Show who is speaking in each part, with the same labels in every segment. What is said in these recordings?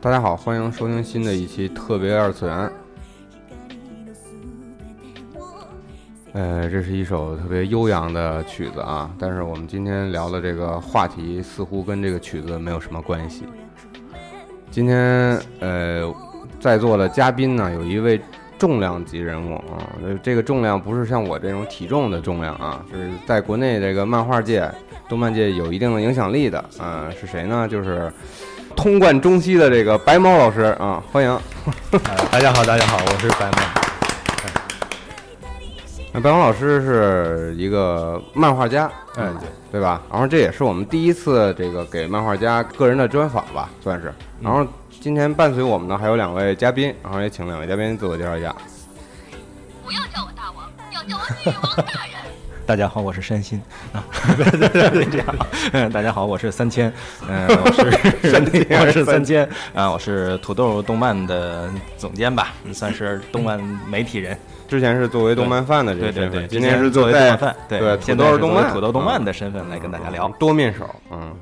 Speaker 1: 大家好，欢迎收听新的一期特别二次元。呃，这是一首特别悠扬的曲子啊，但是我们今天聊的这个话题似乎跟这个曲子没有什么关系。今天呃，在座的嘉宾呢，有一位重量级人物啊，呃这个重量不是像我这种体重的重量啊，是在国内这个漫画界、动漫界有一定的影响力的。嗯、是谁呢？就是通贯中西的这个白猫老师啊，欢迎。
Speaker 2: 呃大家好，大家好，我是白猫。
Speaker 1: 那白虹老师是一个漫画家，
Speaker 2: 嗯
Speaker 1: 对，对吧？然后这也是我们第一次这个给漫画家个人的专访吧，算是。然后今天伴随我们呢还有两位嘉宾，然后也请两位嘉宾自我介绍一下。
Speaker 3: 不要叫我大王，要叫我女王大人。
Speaker 2: 大家好，我是山新 啊，这样。嗯，大家好，我是三千，嗯，我是
Speaker 1: 山千
Speaker 2: 我是三千啊，我是土豆动漫的总监吧，算是动漫媒体人。
Speaker 1: 之前是作为动漫饭的这
Speaker 2: 对
Speaker 1: 个
Speaker 2: 对
Speaker 1: 身
Speaker 2: 对，
Speaker 1: 份，今天是
Speaker 2: 作为动
Speaker 1: 在
Speaker 2: 漫饭，
Speaker 1: 对
Speaker 2: 现
Speaker 1: 土
Speaker 2: 在
Speaker 1: 豆
Speaker 2: 是
Speaker 1: 动
Speaker 2: 作为
Speaker 1: 漫
Speaker 2: 土豆动漫
Speaker 1: 嗯
Speaker 2: 的身份来跟大家聊。
Speaker 1: 多面手，嗯，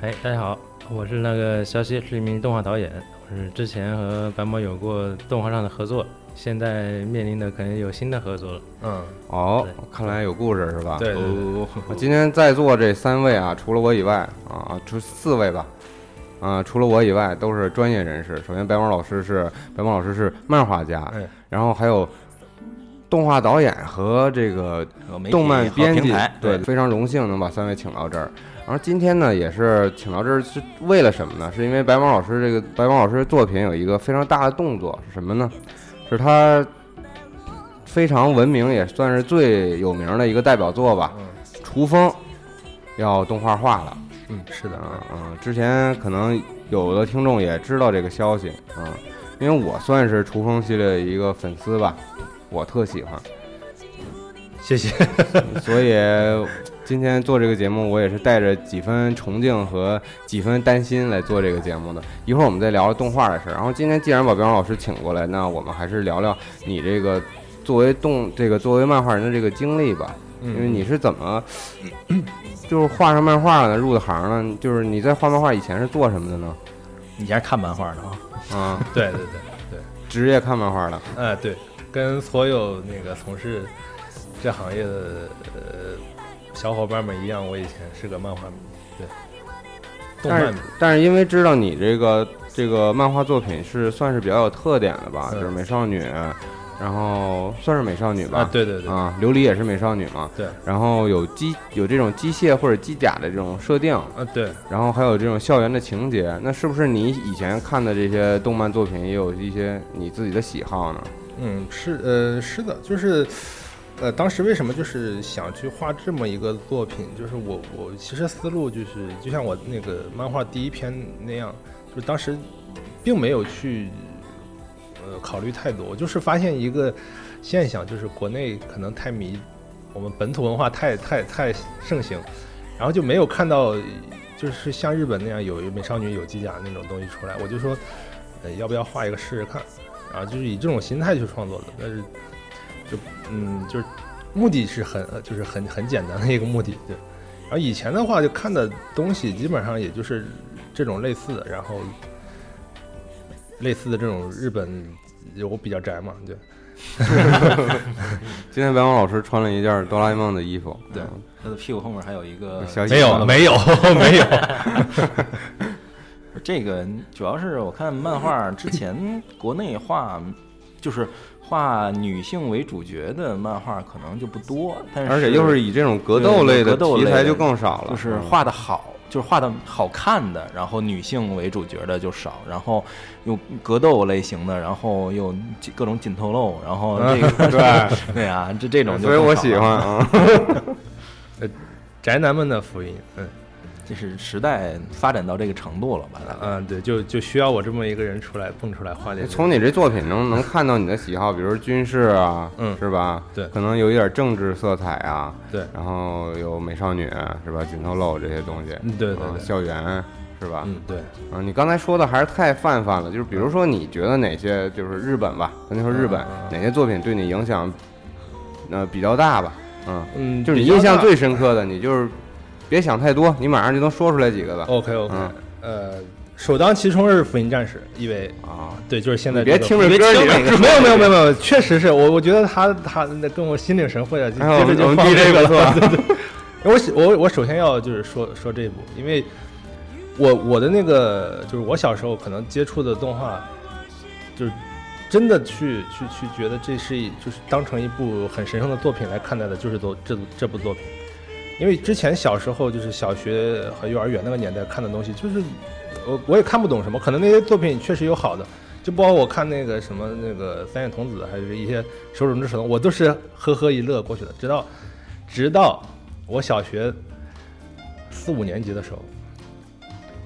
Speaker 4: 哎，大家好，我是那个肖西，是一名动画导演。我是之前和白毛有过动画上的合作，现在面临的可能有新的合作了。
Speaker 2: 嗯，
Speaker 1: 哦
Speaker 4: 对，
Speaker 1: 看来有故事是吧？
Speaker 4: 对对
Speaker 2: 哦
Speaker 1: 今天在座这三位啊，除了我以外啊，除四位吧，啊，除了我以外都是专业人士。首先，白毛老师是白毛老师是漫画家，
Speaker 2: 哎
Speaker 1: 然后还有动画导演和这个
Speaker 2: 有哦媒体
Speaker 1: 动漫
Speaker 2: 和
Speaker 1: 编
Speaker 2: 平
Speaker 1: 辑
Speaker 2: 台，，
Speaker 1: 对，非常荣幸能把三位请到这儿。然后今天呢，也是请到这儿是为了什么呢？是因为白毛老师这个白毛老师的作品有一个非常大的动作是什么呢？是他非常闻名，也算是最有名的一个代表作吧，厨风》要动画化了。
Speaker 2: 嗯，是的
Speaker 1: 嗯嗯，之前可能有的听众也知道这个消息，嗯，因为我算是《厨风》系列的一个粉丝吧，我特喜欢。
Speaker 2: 谢谢。
Speaker 1: 所以今天做这个节目，我也是带着几分崇敬和几分担心来做这个节目的。一会儿我们再聊动画的事儿。然后今天既然把表老师请过来，那我们还是聊聊你这个作为动这个作为漫画人的这个经历吧。因
Speaker 2: 嗯
Speaker 1: 为你是怎么就是画上漫画呢？入的行呢？就是你在画漫画以前是做什么的呢？嗯
Speaker 2: 你家看漫画的啊？
Speaker 1: 啊，
Speaker 5: 对对对，
Speaker 1: 职业看漫画的。
Speaker 5: 呃，对，跟所有那个从事这行业的呃小伙伴们一样，我以前是个漫画迷，对，动
Speaker 1: 但
Speaker 5: 漫
Speaker 1: 是
Speaker 5: 迷，
Speaker 1: 但是因为知道你这个这个漫画作品是算是比较有特点的吧，
Speaker 5: 嗯
Speaker 1: 就是美少女，然后算是美少女吧，
Speaker 5: 啊，对对对，
Speaker 1: 啊，琉璃也是美少女嘛，
Speaker 5: 对，
Speaker 1: 然后有机有这种机械或者机甲的这种设定，
Speaker 5: 啊对，
Speaker 1: 然后还有这种校园的情节，那是不是你以前看的这些动漫作品也有一些你自己的喜好呢？
Speaker 5: 嗯，
Speaker 6: 是呃是的，就是呃当时为什么就是想去画这么一个作品，就是我我其实思路就是就像我那个漫画第一篇那样，就是当时并没有去呃考虑太多，我就是发现一个现象，就是国内可能太迷我们本土文化太太太盛行，然后就没有看到就是像日本那样有美少女有机甲那种东西出来，我就说呃要不要画一个试试看。啊，就是以这种心态去创作的。但是就嗯，就是目的是很呃就是很很简单的一个目的，对。然后以前的话，就看的东西基本上也就是这种类似的，然后类似的这种日本，我比较宅嘛，对。
Speaker 1: 今天白王老师穿了一件哆啦 A 梦的衣服，
Speaker 2: 对他的屁股后面还有一个
Speaker 1: 嗯，小
Speaker 5: 没
Speaker 4: 啊
Speaker 5: 有没有没有，
Speaker 2: 这个主要是我看漫画之前国内画，就是画女性为主角的漫画可能就不多，但是
Speaker 1: 而且又是以这种格斗类的
Speaker 2: 格斗
Speaker 1: 题
Speaker 2: 类的
Speaker 1: 材就更少了，
Speaker 2: 就是
Speaker 1: 嗯
Speaker 2: 画的好，就是画的好看的，然后女性为主角的就少，然后又格斗类型的，然后又各种紧透露，然后这
Speaker 6: 嗯
Speaker 2: 个对 对啊，这这种就
Speaker 1: 所以我
Speaker 2: 更少
Speaker 1: 喜
Speaker 2: 了
Speaker 1: 欢，啊。
Speaker 5: 宅男们的福音，嗯
Speaker 2: 就是时代发展到这个程度了吧？大概
Speaker 5: 啊，对，就就需要我这么一个人出来蹦出来画点。
Speaker 1: 哎从你这作品中能看到你的喜好，比如军事啊，
Speaker 5: 嗯
Speaker 1: 是吧？
Speaker 5: 对
Speaker 1: 可能有一点政治色彩啊，
Speaker 5: 对
Speaker 1: 然后有美少女是吧？紧头露这些东西，
Speaker 5: 嗯对对
Speaker 1: 啊
Speaker 5: 对
Speaker 1: 校园是吧？
Speaker 5: 嗯对，
Speaker 1: 啊，你刚才说的还是太泛泛了，就是比如说你觉得哪些就是日本吧，咱就说日本、
Speaker 5: 嗯
Speaker 1: 哪些作品对你影响，呃比较大吧，嗯，
Speaker 5: 嗯，
Speaker 1: 就是你
Speaker 5: 比较
Speaker 1: 印象
Speaker 5: 大哦
Speaker 1: 最深刻的，你就是别想太多，你马上就能说出来几个了。
Speaker 5: OK OK，、
Speaker 1: 嗯
Speaker 5: 呃，
Speaker 6: 首当其冲是《福音战士》，因为
Speaker 1: 啊，
Speaker 6: 对，就是现在、
Speaker 1: 你
Speaker 6: 这
Speaker 1: 别
Speaker 6: 个。
Speaker 1: 听着歌里面
Speaker 6: 没有没有没有没有，确实是我我觉得他他那跟我心领神会啊，就
Speaker 1: 哎我
Speaker 6: 接
Speaker 1: 们我
Speaker 6: 着就
Speaker 1: 们
Speaker 6: 放
Speaker 1: 避这
Speaker 6: 个
Speaker 1: 个做
Speaker 6: 了。 对对对我喜我我首先要就是说说这一部，因为我我的那个就是我小时候可能接触的动画，就是真的去去去觉得这是一就是当成一部很神圣的作品来看待的，就是都这这部作品。因为之前小时候就是小学和幼儿园那个年代看的东西，就是我我也看不懂什么，可能那些作品确实有好的，就包括我看那个什么那个三眼童子，还是一些手冢治虫，我都是呵呵一乐过去的。直到直到我小学四五年级的时候，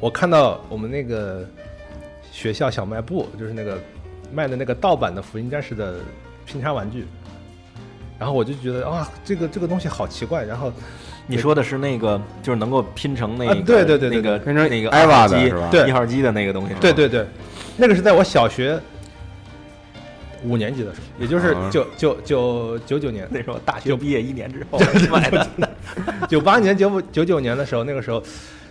Speaker 6: 我看到我们那个学校小卖部，就是那个卖的那个盗版的《福音战士》的拼插玩具，然后我就觉得啊，这个这个东西好奇怪，然后。
Speaker 2: 你说的是那个，就是能够拼成那
Speaker 6: 啊
Speaker 2: 个，
Speaker 6: 对对对对
Speaker 2: 那个
Speaker 1: 拼成
Speaker 2: 那个
Speaker 1: Eva
Speaker 2: 一号
Speaker 1: 的
Speaker 2: 机
Speaker 1: 是吧
Speaker 6: 对
Speaker 2: 一号机的那个东西，
Speaker 6: 对，对对，那个是在我小学五年级的时候，也就是
Speaker 1: 啊
Speaker 6: 九九九九九年，
Speaker 2: 那是我大学
Speaker 6: 就
Speaker 2: 毕业一年之后哦买的。
Speaker 6: 九八年、九九九年的时候，那个时候，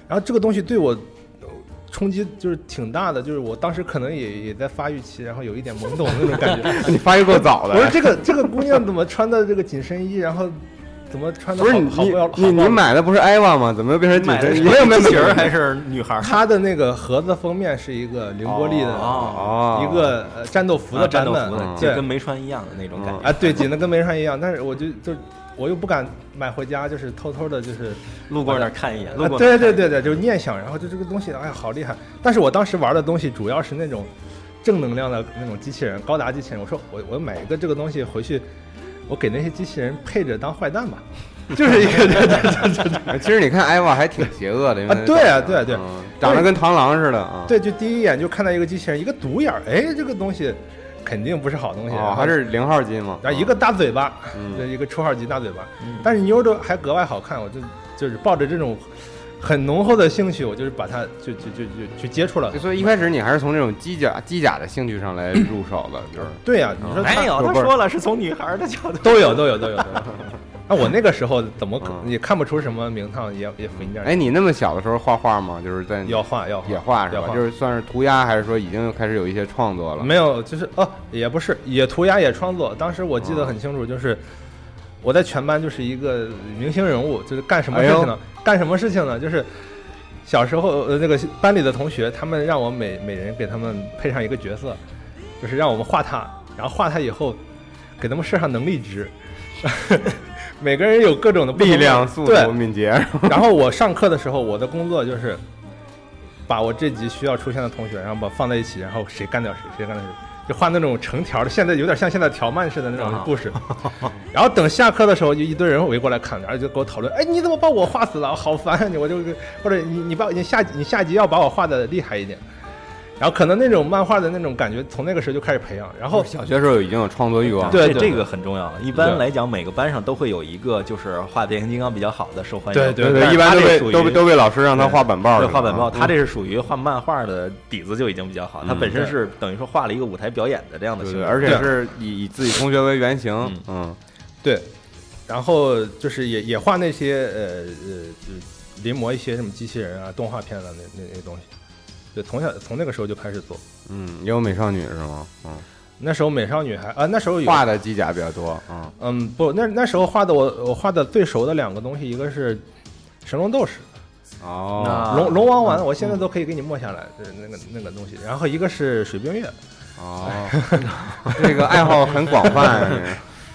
Speaker 6: 然后这个东西对我呃冲击就是挺大的，就是我当时可能也也在发育期，然后有一点懵懂的那种 感觉。
Speaker 1: 你发育够早的。
Speaker 6: 我说这个这个姑娘怎么穿的这个紧身衣，然后怎么穿的
Speaker 1: 不是
Speaker 6: 好
Speaker 1: 你
Speaker 6: 好不
Speaker 1: 你
Speaker 6: 好
Speaker 1: 你买的不是 Eva 吗？怎么又变成紧
Speaker 2: 买的
Speaker 1: 身
Speaker 2: 是
Speaker 1: 衣？
Speaker 6: 没有没有没
Speaker 2: 机
Speaker 6: 有
Speaker 2: 器人还是女孩儿？
Speaker 6: 它的那个盒子封面是一个凌波丽的
Speaker 1: 哦
Speaker 6: 一个呃战斗服
Speaker 2: 啊
Speaker 6: 的
Speaker 2: 战斗
Speaker 6: 版
Speaker 2: 服
Speaker 6: 本嗯
Speaker 2: 的，就
Speaker 6: 对
Speaker 2: 跟没穿一样的那种感觉。
Speaker 6: 啊，对，紧的跟没穿一样，但是我就就我又不敢买回家，就是偷偷的，就是
Speaker 2: 路过那儿看一眼，路
Speaker 6: 啊
Speaker 2: 过那
Speaker 6: 对
Speaker 2: 儿看
Speaker 6: 对
Speaker 2: 一眼
Speaker 6: 对对，就是念想，然后就这个东西，哎呀，好厉害！但是我当时玩的东西主要是那种正能量的那种机器人，高达机器人。我说我我买一个这个东西回去，我给那些机器人配着当坏蛋吧，就是一个
Speaker 1: 哎其实你看 Eva 还挺邪恶的，因为
Speaker 6: 啊对啊对啊对啊
Speaker 1: 嗯长得跟螳螂似的啊。
Speaker 6: 对，就第一眼就看到一个机器人，一个独眼儿，哎，这个东西肯定不是好东西，然
Speaker 1: 哦，
Speaker 6: 后
Speaker 1: 还是零号机吗？
Speaker 6: 啊然后一个大嘴巴，
Speaker 1: 嗯
Speaker 6: 这一个绰号级大嘴巴，但是妞儿都还格外好看，我就就是抱着这种很浓厚的兴趣，我就是把它就就就就去接触了。
Speaker 1: 所以一开始你还是从这种机甲机甲的兴趣上来入手的，就是
Speaker 6: 对呀、你说他
Speaker 2: 哦没有，
Speaker 1: 有
Speaker 2: 他
Speaker 1: 味儿
Speaker 2: 说了是从女孩儿的角度。
Speaker 6: 都有都有都有都 有。那我那个时候怎么可
Speaker 1: 嗯
Speaker 6: 也看不出什么名堂，也也福音战士
Speaker 1: 哎，你那么小的时候画画吗？就是在
Speaker 6: 要画要画
Speaker 1: 也画是
Speaker 6: 要
Speaker 1: 吧？
Speaker 6: 画
Speaker 1: 就是算是涂鸦，还是说已经开始有一些创作了？
Speaker 6: 没有，就是哦，也不是，也涂鸦也创作。当时我记
Speaker 1: 哦
Speaker 6: 得很清楚，就是我在全班就是一个明星人物，就是干什
Speaker 1: 哎
Speaker 6: 么事情呢？干什么事情呢？就是小时候呃那个班里的同学，他们让我每每人给他们配上一个角色，就是让我们画他，然后画他以后给他们设上能力值。 每个人有各种的不同的
Speaker 1: 力量、速
Speaker 6: 对
Speaker 1: 度、敏捷，
Speaker 6: 然后我上课的时候，我的工作就是把我这集需要出现的同学，然后把放在一起，然后谁干掉谁，谁干掉谁，就画那种成条的，现在有点像现在条漫似的那种故事。然后等下课的时候，就一堆人围过来看，然后就跟我讨论：“哎，你怎么把我画死了？好烦啊你！”我就或者你你把你下你下集要把我画的厉害一点。然后可能那种漫画的那种感觉，从那个时候就开始培养。然后
Speaker 1: 小学时候已经有创作欲望了。
Speaker 6: 对
Speaker 2: 这
Speaker 6: 对
Speaker 2: 这个很重要了。一般来讲，每个班上都会有一个就是画变形金刚比较好的受欢迎。
Speaker 6: 对
Speaker 1: 对
Speaker 2: 但
Speaker 1: 对，
Speaker 2: 是
Speaker 1: 一般
Speaker 2: 他
Speaker 1: 都
Speaker 2: 这
Speaker 1: 被
Speaker 2: 属于
Speaker 1: 都被都被老师让他
Speaker 2: 对
Speaker 1: 画板报去了
Speaker 2: 对
Speaker 1: 啊，
Speaker 2: 画本报，他这是属于画漫画的底子就已经比较好，他
Speaker 1: 嗯
Speaker 2: 本身是等于说画了一个舞台表演的这样的
Speaker 1: 对
Speaker 2: 形
Speaker 1: 对，
Speaker 2: 式，
Speaker 1: 而且
Speaker 6: 对
Speaker 1: 是以以自己同学为原型，嗯，
Speaker 6: 对，然后就是也也画那些呃呃呃临摹一些什么机器人啊、动画片啊那那那东西。对，从小从那个时候就开始做。
Speaker 1: 嗯，也有美少女是吗？嗯，
Speaker 6: 那时候美少女还啊，那时候有
Speaker 1: 画的机甲比较多，嗯，
Speaker 6: 嗯不，那那时候画的我我画的最熟的两个东西，一个是神龙斗士、
Speaker 1: 哦嗯
Speaker 2: 那啊
Speaker 6: 龙龙王丸，我现在都可以给你默下来，就是那个那个东西。然后一个是水冰月，
Speaker 1: 哦，这个爱好很广泛，啊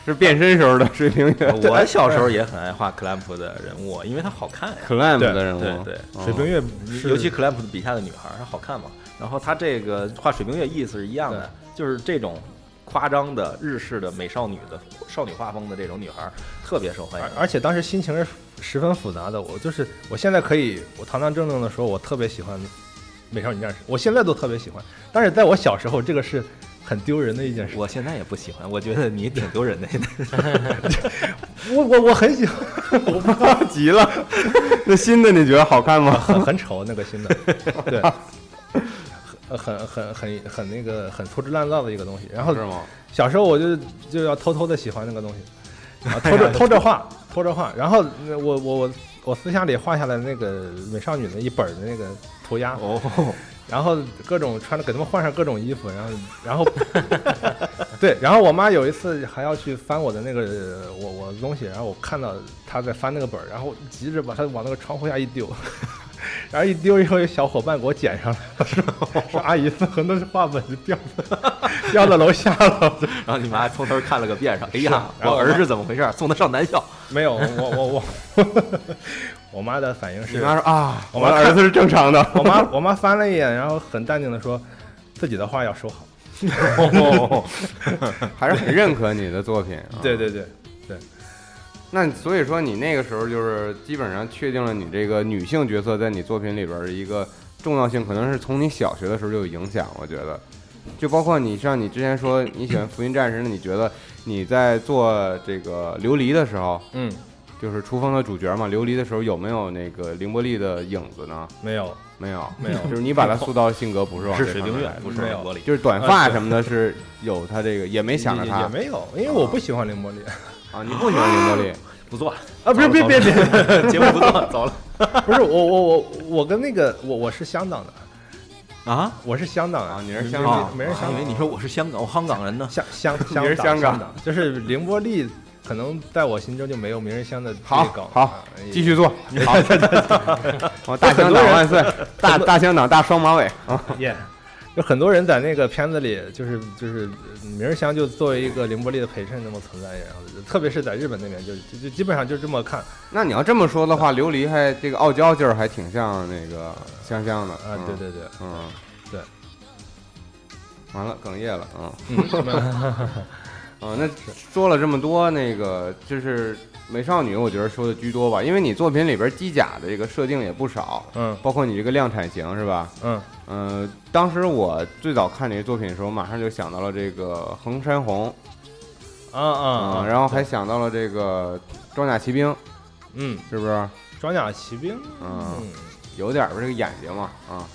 Speaker 1: 是变身时候的水平员
Speaker 2: 我小时候也很爱画克兰普的人物，因为他好看呀。
Speaker 1: climb
Speaker 6: 对
Speaker 1: 的人
Speaker 2: 对
Speaker 1: 物，
Speaker 2: 对，
Speaker 1: 哦
Speaker 6: 水冰月是
Speaker 2: 尤其克兰普的笔下的女孩儿，她好看嘛。然后她这个画水冰月意思是一样的，就是这种夸张的日式的美少女的少女画风的这种女孩儿特别受欢迎
Speaker 6: 而。而且当时心情是十分复杂的。我就是我现在可以，我堂堂正正的说，我特别喜欢美少女战士，我现在都特别喜欢。但是在我小时候，这个是很丢人的一件事。
Speaker 2: 我现在也不喜欢，我觉得你挺丢人的。
Speaker 6: 我我我很喜欢，我不知道
Speaker 1: 急了。那新的你觉得好看 吗？
Speaker 6: 很很丑那个新的，对，很很很很很那个很粗制滥造的一个东西。然后
Speaker 1: 是吗？
Speaker 6: 小时候我就就要偷偷的喜欢那个东西，啊，偷着偷着画，偷着画。然后呃我我我我私下里画下来那个美少女的一本儿的那个涂鸦，
Speaker 2: 哦，
Speaker 6: 然后各种穿着给他们换上各种衣服，然后然后 对，然后我妈有一次还要去翻我的那个我我的东西，然后我看到她在翻那个本儿，然后急着把它往那个窗户下一丢， 然后一丢以后有小伙伴给我捡上来了，说说阿姨 那很多画本就掉到掉到楼下了，
Speaker 2: 然后你妈从头看了个遍，上，哎呀，
Speaker 6: 然后
Speaker 2: 我儿子怎么回事？送他上男校，
Speaker 6: 没有我我我我妈的反应是
Speaker 1: 你妈说啊，
Speaker 6: 我
Speaker 1: 我
Speaker 6: 妈
Speaker 1: 的儿子是正常的。
Speaker 6: 我妈我妈翻了一眼，然后很淡定的说，自己的话要收 好。
Speaker 1: 还是很认可你的作品、啊。
Speaker 6: 对，对对，
Speaker 1: 那所以说你那个时候就是基本上确定了你这个女性角色在你作品里边儿的一个重要性，可能是从你小学的时候就有影响。我觉得，就包括你像你之前说你喜欢福音战士，那你觉得你在做这个琉璃的时候，
Speaker 6: 嗯，
Speaker 1: 就是《出风》的主角嘛，琉璃的时候有没有那个凌波丽的影子呢？
Speaker 6: 没有
Speaker 1: 没有，
Speaker 6: 没有
Speaker 1: 就是你把她塑造的性格不是往
Speaker 2: 是
Speaker 1: 这
Speaker 2: 水
Speaker 1: 方
Speaker 2: 冰
Speaker 1: 面
Speaker 2: 月
Speaker 1: 来，的
Speaker 2: 不是
Speaker 6: 没有
Speaker 2: 玻璃。
Speaker 1: 就是短发什么的，是有她这个，也没
Speaker 6: 没
Speaker 1: 想着她
Speaker 6: 啊也没有，因为我不喜欢凌波丽
Speaker 1: 啊，你不喜欢凌波丽。
Speaker 2: 不做了，
Speaker 6: 啊，不是别别别，
Speaker 2: 节目不做 了，走了
Speaker 6: 不是我我我我跟那个我我是香港的，
Speaker 2: 啊！
Speaker 6: 我是香港
Speaker 1: 啊
Speaker 6: 啊，
Speaker 1: 你是
Speaker 6: 没
Speaker 1: 香
Speaker 6: 没
Speaker 1: 港
Speaker 6: 没人香
Speaker 2: 因为
Speaker 6: 港，
Speaker 2: 你说我是香港，我香港人呢。
Speaker 6: 香香
Speaker 1: 你
Speaker 6: 香
Speaker 1: 是香港
Speaker 6: 港，就是凌波丽，可能在我心中就没有名人香的
Speaker 1: 好
Speaker 6: 地位高
Speaker 1: 好，继续，做。 好，我大
Speaker 6: 大
Speaker 1: 香党
Speaker 6: 香党
Speaker 1: 万
Speaker 6: 万
Speaker 1: 岁！大大香党大双马尾啊！
Speaker 6: 哎耶。有很多人在那个片子里，就是就是名人香就作为一个凌波丽的陪衬那么存在，然后特别是在日本那边，就就就基本上就这么看
Speaker 1: 那你要这么说的话，琉璃还这个傲娇劲儿还挺像那个香香的
Speaker 6: 啊，对，对对，
Speaker 1: 嗯，
Speaker 6: 对。
Speaker 1: 完了，哽咽了，嗯
Speaker 6: 嗯，没有
Speaker 1: 啊，那说了这么多，那个就是美少女，我觉得说的居多吧，因为你作品里边机甲的这个设定也不少，
Speaker 6: 嗯
Speaker 1: 包括你这个量产型是吧？
Speaker 6: 嗯
Speaker 1: 嗯，当时我最早看你这作品的时候，马上就想到了这个横山红，
Speaker 6: 啊啊
Speaker 1: 嗯，
Speaker 6: 啊，
Speaker 1: 然后还想到了这个装甲骑兵，
Speaker 6: 嗯，
Speaker 1: 是不是？
Speaker 6: 装甲骑兵，
Speaker 1: 嗯
Speaker 6: 嗯
Speaker 1: 有点儿吧，这个眼睛嘛， 啊，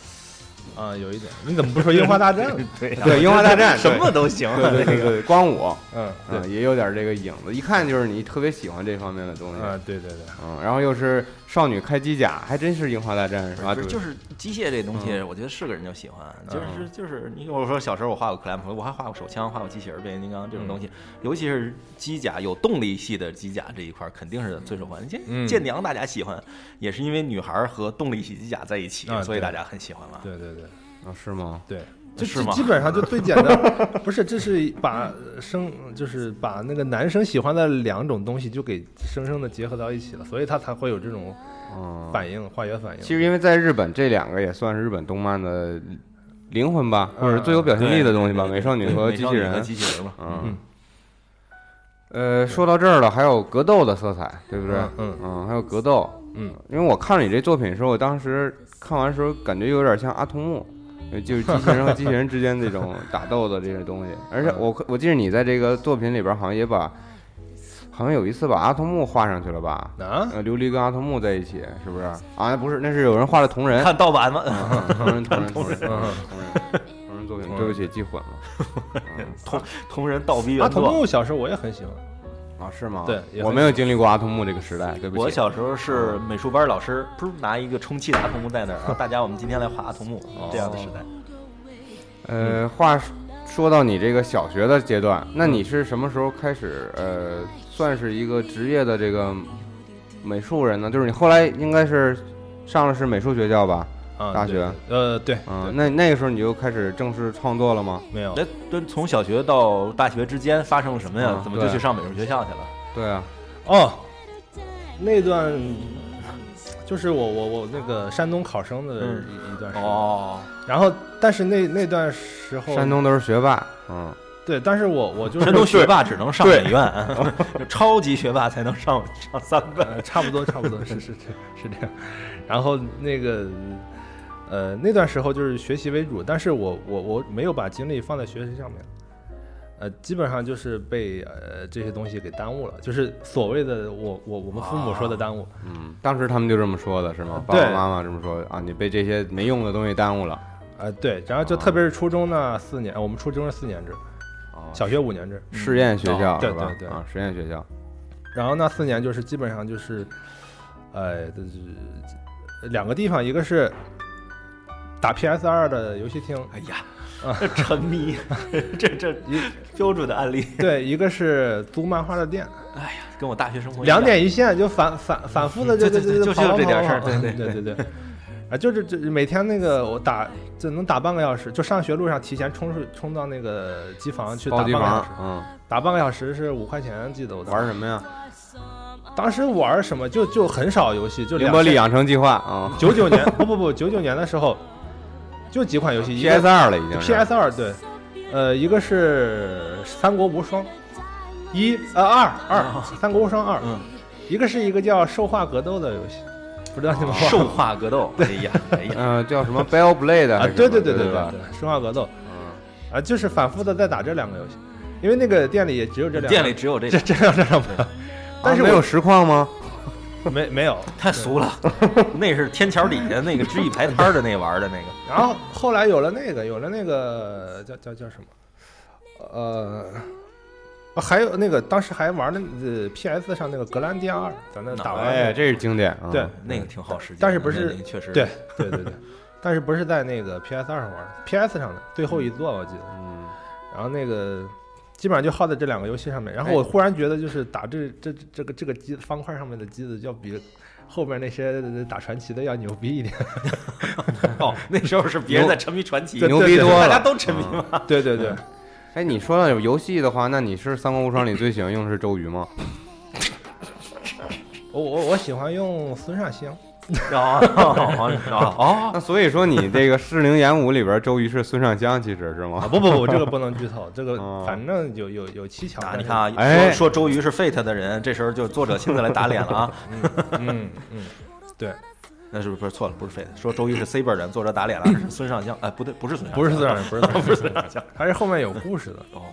Speaker 6: 啊，有一点，你怎么不说樱花大战 呢？
Speaker 2: 对呀
Speaker 1: 对樱花大战
Speaker 2: 什么都行。
Speaker 1: 对对对 对，光武，
Speaker 6: 嗯，对，
Speaker 1: 嗯，也有点儿这个影子，一看就是你特别喜欢这方面的东西，
Speaker 6: 啊，对对对，
Speaker 1: 嗯，然后又是少女开机甲，还真是樱花大战是吧？
Speaker 2: 不是，就是机械这东西，我觉得是个人就喜欢。就是就是，你我说小时候我画过克莱姆，我还画过手枪，画过机器人、变形金刚这种东西，尤其是机甲有动力系的机甲这一块儿，肯定是最受欢迎。剑
Speaker 6: 嗯
Speaker 2: 剑娘大家喜欢，也是因为女孩儿和动力系机甲在一起
Speaker 6: 啊，
Speaker 2: 所以
Speaker 6: 对
Speaker 2: 大家很喜欢嘛。
Speaker 6: 对对对
Speaker 1: 啊，是吗？
Speaker 6: 对。
Speaker 2: 这
Speaker 6: 就是基
Speaker 2: 吗
Speaker 6: 基本上就最简 单，不是，这是把生，就是把那个男生喜欢的两种东西就给生生的结合到一起了，所以他才会有这种
Speaker 1: 嗯，
Speaker 6: 反应，化学反应。
Speaker 1: 其实因为在日本，这两个也算是日本动漫的灵魂吧，
Speaker 6: 嗯
Speaker 1: 或者最有表现力的东西吧，
Speaker 2: 对
Speaker 1: 美少女和
Speaker 2: 美
Speaker 1: 机
Speaker 2: 少
Speaker 1: 器
Speaker 2: 女和
Speaker 1: 人，
Speaker 2: 机器人嘛。
Speaker 1: 嗯。呃，说到这儿了，还有格斗的色彩，对不对？
Speaker 6: 嗯嗯
Speaker 1: 还有格斗，
Speaker 6: 嗯，
Speaker 1: 因为我看了你这作品的时候，我当时看完的时候感觉有点像阿童木，呃就是机器人和机器人之间那种打斗的这些东西。而且我我记得你在这个作品里边好像也把，好像有一次把阿童木画上去了吧？
Speaker 6: 啊，
Speaker 1: 呃，琉璃跟阿童木在一起，是不是？啊，不是，那是有人画的同人，
Speaker 2: 看盗版吗？
Speaker 1: 嗯同人同人同 人同人
Speaker 6: 嗯
Speaker 1: 同人作品，
Speaker 6: 同人
Speaker 1: 对不起，记混了。嗯
Speaker 2: 同啊同人倒逼
Speaker 6: 阿
Speaker 2: 原
Speaker 6: 童
Speaker 2: 作。
Speaker 6: 木小时候我也很喜欢，
Speaker 1: 啊，是吗？
Speaker 6: 对也
Speaker 1: 我
Speaker 6: 很
Speaker 1: 没有经历过阿童木这个时代，对不起。
Speaker 2: 我小时候是美术班老师，不是拿一个充气的阿童木在那儿，啊然后大家我们今天来画阿童木这样的时代。
Speaker 6: 嗯
Speaker 1: 呃，话说说到你这个小学的阶段，那你是什么时候开始呃，算是一个职业的这个美术人呢？就是你后来应该是上了是美术学校吧？
Speaker 6: 啊，
Speaker 1: 大
Speaker 6: 对
Speaker 1: 学，
Speaker 6: 呃，对，
Speaker 1: 嗯，
Speaker 6: 对
Speaker 1: 那那个时候你就开始正式创作了吗？
Speaker 6: 没有，
Speaker 2: 那这从小学到大学之间发生了什么呀
Speaker 1: 嗯？
Speaker 2: 怎么就去上美术学校去了？
Speaker 1: 对啊，
Speaker 6: 哦，那段就是我我我那个山东考生的一、
Speaker 2: 嗯
Speaker 6: 一段时间，
Speaker 2: 哦，
Speaker 6: 然后但是那那段时候，
Speaker 1: 山东都是学霸，嗯，
Speaker 6: 对，但是我我就是
Speaker 2: 山东学霸只能上美院， 就超级学霸才能上上三 个。
Speaker 6: 呃，差不多差不多是是是是这样，然后那个。呃，那段时候就是学习为主，但是我我我没有把精力放在学习上面，呃，基本上就是被呃这些东西给耽误了，就是所谓的我我我们父母说的耽误，
Speaker 2: 啊
Speaker 1: 嗯，当时他们就这么说的是吗？爸
Speaker 6: 对
Speaker 1: 爸妈妈这么说啊，你被这些没用的东西耽误了。
Speaker 6: 呃，对，然后就特别是初中呢四年，呃我们初中是四年制，
Speaker 1: 哦
Speaker 6: 小学五年制，
Speaker 1: 实验学校
Speaker 6: 嗯对
Speaker 1: 是吧
Speaker 6: 对？对
Speaker 1: 啊，实验学校，
Speaker 6: 然后那四年就是基本上就是，呃，就是两个地方，一个是打 PS 二的游戏厅，
Speaker 2: 哎呀，这沉迷， 这这标准的案例。
Speaker 6: 对，一个是租漫画的店，
Speaker 2: 哎呀，跟我大学生活一样
Speaker 6: 两点一线，就反反反复的就
Speaker 2: 嗯对对对
Speaker 6: 就
Speaker 2: 就是有这点事儿
Speaker 6: 对
Speaker 2: 对
Speaker 6: 嗯对对对。啊，就是这每天那个我打，这能打半个小时，就上学路上提前冲出冲到那个机房去打
Speaker 1: 包
Speaker 6: 半
Speaker 1: 机
Speaker 6: 个小
Speaker 1: 房
Speaker 6: 时，，
Speaker 1: 嗯，
Speaker 6: 打半个小时是五块钱，记得我当时
Speaker 1: 玩什么呀？
Speaker 6: 当时玩什么就就很少游戏，就
Speaker 1: 凌
Speaker 6: 两
Speaker 1: 波丽养成计划啊
Speaker 6: 九九年不不不九九年的时候，就几款游戏，一个
Speaker 1: ，PS 二了已经是。
Speaker 6: PS 二对，呃，一个是《三国无双》一，呃二二《三国无双二》
Speaker 2: 哦嗯，
Speaker 6: 一个是一个叫《兽化格斗》的游戏，不知道你
Speaker 2: 哦
Speaker 6: 们玩过
Speaker 2: 兽化格斗。哎呀，哎呀，
Speaker 1: 嗯，叫什么 Bell Blade
Speaker 6: 啊
Speaker 1: 还？是
Speaker 6: 对
Speaker 1: 什么
Speaker 6: 对对
Speaker 1: 对吧
Speaker 6: 对，《兽化格斗》
Speaker 1: 嗯
Speaker 6: 啊，就是反复的在打这两个游戏，因为那个店里也只有 这两
Speaker 2: 店里哦
Speaker 6: 个
Speaker 2: 只有这
Speaker 6: 这
Speaker 2: 个，
Speaker 6: 这两这两个，但是
Speaker 1: 啊没有
Speaker 6: 我
Speaker 1: 实况吗？
Speaker 6: 没没有，
Speaker 2: 太俗了， 那是天桥底下那个知易排摊儿的那玩的那个，
Speaker 6: 然后后来有了那个，有了那个叫叫叫什么？呃，啊还有那个当时还玩了呃 PS 上那个《格兰迪亚二》，咱那打完了、
Speaker 1: 哎，这是经典啊。
Speaker 6: 对
Speaker 2: 那个挺耗时间的。
Speaker 6: 但是不是
Speaker 2: 那个确实
Speaker 6: 对对对对， 但是不是在那个 PS 二上玩的，PS 上的最后一座我记得。
Speaker 1: 嗯，
Speaker 6: 然后那个基本上就耗在这两个游戏上面。
Speaker 1: 哎
Speaker 6: 然后我忽然觉得，就是打这这这这个这个机方块上面的机子，要比后面那些打传奇的要牛逼 一点。
Speaker 2: 哦，那时候是别人在沉迷传奇，
Speaker 6: 对嗯
Speaker 1: 牛逼多
Speaker 2: 大
Speaker 1: 了。
Speaker 2: 家都沉迷嘛。
Speaker 6: 对对对，
Speaker 1: 哎，你说到有游戏的话，那你是《三国无双》里最喜欢用的是周瑜吗？
Speaker 6: 我我我喜欢用孙尚香。
Speaker 2: 哦哦哦
Speaker 6: 啊
Speaker 2: 哦，
Speaker 1: 那所以说你这个《适龄演武》里边周瑜是孙尚香，其实是
Speaker 6: 啊
Speaker 1: 吗？
Speaker 6: 不不不，这个不能剧透，这个
Speaker 1: 哦
Speaker 6: 反正有有有蹊跷。
Speaker 2: 啊，
Speaker 6: 但
Speaker 2: 你
Speaker 6: 是
Speaker 2: 看，啊，
Speaker 1: 哎
Speaker 2: 说说周瑜是 Fate 的人，这时候就作者亲自来打脸了 啊！
Speaker 6: 嗯嗯， 对，
Speaker 2: 那是不是不是错了？不是 Fate，说周瑜是 Saber 人，作者打脸了， 是孙尚香。哎，不对，不是孙尚香，
Speaker 6: 不是自然，不是自然，
Speaker 2: 不是孙尚香。
Speaker 6: 还是后面有故事的。
Speaker 2: 哦，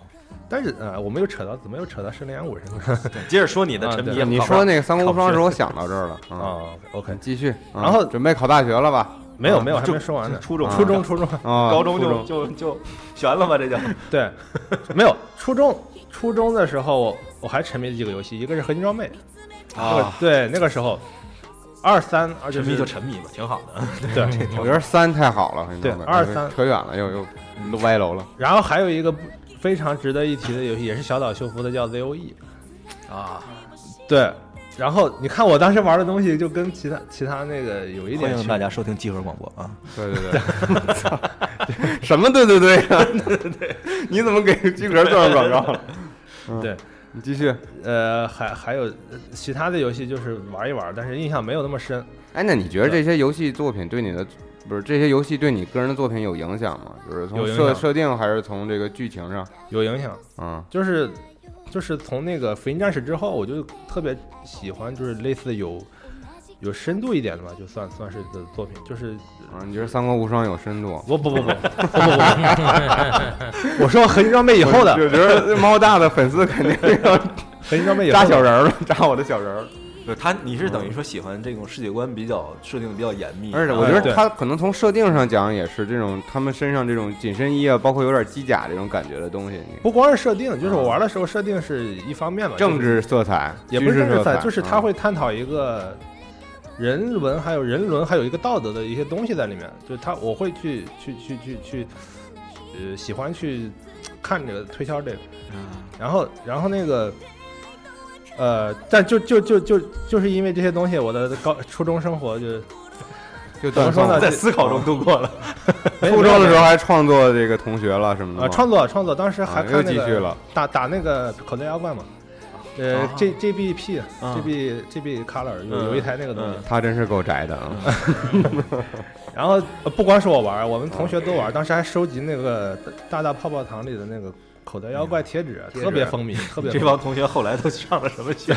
Speaker 6: 但是呃，我们又扯到怎么又扯到圣灵安武身上了
Speaker 2: 接着说你的沉迷
Speaker 6: 啊
Speaker 2: 也
Speaker 6: 对
Speaker 2: 不
Speaker 1: 你
Speaker 2: 靠谱，
Speaker 1: 说那个《三国无双》时候，我想到这 儿了啊。
Speaker 2: 哦
Speaker 6: 啊？OK，
Speaker 1: 继续，嗯
Speaker 6: 然后
Speaker 1: 准备考大学了吧？
Speaker 6: 没有没有，
Speaker 2: 就
Speaker 6: 还没说完呢。
Speaker 2: 初中
Speaker 6: 初中初中，
Speaker 1: 啊，
Speaker 2: 高中
Speaker 1: 初
Speaker 2: 就就就悬了吧？这叫
Speaker 6: 对，没有初中初中的时候，我我还沉迷几个游戏，一个是合金装备，那个，对那个时候二三二
Speaker 2: 哦沉
Speaker 6: 是
Speaker 2: 迷就沉迷吧，挺好的。
Speaker 6: 对，
Speaker 1: 我觉得三太好了，
Speaker 6: 对
Speaker 1: 你知道吗
Speaker 6: 二三
Speaker 1: 扯远了，又又都歪楼了。
Speaker 6: 然后还有一个不非常值得一提的游戏，也是小岛秀夫的，叫 E ZOE。
Speaker 2: 啊，
Speaker 6: 对，然后你看我当时玩的东西就跟其他其他那个有一
Speaker 2: 欢
Speaker 6: 点
Speaker 2: 迎
Speaker 6: 区
Speaker 2: 大
Speaker 6: 别。
Speaker 2: 家收听集合广播啊！
Speaker 1: 对对对， 什么对对对啊？对对 对，你怎么给居格做上广告了？嗯
Speaker 6: 对，
Speaker 1: 你继续。
Speaker 6: 呃，还还有呃其他的游戏就是玩一玩，但是印象没有那么深。
Speaker 1: 哎，那你觉得这些游戏作品对你的不是这些游戏对你个人的作品有影响吗？就是从
Speaker 6: 有影
Speaker 1: 设
Speaker 6: 响
Speaker 1: 设定还是从这个剧情上？
Speaker 6: 有影响，
Speaker 1: 嗯
Speaker 6: 就是就是从那个《福音战士》之后，我就特别喜欢，就是类似有有深度一点的吧，就算算是的作品。就是
Speaker 1: 嗯，你觉得《三国无双》有深度？
Speaker 6: 不不不不 不不
Speaker 4: 哎
Speaker 6: 不，我说合金装备以后的
Speaker 1: 我就觉得猫大的粉丝肯定要
Speaker 6: 合金装备以后
Speaker 1: 扎
Speaker 6: 的
Speaker 1: 小人儿了，扎我的小人 儿了。
Speaker 2: 不是他，你是等于说喜欢这种世界观比较设定的比较严密，啊
Speaker 1: 而且
Speaker 2: 然
Speaker 1: 我
Speaker 2: 后
Speaker 1: 觉
Speaker 6: 嗯对
Speaker 1: 得他可能从设定上讲也是这种，他们身上这种紧身衣啊，包括有点机甲这种感觉的东西，你
Speaker 6: 不光是设定，就是我玩的时候设定是一方面嘛，
Speaker 1: 政
Speaker 6: 就是
Speaker 1: 治色彩
Speaker 6: 也不是
Speaker 1: 军
Speaker 6: 政
Speaker 1: 事色
Speaker 6: 治赛，就是他
Speaker 1: 嗯
Speaker 6: 会探讨一个人文，还有人伦，还有一个道德的一些东西在里面。就是他，我会去去去去去，呃，喜欢去看这个推敲这个。
Speaker 1: 啊
Speaker 6: 然后，然后那个，呃，但就就就就就是因为这些东西，我的高初中生活就是
Speaker 1: 就
Speaker 6: 怎
Speaker 1: 断
Speaker 6: 么说
Speaker 1: 送
Speaker 6: 呢？
Speaker 1: 了。
Speaker 2: 在思考中度过了。
Speaker 6: 没有
Speaker 1: 初中的时
Speaker 6: 没
Speaker 1: 候
Speaker 6: 有
Speaker 1: 还创作这个同学了什么的
Speaker 6: 啊，
Speaker 1: 吗
Speaker 6: 创作创作，当时还
Speaker 1: 嗯啊
Speaker 6: 看
Speaker 1: 又
Speaker 6: 那
Speaker 1: 继续
Speaker 6: 个
Speaker 1: 了，
Speaker 6: 打打那个口袋妖怪嘛。呃
Speaker 2: 啊
Speaker 6: ，J J B P
Speaker 2: 啊
Speaker 6: J B J B Color 有
Speaker 2: 嗯
Speaker 6: 有一台那个东西
Speaker 2: 嗯，
Speaker 1: 他真是够宅的啊！
Speaker 6: 然后、呃不光是我玩儿，我们同学都玩
Speaker 2: 嗯
Speaker 6: 儿，当时还收集那个大大泡泡糖里的那个口袋妖怪贴纸，
Speaker 1: 贴纸
Speaker 6: 特 别风靡，特别
Speaker 2: 嗯这
Speaker 6: 风靡。
Speaker 2: 帮同学后来都上了什么学？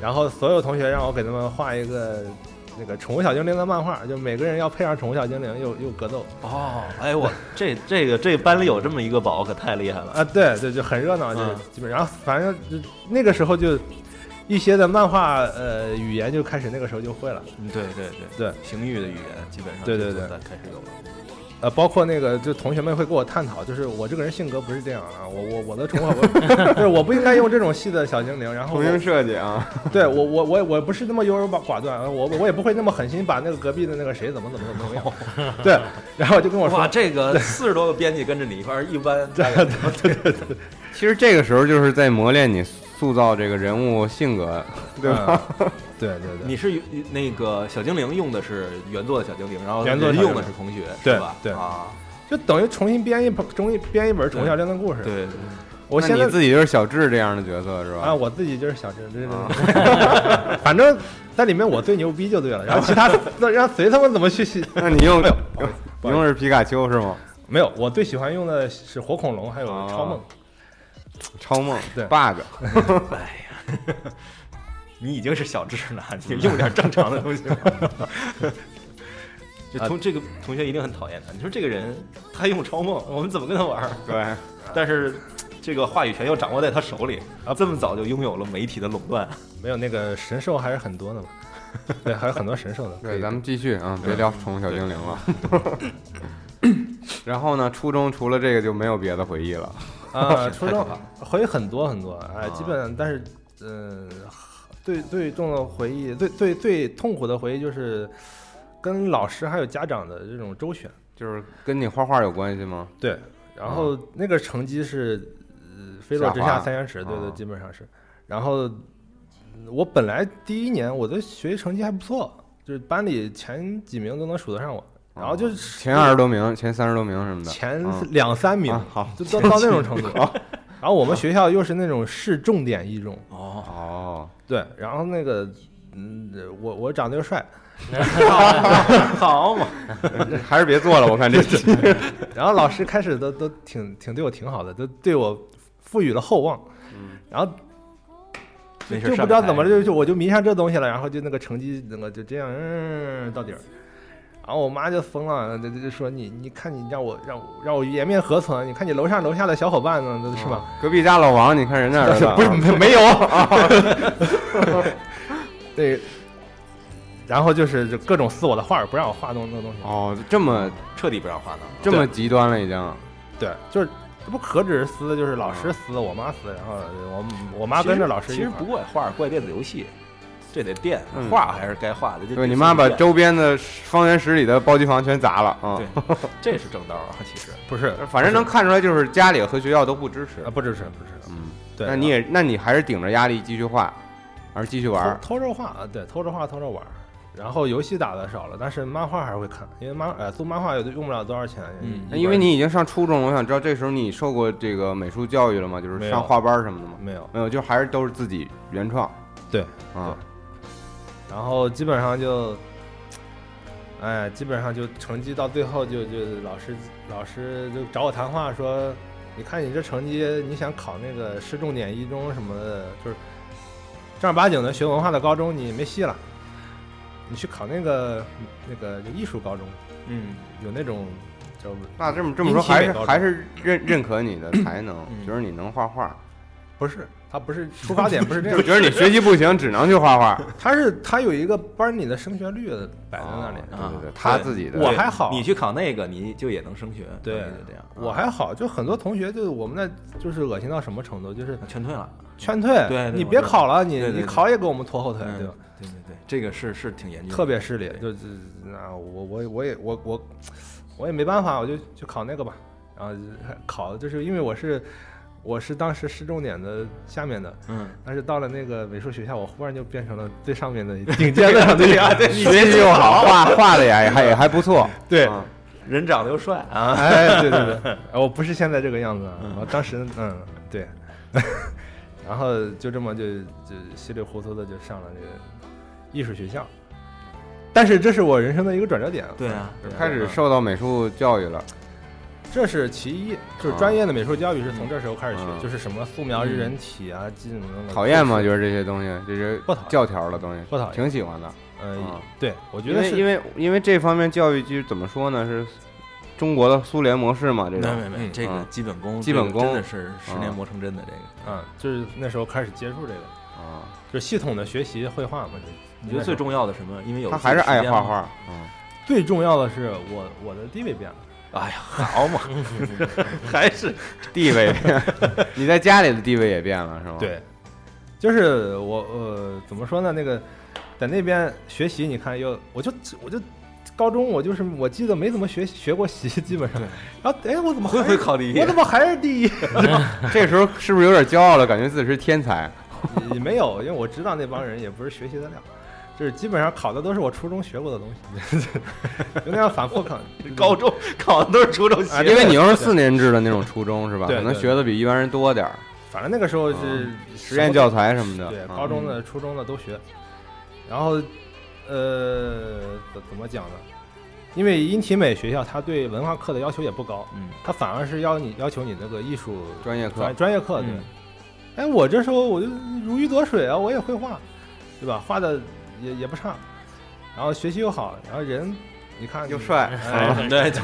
Speaker 6: 然后所有同学让我给他们画一个那个宠物小精灵的漫画，就每个人要配上宠物小精灵，又又格斗
Speaker 2: 哦，哎我这这个这班里有这么一个宝，可太厉害了。
Speaker 6: 啊，对对，就很热闹，就是
Speaker 2: 嗯
Speaker 6: 基本。然后反正就那个时候就一些的漫画呃语言就开始那个时候就会了。
Speaker 2: 嗯，对对对
Speaker 6: 对，
Speaker 2: 邢域的语言基本上
Speaker 6: 对对
Speaker 2: 就
Speaker 6: 对
Speaker 2: 在开始有了。
Speaker 6: 呃，包括那个，就同学们会跟我探讨，就是我这个人性格不是这样啊，我我我的宠物，我 就是我不应该用这种细的小精灵， 然后
Speaker 1: 重
Speaker 6: 我
Speaker 1: 新设计啊，
Speaker 6: 对我我我我不是那么优柔寡寡断，啊我我也不会那么狠心把那个隔壁的那个谁怎么怎么怎么
Speaker 1: 哦
Speaker 6: 样，对，然后就跟我
Speaker 2: 哇，
Speaker 6: 说，
Speaker 2: 这个四十多个编辑跟着你一块儿，一 般啊
Speaker 1: 其实这个时候就是在磨练你塑造这个人物性格，对吧？
Speaker 6: 嗯对对对，
Speaker 2: 你是那个小精灵用的是原作的小精灵，然后
Speaker 6: 原作的
Speaker 2: 人
Speaker 6: 小
Speaker 2: 用
Speaker 6: 精灵
Speaker 2: 的是同学，
Speaker 6: 对
Speaker 2: 是吧？
Speaker 6: 对
Speaker 2: 啊，
Speaker 6: 就等于重新编一本，重新编一本宠物小镇的故事。
Speaker 2: 对，
Speaker 6: 我
Speaker 1: 那
Speaker 6: 现在
Speaker 1: 你自己就是小智这样的角色是吧？啊
Speaker 6: 啊，我自己就是小镇，对对对， 反正在里面我最牛逼就对了，然后其他那让随他们怎么去写。
Speaker 1: 那你用
Speaker 6: 没有
Speaker 1: 你用的是皮卡丘是吗？
Speaker 6: 没有，我最喜欢用的是火恐龙还有超梦
Speaker 1: 啊。超梦
Speaker 6: 对
Speaker 1: bug，
Speaker 2: 你已经是小智了，你用点正常的东 西吧。这
Speaker 6: 啊
Speaker 2: 同这个同学一定很讨厌他。你说这个人，他用超梦， 我们怎么跟他玩儿？
Speaker 1: 对，
Speaker 2: 但是这个话语权又掌握在他手里啊，这么早就拥有了媒体的垄断。
Speaker 6: 没有那个神兽还是很多的嘛，对，还有很多神兽的。可
Speaker 1: 对，
Speaker 6: 以
Speaker 1: 咱们继续啊，别聊宠物小精灵了。 然后呢，初中除了这个就没有别的回忆了。
Speaker 6: 啊，初中回忆很多很多，
Speaker 1: 啊
Speaker 6: 哎，基本但是嗯，最最重的回忆，最最最痛苦的回忆就是跟老师还有家长的这种周旋。
Speaker 1: 就是跟你画画有关系吗？
Speaker 6: 对，然后那个成绩是呃飞落直
Speaker 1: 下
Speaker 6: 下
Speaker 1: 滑
Speaker 6: 三元尺，对对，
Speaker 1: 嗯
Speaker 6: 基本上是。然后我本来第一年我的学习成绩还不错，就是班里前几名都能数得上我，然后就
Speaker 1: 啊
Speaker 6: 是
Speaker 1: 哦前二十多名、前三十多名什么的。
Speaker 6: 前
Speaker 1: 嗯
Speaker 6: 两三名
Speaker 1: 啊，好
Speaker 6: 就到到那种程度。 然后我们学校又是那种市重点一中，
Speaker 2: 哦，
Speaker 1: 哦，
Speaker 6: 对，然后那个。嗯，我我长得又帅，
Speaker 2: 好嘛，
Speaker 1: 还是别做了，我看这 期。
Speaker 6: 然后老师开始都都挺挺对我挺好的，都对我赋予了厚望，
Speaker 1: 嗯
Speaker 6: 然后
Speaker 2: 没事
Speaker 6: 就不
Speaker 2: 上
Speaker 6: 知道
Speaker 2: 台
Speaker 6: 怎么了就就我就迷上这东西了，然后就那个成绩那个就这样嗯到底儿，然后我妈就疯了，就就就说你你看你让我让我让我颜面何存？你看你楼上楼下的小伙伴呢，都是吧？
Speaker 1: 隔壁家老王，你看人 家儿子啊，
Speaker 6: 不是没没有啊，对，然后就是就各种撕我的画儿，不让我画东那东西，
Speaker 1: 哦，这么
Speaker 2: 彻底不让画呢。
Speaker 1: 这么极端了已经。
Speaker 6: 对，就是。这不何止是撕，就是老
Speaker 1: 嗯
Speaker 6: 师撕，我妈撕，然后我我妈跟着老师一
Speaker 2: 其实
Speaker 6: 块
Speaker 2: 不
Speaker 6: 儿
Speaker 2: 怪画，怪电子游戏，这得电
Speaker 1: 嗯
Speaker 2: 画还是该画的。这
Speaker 1: 对
Speaker 2: 这
Speaker 1: 你妈把
Speaker 2: 这
Speaker 1: 周边的方圆十里的包机房全砸了啊！
Speaker 2: 对，这是正道啊，其实
Speaker 6: 不是
Speaker 1: 反正能看出来就是家里和学校都不支持
Speaker 6: 啊，。不支持不支持，
Speaker 1: 嗯，
Speaker 6: 对，
Speaker 1: 那你也，那你还是顶着压力继续画，还是继续玩儿？
Speaker 6: 偷偷着画啊，对，偷着画，偷着玩儿。然后游戏打的少了，但是漫画还是会看，因为漫呃租漫画也用不了多少钱。
Speaker 2: 嗯
Speaker 1: 那因为你已经上初中了，我想知道这时候你受过这个美术教育了吗？就是
Speaker 6: 没有
Speaker 1: 上画班儿什么的吗？
Speaker 6: 没有
Speaker 1: 没有，就还是都是自己原创。
Speaker 6: 对，
Speaker 1: 啊，
Speaker 6: 然后基本上就，哎，基本上就成绩到最后就就老师老师就找我谈话说，你看你这成绩，你想考那个市重点一中什么的，就是正儿八经的学文化的高中你没戏了，你去考那个那个就艺术高中，
Speaker 2: 嗯，
Speaker 6: 有那种叫
Speaker 1: 那这么这么说，
Speaker 6: 因其美
Speaker 1: 还是
Speaker 6: 高中
Speaker 1: 还是认认可你的才能，
Speaker 2: 嗯
Speaker 1: 觉得你能画画，
Speaker 6: 不是他不是出发点不是这样
Speaker 1: 就觉得你学习不行，只能去画 画。
Speaker 6: 他是他有一个班里的升学率摆在那里，
Speaker 1: 哦
Speaker 2: 啊
Speaker 1: 对对对，他自己的
Speaker 6: 我
Speaker 2: 对
Speaker 6: 还好
Speaker 2: 你去考那个，你就也能升学，
Speaker 6: 对
Speaker 2: 就这样。
Speaker 6: 我还好，就很多同学就是我们那就是恶心到什么程度，就是
Speaker 2: 啊全退了，
Speaker 6: 劝退，
Speaker 2: 对对
Speaker 6: 你别考了，你
Speaker 2: 对对
Speaker 6: 你
Speaker 2: 对
Speaker 6: 考也给我们拖后腿，
Speaker 2: 嗯
Speaker 6: 对吧？
Speaker 2: 对对对，这个是是挺严峻的，
Speaker 6: 特别势利，就就那我我我也我我我也没办法，我就去考那个吧，然后就考就是因为我是。我是当时市重点的下面的，
Speaker 2: 嗯，
Speaker 6: 但是到了那个美术学校，我忽然就变成了最上面的顶尖的对呀，对
Speaker 1: 学习又好，画画的呀也还也还不错。
Speaker 6: 对，
Speaker 1: 啊
Speaker 2: 人长得又帅啊，
Speaker 6: 哎，对对 对，我不是现在这个样子啊，我当时嗯对， 然后就这么就就稀里糊涂的就上了这个艺术学校，但是这是我人生的一个转折点，
Speaker 2: 对啊，
Speaker 1: 开始受到美术教育了，
Speaker 6: 这是其一，就是
Speaker 1: 啊
Speaker 6: 专业的美术教育是从这时候开始学，
Speaker 2: 啊
Speaker 1: 嗯
Speaker 6: 就是什么素描、人体啊、技能的
Speaker 1: 讨厌吗？
Speaker 6: 都
Speaker 1: 觉
Speaker 6: 是
Speaker 1: 得这些东西，这些
Speaker 6: 不讨厌
Speaker 1: 教条的东西，
Speaker 6: 不讨厌
Speaker 1: 挺喜欢的。
Speaker 6: 呃
Speaker 1: 啊，
Speaker 6: 对，我觉
Speaker 1: 因
Speaker 6: 得
Speaker 1: 为
Speaker 6: 是
Speaker 1: 因为因为这方面教育就是怎么说呢，是中国的苏联模式嘛，这
Speaker 2: 没
Speaker 1: 种
Speaker 2: 没没，这个
Speaker 1: 嗯
Speaker 2: 基本功，
Speaker 1: 基本功啊
Speaker 2: 这个真的是十年磨成针的这个。
Speaker 6: 啊，就是那时候开始接触这个，
Speaker 1: 啊，
Speaker 6: 就是系统的学习绘画嘛。就
Speaker 2: 你觉得最重要的什么？因为有
Speaker 6: 啊
Speaker 1: 他还是爱
Speaker 2: 时间
Speaker 1: 画
Speaker 2: 嘛，
Speaker 1: 画，嗯，
Speaker 6: 最重要的是我我的地位变了，
Speaker 2: 哎呀，好 嘛，还是
Speaker 1: 地位，你在家里的地位也变了是
Speaker 2: 啊
Speaker 1: 吗？，
Speaker 6: 对，就是我呃怎么说呢？那个在那边学习，你看又我就我就高中我就是我记得没怎么学学过习，基本上。 然后哎，我怎么
Speaker 2: 回
Speaker 6: 还
Speaker 2: 回考第一
Speaker 6: 我。怎么还是第一？
Speaker 1: 这个时候是不是有点骄傲了？感觉自己是天才？
Speaker 6: 也没有，因为我知道那帮人也不是学习得了。就是基本上考的都是我初中学过的东西， 就那样反复考。
Speaker 2: 高中考的都是初中
Speaker 6: 啊
Speaker 2: 写，
Speaker 1: 因为你又是四年制的那种初中是吧？
Speaker 6: 对
Speaker 1: 可能
Speaker 6: 对
Speaker 1: 学的比一般人多点儿，
Speaker 6: 反正那个时候是
Speaker 2: 嗯
Speaker 1: 实验教材什么的。
Speaker 6: 对，
Speaker 1: 啊
Speaker 6: 高中的、初中的都学。然后，呃，怎怎么讲呢？因为英体美学校，它对文化课的要求也不高，
Speaker 2: 嗯，
Speaker 6: 它反而是要你要求你那个艺术
Speaker 1: 专业课
Speaker 6: 专，专业课。对
Speaker 2: 嗯，
Speaker 6: 哎，我这时候我就如鱼得水啊，我也会画，对吧？画的也也不差，然后学习又好，然后人你看
Speaker 1: 又，帅，
Speaker 2: 哎对，就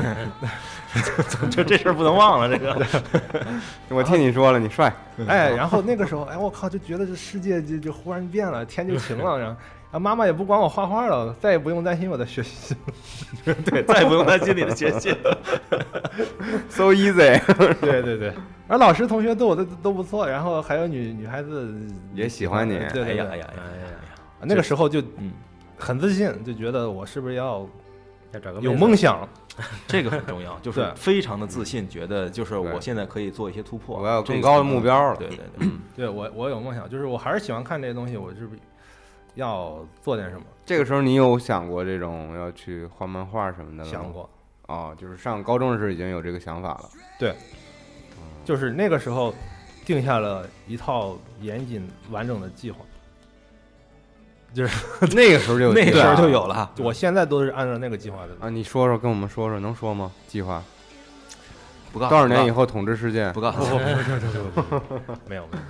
Speaker 2: 就就这事儿不能忘了，这个
Speaker 1: 我听你说了，你帅，
Speaker 6: 哎，然后那个时候，哎，我靠，就觉得这世界就就忽然变了，天就晴了，然后。然后妈妈也不管我画画了，再也不用担心我的学习。
Speaker 2: 对，再也不用担心你的学习。
Speaker 1: ，so easy，
Speaker 6: 对对对，而老师同学对我都都不错，然后还有女女孩子
Speaker 1: 也喜欢你
Speaker 6: 对对
Speaker 2: 哎
Speaker 6: 对
Speaker 2: 呀哎呀哎
Speaker 4: 哎
Speaker 2: 呀，
Speaker 4: 呀，
Speaker 6: 那个时候就
Speaker 2: 嗯，
Speaker 6: 很自信，就觉得我是不是要
Speaker 4: 要找个
Speaker 6: 有
Speaker 4: 妹子
Speaker 6: 梦想？
Speaker 2: 这个很重要，就是
Speaker 6: 对
Speaker 2: 非常的自信，觉得就是我
Speaker 1: 对
Speaker 2: 现在可以做一些突破，
Speaker 1: 我要有
Speaker 2: 这
Speaker 1: 更
Speaker 2: 个
Speaker 1: 高的目标了。
Speaker 2: 对对对，
Speaker 6: 对我我有梦想，就是我还是喜欢看这些东西，我是不是要做点什么？
Speaker 1: 这个时候你有想过这种要去画漫画什么的吗？
Speaker 6: 想过，
Speaker 1: 哦，就是上高中的时候已经有这个想法了。
Speaker 6: 就是那个时候定下了一套严谨完整的计划。
Speaker 1: 那个时候就有
Speaker 2: 那
Speaker 1: 计
Speaker 2: 时
Speaker 1: 划
Speaker 2: 候
Speaker 1: 了
Speaker 2: 就有了。
Speaker 6: 我现在都是按照那个计划的。
Speaker 1: 啊！你说说，跟我们说说，能说吗？计划
Speaker 2: 不告诉
Speaker 1: 多少年以后统治世界？
Speaker 2: 不 告诉
Speaker 6: 不不不不不不不，没有没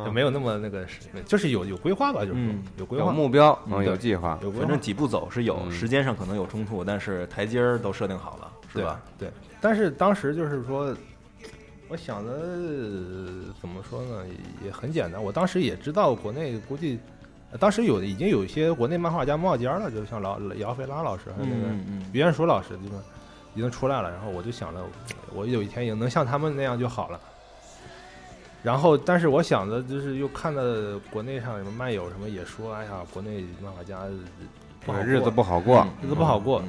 Speaker 6: 有，就没有那么那个是，就是有有规划吧，就是说
Speaker 2: 嗯
Speaker 6: 有规
Speaker 1: 有
Speaker 6: 划，
Speaker 1: 目标，
Speaker 2: 嗯
Speaker 1: 嗯，有
Speaker 2: 对
Speaker 1: 计划。
Speaker 6: 有规
Speaker 2: 反
Speaker 6: 划
Speaker 2: 正。几步走是有，
Speaker 1: 嗯
Speaker 2: 时间上可能有冲突，但是台阶儿都设定好了，是
Speaker 6: 对
Speaker 2: 吧？？
Speaker 6: 对。但是当时就是说，我想的呃怎么说呢，也也很简单。我当时也知道国内估计，呃当时有的已经有一些国内漫画家冒尖儿了，就像老姚菲拉老师，还有那个
Speaker 2: 嗯
Speaker 6: 于彦姝老师，就是已经出来了。然后我就想了，我有一天也能像他们那样就好了。然后，但是我想的就是又看到国内上什么漫友什么也说，哎呀，国内漫画家呃不
Speaker 1: 这个
Speaker 6: 好过
Speaker 1: 日子不好过，
Speaker 6: 日嗯子不好过，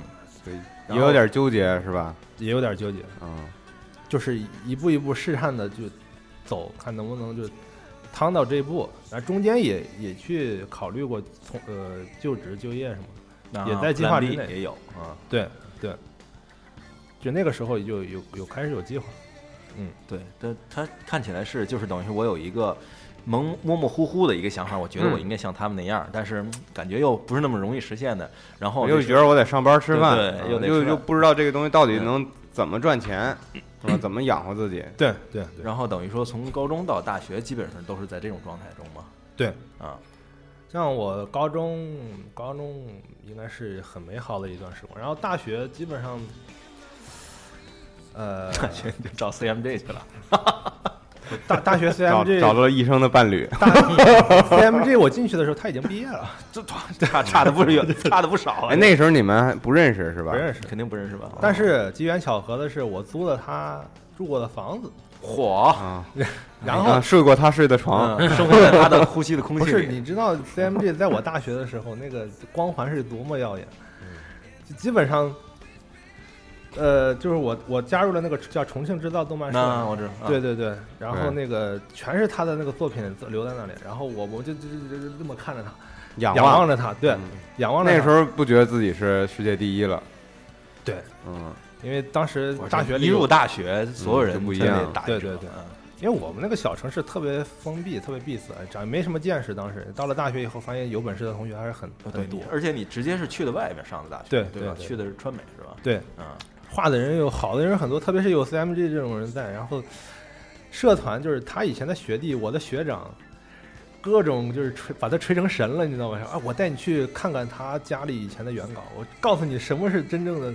Speaker 1: 对
Speaker 6: 然
Speaker 1: 也
Speaker 6: 后
Speaker 1: 有点纠结，是吧？
Speaker 6: 也有点纠结。
Speaker 1: 嗯，
Speaker 6: 就是一步一步试探的就走，看能不能就趟到这一步。然后中间也也去考虑过从呃就职就业什么的。
Speaker 2: 嗯
Speaker 6: 也在计划之内
Speaker 2: Plan B 也有啊。
Speaker 6: 对对，就那个时候就有有开始有计划。
Speaker 2: 对，但他看起来是就是等于是我有一个蒙模模糊糊的一个想法，我觉
Speaker 1: 嗯
Speaker 2: 得我应该像他们那样，但是嗯感觉又不是那么容易实现的。然后
Speaker 1: 我又
Speaker 2: 哦就是
Speaker 1: 觉得我得上班吃饭，
Speaker 2: 对对
Speaker 1: 嗯
Speaker 2: 又得吃
Speaker 1: 又
Speaker 2: 饭
Speaker 1: 又不知道这个东西到底
Speaker 2: 嗯
Speaker 1: 能怎么赚钱，是吧？怎么养活自 己？
Speaker 6: 对对对
Speaker 2: 然后等于说从高中到大学，基本上都是在这种状态中嘛。
Speaker 6: 对，
Speaker 2: 啊，
Speaker 6: 像我高中高中应该是很美好的一段时光，然后大学基本上，呃，
Speaker 2: 大学你就找 CMJ 去了。
Speaker 6: 大大学
Speaker 1: 找
Speaker 6: CMG
Speaker 1: 找到了一生的伴侣，
Speaker 6: 大 CMG 我进去的时候他已经毕业了，
Speaker 2: 这差差的不是远，差的不少啊。
Speaker 1: 哎，那时候你们还不认识是
Speaker 6: 不
Speaker 1: 吧？
Speaker 6: 认识。
Speaker 2: 肯定不认识吧？
Speaker 6: 但是机缘巧合的是，我租了他住过的房子，
Speaker 2: 火，
Speaker 1: 啊，
Speaker 6: 然
Speaker 1: 啊
Speaker 6: 后
Speaker 1: 睡过他睡的床，
Speaker 2: 嗯，生活在他的呼吸的空
Speaker 6: 不
Speaker 2: 气
Speaker 6: 是
Speaker 2: 里。
Speaker 6: 你知道 CMG 在我大学的时候那个光环是多么耀眼，就基本上，呃，就是我我加入了那个叫重庆制造动漫
Speaker 2: 那
Speaker 6: 社，
Speaker 2: 我知道，啊
Speaker 6: 对，对对，然
Speaker 1: 对
Speaker 6: 后那个全是他的那个作品留在那里，然后我我就就就就就这么看着他，
Speaker 1: 仰
Speaker 6: 仰望着他，对
Speaker 1: 嗯，
Speaker 6: 仰望着
Speaker 1: 那
Speaker 6: 他
Speaker 1: 时候不觉得自己是世界第一了，
Speaker 6: 对，
Speaker 1: 嗯，
Speaker 6: 因为当时
Speaker 2: 我知道
Speaker 6: 大学里
Speaker 2: 一
Speaker 6: 有
Speaker 2: 入大学，所有
Speaker 1: 就
Speaker 2: 人
Speaker 1: 不一
Speaker 2: 真的
Speaker 1: 样
Speaker 2: 打
Speaker 6: 对
Speaker 2: 一折
Speaker 6: 对对
Speaker 2: 嗯
Speaker 6: 因为我们那个小城市特别封闭，特别闭塞，长没什么见识。当时到了大学以后，发现有本事的同学还是很
Speaker 2: 对
Speaker 6: 很多
Speaker 2: 你，，而且你直接是去的外边上的大学，
Speaker 6: 对
Speaker 2: 对
Speaker 6: 对
Speaker 2: 吧？
Speaker 6: 对
Speaker 2: 去的是川美是吧？
Speaker 6: 对
Speaker 2: 嗯，
Speaker 6: 画的人有好的人很多，特别是有 CMG 这种人在，然后社团就是他以前的学弟，我的学长。各种就是吹，把他吹成神了，你知道吗？啊，我带你去看看他家里以前的原稿，我告诉你什么是真正的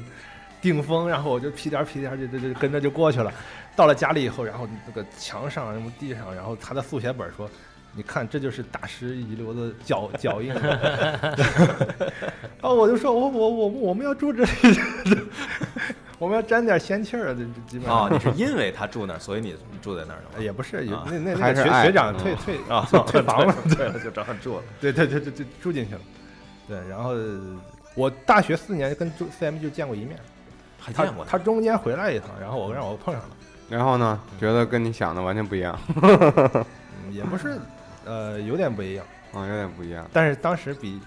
Speaker 6: 顶峰，然后我就屁颠儿屁颠儿就就就跟着就过去了。到了家里以后，然后那个墙上什么地上，然后他的速写本说：“你看，这就是大师遗留的脚 脚印。”哦啊，我就说：“我我我我们要住这里。” 我们要沾点仙气儿啊，这这基本上
Speaker 2: 哦，你是因为他住那儿，所以你住在那儿的吗
Speaker 6: 也不是，有
Speaker 2: 啊
Speaker 6: 那那
Speaker 1: 还是
Speaker 6: 那个学
Speaker 1: 爱嗯
Speaker 6: 学长退退
Speaker 2: 啊，
Speaker 6: 退房了，
Speaker 2: 对了，就找他住了。
Speaker 6: 对对对对对，住进去了。对，然后我大学四年跟 CM 就见过一面，
Speaker 2: 还
Speaker 6: 他
Speaker 2: 见过他，
Speaker 6: 他中间回来一趟，然后我让我碰上了，
Speaker 1: 然后呢，觉得跟你想的完全不一样，
Speaker 6: 嗯也不是，呃，有点不一样，
Speaker 1: 啊，有点不一 样。
Speaker 6: 但是当时比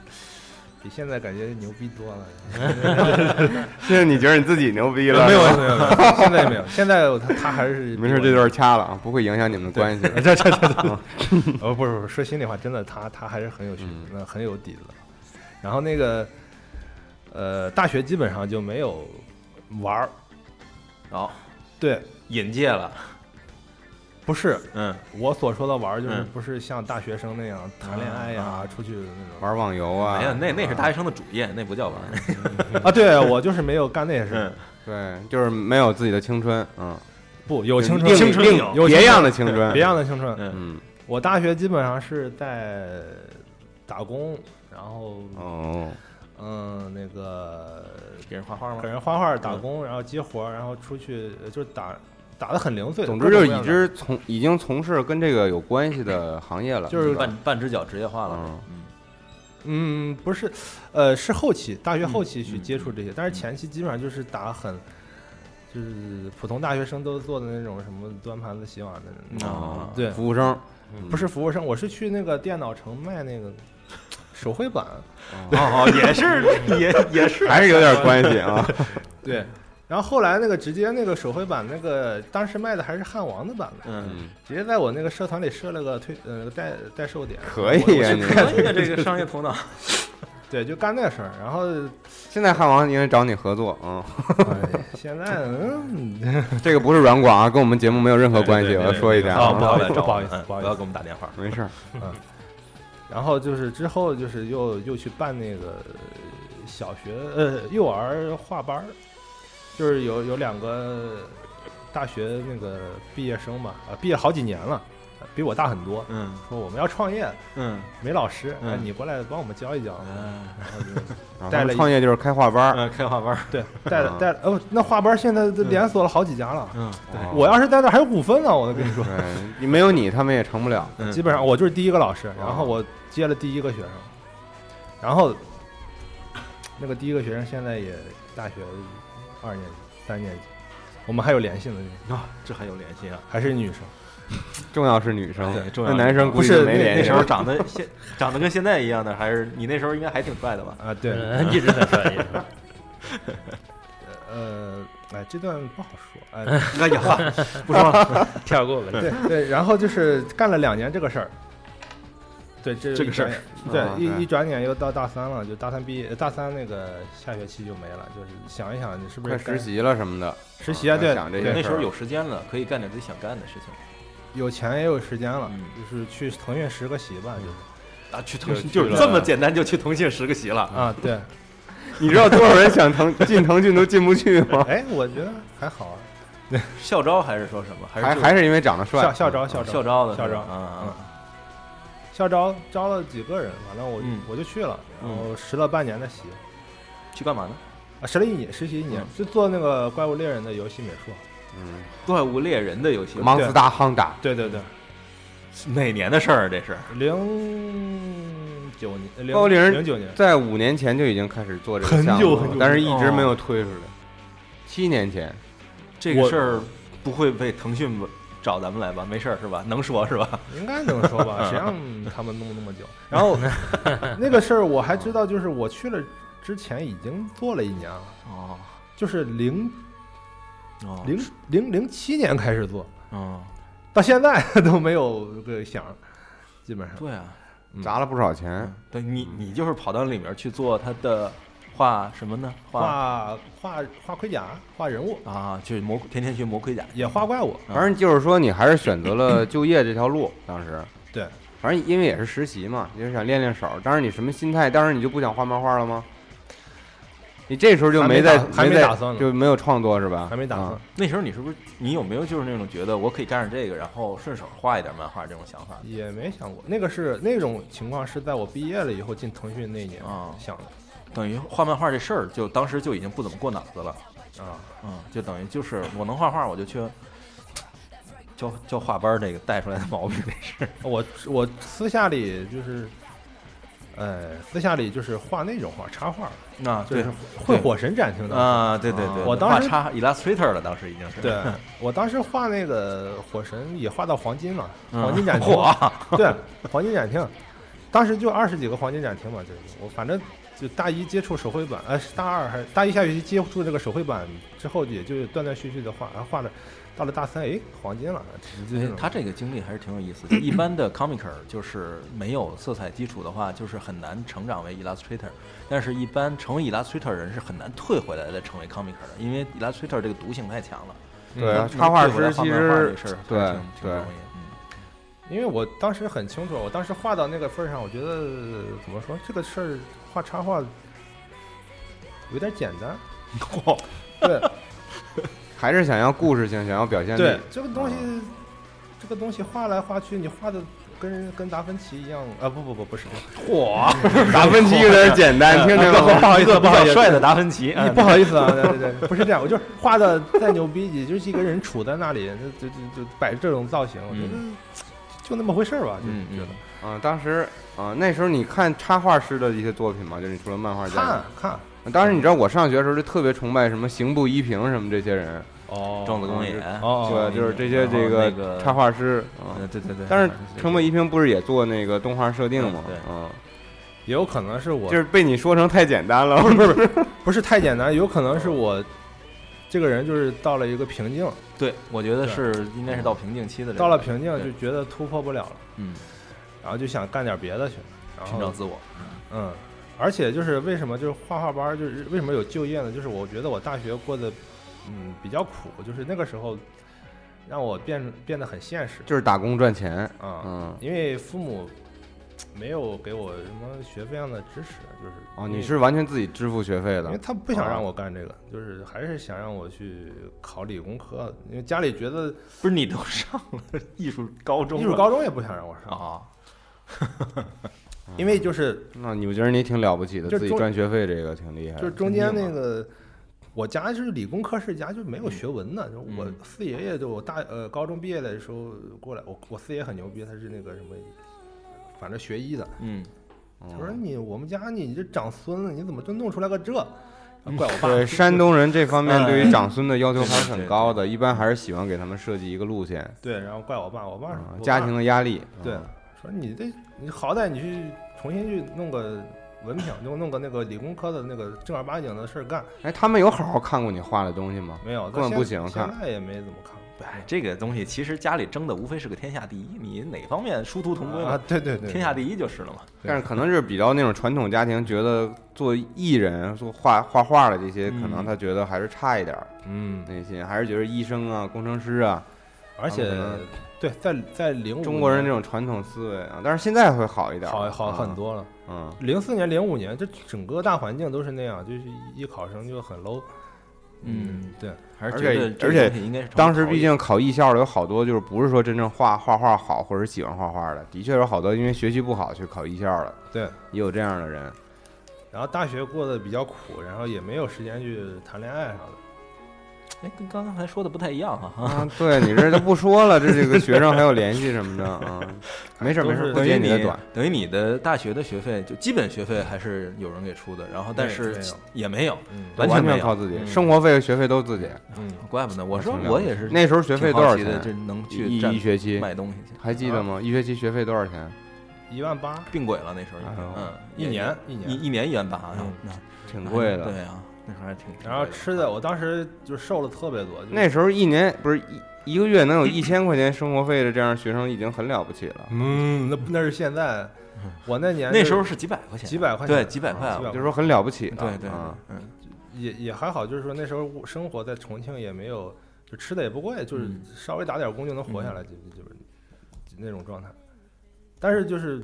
Speaker 6: 比现在感觉牛逼多了。
Speaker 1: 现在你觉得你自己牛逼了？
Speaker 6: 没有
Speaker 1: 是吧
Speaker 6: 没有没有，现在没有，现在他他还是
Speaker 1: 啊没事，这段掐了啊，不会影响你们的关 系的。嗯
Speaker 6: 这这这这，哦，不是不是，说心里话，真的他他还是很有学
Speaker 1: 嗯，
Speaker 6: 那很有底子的。然后那个，呃，大学基本上就没有玩儿，
Speaker 2: 然后
Speaker 6: 对，
Speaker 2: 引介了，
Speaker 6: 不是
Speaker 2: 嗯，
Speaker 6: 我所说的玩儿，就是
Speaker 2: 嗯
Speaker 6: 不是像大学生那样谈恋爱呀
Speaker 2: 啊、
Speaker 6: 出去的那种
Speaker 1: 嗯玩网游啊，
Speaker 2: 哎呀，那那是大学生的主业，那不叫玩儿，
Speaker 6: 啊。对我就是没有干那些事
Speaker 2: 嗯
Speaker 6: 儿，，
Speaker 1: 对，就是没有自己的青春，嗯，
Speaker 6: 不有青
Speaker 1: 另
Speaker 6: 春，
Speaker 2: 青春
Speaker 1: 另
Speaker 2: 有
Speaker 6: 有
Speaker 1: 别
Speaker 6: 青春
Speaker 1: 样的青春，
Speaker 6: 别样的青春。
Speaker 2: 嗯，
Speaker 1: 嗯，
Speaker 6: 我大学基本上是在打工，然后
Speaker 1: 哦，
Speaker 6: 嗯，那个
Speaker 2: 给人画画
Speaker 6: 给
Speaker 2: 吗？
Speaker 6: 人画画、打工，然后接活儿，然后出去呃就是打打的很零碎。
Speaker 1: 总
Speaker 6: 各
Speaker 1: 之
Speaker 6: 种
Speaker 1: 就是已
Speaker 6: 各样的
Speaker 1: 知从已经从事跟这个有关系的行业了，
Speaker 6: 就是是
Speaker 1: 吧
Speaker 2: 嗯半半只脚职业化了
Speaker 1: 嗯，
Speaker 2: 嗯，
Speaker 6: 嗯，不是，呃，是后期大学后期去
Speaker 2: 嗯
Speaker 6: 接触这些，但是前期基本上就是打很。就是普通大学生都做的那种什么端盘子、洗碗的那种，
Speaker 1: 哦，
Speaker 6: 啊对嗯
Speaker 1: 服务生嗯
Speaker 6: 不是服务生，我是去那个电脑城卖那个手 绘板，
Speaker 2: 哦哦，也是也也是，
Speaker 1: 还是有点关系啊，
Speaker 6: 对。然后后来那个直接那个手绘板那个，当时卖的还是汉王的版本，
Speaker 2: 嗯，
Speaker 1: 嗯，
Speaker 6: 直接在我那个社团里设了个推呃代代售点，
Speaker 1: 可以啊，你
Speaker 2: 可以啊，这个商业头脑，
Speaker 6: 对，就干那事儿。然后、
Speaker 1: 现在汉王应该找你合作，嗯，
Speaker 6: 哎现在嗯，
Speaker 1: 这个不是软广啊，跟我们节目没有任何关系，
Speaker 2: 对
Speaker 1: 我要说一下
Speaker 2: 啊，不
Speaker 1: 啊，
Speaker 2: 好意思，
Speaker 6: 不好意思
Speaker 2: 嗯
Speaker 6: 不好意思
Speaker 2: 要给我们打电话，
Speaker 1: 没事儿，
Speaker 6: 然后就是之后就是又又去办那个小学呃幼儿画班儿，就是有有两个大学那个毕业生嘛，啊，毕业好几年了，比我大很多，
Speaker 2: 嗯
Speaker 6: 说我们要创业，
Speaker 2: 嗯
Speaker 6: 没老师，哎，
Speaker 2: 嗯
Speaker 6: 你过来帮我们教一教。
Speaker 2: 嗯，
Speaker 6: 然后就
Speaker 1: 啊
Speaker 6: 带
Speaker 1: 他
Speaker 6: 了
Speaker 1: 们
Speaker 6: 一
Speaker 1: 创业就是开画班儿，啊
Speaker 2: 嗯开画班儿，
Speaker 6: 对，带了带了，哦，那画班现在都连锁了好几家了。
Speaker 2: 嗯，
Speaker 1: 哦
Speaker 6: 我要是在那儿还有股份呢，我都跟你说。
Speaker 1: 对，你没有你他们也成不了，
Speaker 2: 嗯
Speaker 6: 基本上我就是第一个老
Speaker 1: 哦
Speaker 6: 师，然后我接了第一个学生，然后那个第一个学生现在也大学二年级、三年级，我们还有联系呢，
Speaker 2: 啊，这还有联系啊。
Speaker 6: 还是女生。
Speaker 1: 重要是女生
Speaker 2: 对，重要
Speaker 1: 那男生估
Speaker 2: 不
Speaker 1: 计
Speaker 2: 是
Speaker 1: 没
Speaker 2: 那
Speaker 1: 联
Speaker 2: 那
Speaker 1: 系啊
Speaker 2: 时候
Speaker 1: 了。
Speaker 2: 长得现长得跟现在一样的，还是你那时候应该还挺帅的吧？
Speaker 6: 啊，对，
Speaker 4: 嗯 一直很帅，一直很帅
Speaker 6: 呃，哎，这段不好说，哎，
Speaker 2: 哎呀， 不说了，
Speaker 4: 跳过吧。
Speaker 6: 对对，然后就是干了两年这个事儿，对这
Speaker 2: 这个事儿
Speaker 6: 一转
Speaker 1: 啊
Speaker 6: 眼，对
Speaker 1: 对
Speaker 6: 一一转眼又到大三了，就大三毕业，大三那个下学期就没了，就是想一想你是不
Speaker 1: 快
Speaker 6: 是该
Speaker 1: 实习了什么的，
Speaker 6: 实习啊？对
Speaker 1: 想这
Speaker 6: 对
Speaker 1: 些
Speaker 2: 那时候有时间了，可以干点自己想干的事情
Speaker 6: 有钱也有时间了，
Speaker 2: 嗯
Speaker 6: 就是去腾讯实个习吧，就是。
Speaker 2: 啊。去腾讯
Speaker 6: 就
Speaker 2: 就
Speaker 6: 去
Speaker 2: 是
Speaker 6: 了
Speaker 2: 这么简单，就去腾讯实个习了。
Speaker 6: 啊，对，
Speaker 1: 你知道多少人想腾进腾讯都进不去吗？
Speaker 6: 哎，我觉得还好啊，
Speaker 2: 校招还是说什么？还
Speaker 1: 还
Speaker 2: 是
Speaker 1: 还是因为长得帅
Speaker 6: 校，校招校
Speaker 2: 就
Speaker 6: 招
Speaker 2: 校招的
Speaker 6: 校招
Speaker 2: 啊啊！
Speaker 6: 校招招了几个人，反正我
Speaker 2: 嗯
Speaker 6: 我就去了，
Speaker 2: 嗯
Speaker 6: 然后实了半年的习，
Speaker 2: 去干嘛呢？
Speaker 6: 啊，实了一年，实习一年
Speaker 2: 嗯，
Speaker 6: 就做那个怪物猎人的游戏美术。
Speaker 1: 嗯，
Speaker 2: 怪物猎人的游戏，
Speaker 1: 忙嗯死大夯打，
Speaker 6: 对对对，
Speaker 2: 哪年的事儿啊？这是
Speaker 6: 零九年，呃
Speaker 1: 怪物猎人
Speaker 6: 零零九年，
Speaker 1: 在五年前就已经开始做这个
Speaker 6: 很
Speaker 1: 项
Speaker 6: 久
Speaker 1: 目
Speaker 6: 很
Speaker 1: 了
Speaker 6: 久，
Speaker 1: 但是一直
Speaker 2: 哦
Speaker 1: 没有推出来。七年 前，
Speaker 2: 这个
Speaker 6: 我
Speaker 2: 事儿不会被腾讯找咱们来吧？没事儿是 吧？能说是吧？
Speaker 6: 应该能说吧？谁让他们弄那么久？然后那个事儿我还知道，就是我去了之前已经做了一年了，
Speaker 2: 哦
Speaker 6: 就是零
Speaker 2: 哦
Speaker 6: 零零零七年开始做，
Speaker 2: 哦，
Speaker 6: 到现在 都没有个响儿，基本上。
Speaker 2: 对啊，
Speaker 6: 嗯
Speaker 1: 砸了不少钱，
Speaker 2: 对你你就是跑到里面去做他的画什么呢？
Speaker 6: 画画画盔甲，画人物，
Speaker 2: 啊，就是魔天天去磨盔甲，
Speaker 6: 也画怪物。
Speaker 1: 反正就是说你还是选择了就业这条路。当时，
Speaker 6: 对，
Speaker 2: 啊
Speaker 1: 反正因为也是实习嘛，也是想练练手。当时你什么心态？当时你就不想画漫画了吗？你这时候就
Speaker 6: 还没
Speaker 1: 在
Speaker 6: 打还没
Speaker 1: 没在
Speaker 6: 打算呢
Speaker 1: 就没有创作是吧？
Speaker 6: 还没打算
Speaker 1: 啊，
Speaker 2: 那时候你是不是你有没有就是那种觉得我可以干上这个，然后顺手画一点漫画这种想法？
Speaker 6: 也没想过。那个是那种情况是在我毕业了以后进腾讯那年
Speaker 2: 啊
Speaker 6: 想的。
Speaker 2: 等于画漫画这事儿，就当时就已经不怎么过脑子了
Speaker 6: 啊，
Speaker 2: 嗯，就等于就是我能画画，我就去教教画班儿这个带出来的毛病，这 是
Speaker 6: 我我私下里就是，呃，私下里就是画那种画，插画，
Speaker 2: 那
Speaker 6: 就
Speaker 2: 啊对
Speaker 6: 是会火神展厅的
Speaker 2: 啊，对对对，
Speaker 6: 我当时
Speaker 2: 画插 Illustrator 了，当时已经是嗯
Speaker 6: 对，我当时画那个火神也画到黄金了，
Speaker 2: 嗯
Speaker 6: 黄金 展厅，
Speaker 2: 嚯
Speaker 6: 对，黄金展厅，当时就二十几个黄金展厅嘛，就是我反正就大一接触手绘板，呃，是大二还是大一下学期接触这个手绘板之后，也就断断续续的画，然后画了，到了大三，哎，黄金了，就
Speaker 2: 对
Speaker 6: 是
Speaker 2: 他这个经历还是挺有意思的。一般的 comicer 就是没有色彩基础的话，就是很难成长为 illustrator。但是，一般成为 illustrator 人是很难退回来的，成为 comicer 的，因为 illustrator 这个毒性太强了。
Speaker 6: 嗯
Speaker 1: 对啊，
Speaker 2: 能
Speaker 1: 插画
Speaker 2: 退回来
Speaker 1: 师
Speaker 2: 画
Speaker 1: 其
Speaker 2: 漫画这
Speaker 1: 实
Speaker 2: 事儿还
Speaker 1: 对
Speaker 2: 挺挺不
Speaker 1: 对
Speaker 2: 容易。 嗯
Speaker 6: 因为我当时很清楚，我当时画到那个份儿上，我觉得怎么说这个事儿，画插画有点简单，对。
Speaker 1: 还是想要故事性，想要表现力
Speaker 6: 对，，这个东西，这个东西画来画去，你画的跟跟达芬奇一样啊！不不不，不是，
Speaker 1: 达芬奇有点简 单，听见了吗？
Speaker 6: 不好意思，不好意思，
Speaker 2: 帅的达芬奇，
Speaker 6: 你不好意思 啊，对对对，不是这样，我就是画的再牛逼，也就是一个人杵在那里，就就就就摆这种造型，我觉得就那么回事儿吧，就
Speaker 2: 嗯嗯
Speaker 6: 觉得
Speaker 1: 啊，当时啊，那时候你看插画师的一些作品吗？就是你除了漫画
Speaker 6: 看
Speaker 1: 家，
Speaker 6: 看
Speaker 1: 当时你知道我上学的时候就特别崇拜什么刑部一平什么这些人，
Speaker 6: 哦
Speaker 2: 庄子公演，
Speaker 6: 哦
Speaker 1: 对，就是这些
Speaker 2: 然后
Speaker 1: 这
Speaker 2: 那个
Speaker 1: 插画师啊。
Speaker 2: 呃，对对对。
Speaker 1: 但是
Speaker 2: 反正
Speaker 1: 成本一平不是也做那个动画设定吗？
Speaker 2: 对
Speaker 1: 嗯，
Speaker 6: 也有可能是我
Speaker 1: 就是被你说成太简单了
Speaker 6: 不。是不是不是不是太简单，有可能是我这个人就是到了一个瓶颈，
Speaker 2: 对，我觉得
Speaker 6: 对
Speaker 2: 是应该是到瓶颈期的这个，
Speaker 6: 到了瓶颈
Speaker 2: 对
Speaker 6: 就觉得突破不了了，
Speaker 2: 嗯，
Speaker 6: 然后就想干点别的去，
Speaker 1: 哦
Speaker 6: 然
Speaker 2: 寻找
Speaker 6: 后
Speaker 2: 自我。
Speaker 6: 嗯，而且就是为什么就是画画班儿就是为什么有就业呢？就是我觉得我大学过得嗯比较苦，就是那个时候让我变变得很现实
Speaker 1: 就是打工赚钱，
Speaker 6: 啊，
Speaker 1: 嗯，
Speaker 6: 因为父母没有给我什么学费上的支持，就是
Speaker 1: 哦，
Speaker 6: 因为
Speaker 1: 你是完全自己支付学费
Speaker 6: 因为
Speaker 1: 的，
Speaker 6: 他不想
Speaker 1: 哦
Speaker 6: 让我干这个，就是还是想让我去考理工科，因为家里觉得
Speaker 2: 不是你都上了 艺术高中
Speaker 6: 艺
Speaker 2: 了，
Speaker 6: 术高中也不想让我上，嗯
Speaker 2: 啊，
Speaker 6: 因为就是
Speaker 1: 那你不觉得你挺了不起的？
Speaker 6: 就
Speaker 1: 自己
Speaker 6: 中
Speaker 1: 赚学费这个挺厉害
Speaker 6: 就是
Speaker 1: 的。
Speaker 6: 中间那个，我家是理工科世家，就没有学文的。就我
Speaker 2: 嗯
Speaker 6: 四爷爷，就我大呃高中毕业的时候过来，我我四爷很牛逼，他是那个什么，反正学医的。
Speaker 2: 嗯，
Speaker 6: 他说你我们家你这长孙子，你怎么就弄出来个这？啊怪 我爸。
Speaker 1: 嗯对山东人这方面
Speaker 2: 哎
Speaker 1: 对于长孙的要求还
Speaker 2: 对
Speaker 1: 是
Speaker 2: 对对
Speaker 1: 很高的，一般还是喜欢给他们设计一个路线，
Speaker 6: 对，然后怪我爸，我爸说
Speaker 1: 啊
Speaker 6: 我爸
Speaker 1: 家庭的压力。
Speaker 6: 对
Speaker 1: 嗯，
Speaker 6: 说你这你好歹你去重新去弄个文凭，弄弄个那个理工科的那个正儿八经的事儿干。
Speaker 1: 哎，他们有好好看过你画的东西吗？
Speaker 6: 没有，到
Speaker 1: 根本不
Speaker 6: 现
Speaker 1: 行
Speaker 6: 现
Speaker 1: 看
Speaker 6: 在也没怎么看。
Speaker 2: 哎，这个东西其实家里争的无非是个天下第一，你哪方面殊途同归
Speaker 6: 啊
Speaker 2: 嘛，，
Speaker 6: 对对对，
Speaker 2: 天下第一就是了嘛。
Speaker 6: 对
Speaker 1: 但是可能是比较那种传统家庭，觉得做艺人、做画画画的这些，
Speaker 2: 嗯
Speaker 1: 可能他觉得还是差一点儿
Speaker 6: 嗯，
Speaker 1: 内心，还是觉得医生啊、工程师啊，
Speaker 6: 而且
Speaker 1: 他们可能
Speaker 6: 对，在在零五
Speaker 1: 中国人这种传统思维啊。但是现在会好一点儿，
Speaker 6: 好好
Speaker 1: 嗯
Speaker 6: 很。多了。
Speaker 1: 嗯，
Speaker 6: 零四年、零五年，这整个大环境都是那样，就是艺考生就很 low。
Speaker 2: 嗯，
Speaker 6: 对，
Speaker 2: 还是
Speaker 1: 而
Speaker 2: 觉
Speaker 1: 且
Speaker 2: 得这
Speaker 1: 而
Speaker 2: 个
Speaker 1: 且
Speaker 2: 东西应该是成为
Speaker 1: 当时
Speaker 2: 陶
Speaker 1: 毕
Speaker 2: 艺
Speaker 1: 竟考艺校的有好多就是不是说真正画画画好或者喜欢画画的，的确有好多因为学习不好去考艺校的，
Speaker 6: 对，
Speaker 1: 也有这样的
Speaker 2: 啊
Speaker 1: 人。
Speaker 6: 然后大学过得比较苦，然后也没有时间去谈恋爱啥的。
Speaker 2: 哎，跟刚才说的不太一样哈、啊。
Speaker 1: 啊，对你这都不说了，这这个学生还有联系什 么的啊，没事儿
Speaker 6: 都
Speaker 1: 没
Speaker 6: 是
Speaker 1: 事儿，不
Speaker 2: 等于
Speaker 1: 揭你
Speaker 2: 你
Speaker 1: 的短。
Speaker 2: 等于你的大学的学费，就基本学费还是有人给出的，然后但
Speaker 6: 没
Speaker 2: 是
Speaker 6: 没有
Speaker 2: 也没有，
Speaker 6: 嗯
Speaker 1: 完
Speaker 2: 全没有
Speaker 1: 靠自己，
Speaker 2: 嗯
Speaker 1: 生活费、学费都自己。
Speaker 6: 嗯，
Speaker 2: 怪不得我说
Speaker 1: 挺了
Speaker 2: 我
Speaker 1: 解
Speaker 2: 也是
Speaker 1: 那时候学
Speaker 2: 挺
Speaker 1: 费
Speaker 2: 好
Speaker 1: 多少
Speaker 2: 奇的就
Speaker 1: 钱？
Speaker 2: 能去
Speaker 1: 一
Speaker 2: 站
Speaker 1: 一学期
Speaker 2: 买啊东西去，
Speaker 1: 还记得吗？一学期学费多少钱？
Speaker 6: 一万八，
Speaker 2: 病鬼了那时候已
Speaker 1: 哎
Speaker 2: 经
Speaker 1: 呦，
Speaker 2: 嗯，
Speaker 6: 一
Speaker 2: 也
Speaker 6: 年一
Speaker 2: 一
Speaker 6: 年。
Speaker 2: 一年一元八好像
Speaker 6: 嗯，
Speaker 2: 那
Speaker 1: 挺
Speaker 2: 那还
Speaker 1: 贵的。
Speaker 2: 对啊，那时候还挺。挺
Speaker 6: 然后
Speaker 2: 贵
Speaker 6: 吃的，我当时就瘦了特别多。就是
Speaker 1: 那时候一年不是一一个月能有一千块钱生活费的这样学生已经很了不起 了。
Speaker 6: 嗯，那那是现在，我那年
Speaker 2: 嗯那时候
Speaker 6: 就是
Speaker 2: 几百块钱，
Speaker 6: 几百块钱，
Speaker 2: 对几百块啊，
Speaker 6: 几百
Speaker 1: 就说很了不起了，
Speaker 2: 对对，
Speaker 1: 啊，
Speaker 2: 对嗯，
Speaker 6: 也也还好，就是说那时候我生活在重庆也没有，就吃的也不贵，就是
Speaker 2: 嗯
Speaker 6: 稍微打点工就能活下来，就就就是那种状态。但是就是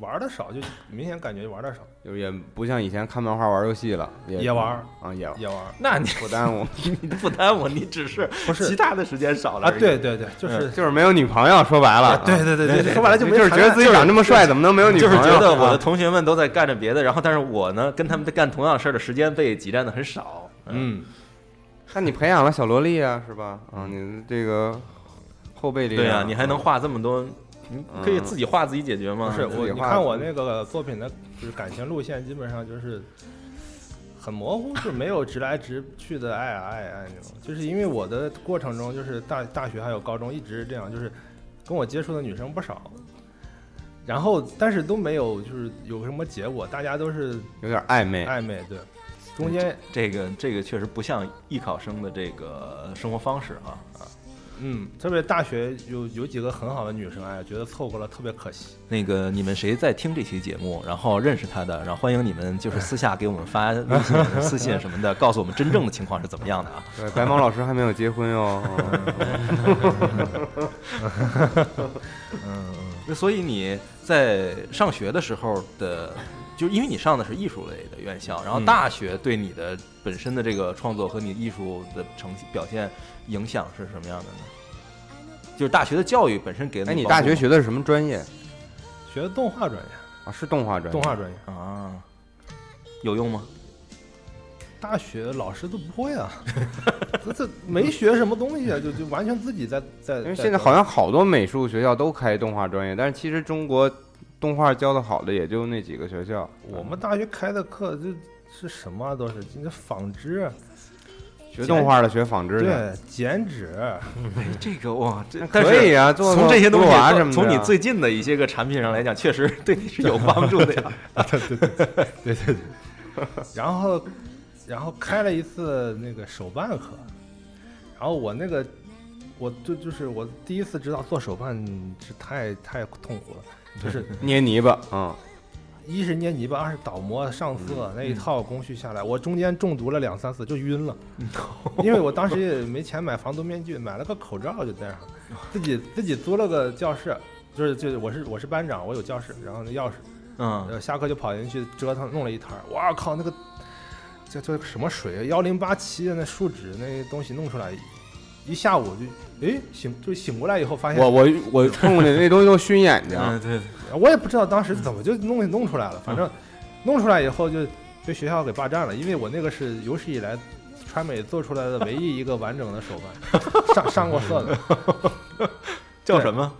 Speaker 6: 玩的少，就明显感觉玩的少，
Speaker 1: 就是也不像以前看漫画玩游戏了，也
Speaker 6: 也玩儿
Speaker 1: 啊，也玩儿
Speaker 6: 也玩
Speaker 2: 那你
Speaker 1: 不耽误，
Speaker 2: 你不耽误，你只是
Speaker 6: 不是
Speaker 2: 其他的时间少了
Speaker 6: 啊，
Speaker 2: 而已
Speaker 6: 对，对对，就是
Speaker 1: 就是没有女朋友，说白了，
Speaker 6: 啊，对对对对，说白了就
Speaker 1: 就
Speaker 6: 没
Speaker 1: 就是觉
Speaker 6: 谈
Speaker 1: 得
Speaker 6: 恋
Speaker 1: 自己长这么帅，怎么能没有女
Speaker 2: 就
Speaker 1: 朋
Speaker 2: 是
Speaker 1: 友啊？
Speaker 2: 觉得我的同学们都在干着别的，然后但是我呢，跟他们干同样事儿的时间被挤占的很少。
Speaker 6: 爱，嗯，
Speaker 1: 那你培养了小萝莉啊，是吧？啊，你这个后备力
Speaker 2: 对啊嗯
Speaker 1: 量，
Speaker 2: 呀、你还能画这么多，你可以自己画自己解决吗？
Speaker 6: 不是
Speaker 1: 嗯自己
Speaker 6: 我，你
Speaker 1: 画
Speaker 6: 看
Speaker 1: 的
Speaker 6: 我那个作品的，就是感情路线，基本上就是很模糊，就是没有直来直去的爱啊爱啊爱那种。就是因为我的过程中，就是大大学还有高中一直这样，就是跟我接触的女生不少，然后但是都没有就是有什么结果，大家都是
Speaker 1: 有点暧昧，
Speaker 6: 暧昧，对，
Speaker 1: 嗯
Speaker 6: 中间
Speaker 2: 这个这个确实不像艺考生的这个生活方式啊啊。
Speaker 6: 嗯，特别大学有有几个很好的女生，哎，觉得错过了特别可惜。
Speaker 2: 那个你们谁在听这期节目，然后认识他的，然后欢迎你们就是私下给我们发微 信、私信什么的，告诉我们真正的情况是怎么样的啊。
Speaker 1: 对，白毛老师还没有结婚 哟。啊
Speaker 6: 嗯
Speaker 2: 那所以你在上学的时候的，就是因为你上的是艺术类的院校，
Speaker 1: 嗯
Speaker 2: 然后大学对你的本身的这个创作和你艺术的呈现表现影响是什么样的呢？就是大学的教育本身给了
Speaker 1: 哎，你
Speaker 2: 帮
Speaker 1: 大
Speaker 2: 助
Speaker 1: 学学的是什么专业
Speaker 6: 学的动画专业，
Speaker 1: 啊？是动画专业。
Speaker 6: 动画专业，
Speaker 2: 啊有用 吗？
Speaker 6: 大学老师都不会啊， 这这没学什么东西啊，就就完全自己在在。
Speaker 1: 因为现在好像好多美术学校都开动画专业，但是其实中国动画教的好的也就那几个学校。
Speaker 6: 我们大学开的课就是什么啊都是，这纺织，
Speaker 1: 学动画的学纺织的，
Speaker 6: 对，剪 纸，
Speaker 2: 哎，这个哇，这但
Speaker 1: 可以
Speaker 2: 是
Speaker 1: 啊，做
Speaker 2: 从
Speaker 1: 做
Speaker 2: 这些东西
Speaker 1: 做娃什么的，啊
Speaker 2: 从你最近的一些个产品上来讲，确实对你是有帮助的 呀。
Speaker 6: 然后然后开了一次那个手办课，然后我那个我就就是我第一次知道做手办是太太痛苦了，就是
Speaker 1: 捏泥巴，嗯，
Speaker 6: 一是捏泥巴，二是倒模上色那一套工序下来，我中间中毒了两三次就晕了， 因为我当时也没钱买防毒面具，买了个口罩就戴上，自己自己租了个教室，就是就是我是我是班长，我有教室，然后那钥匙，
Speaker 2: 嗯，
Speaker 6: 呃下课就跑进去折腾，弄了一摊儿，哇靠那个这这什么水啊幺零八七的那树脂那些东西弄出来，一下午就诶醒就醒过来以后发现
Speaker 1: 我我 我碰过那那东西都熏眼睛，
Speaker 2: 嗯对，
Speaker 6: 我也不知道当时怎么就弄弄出来了，反
Speaker 2: 嗯
Speaker 6: 正弄出来以后就被学校给霸占了，因为我那个是有史以来川美做出来的唯一一个完整的手办，上上过色的，
Speaker 2: 叫什么？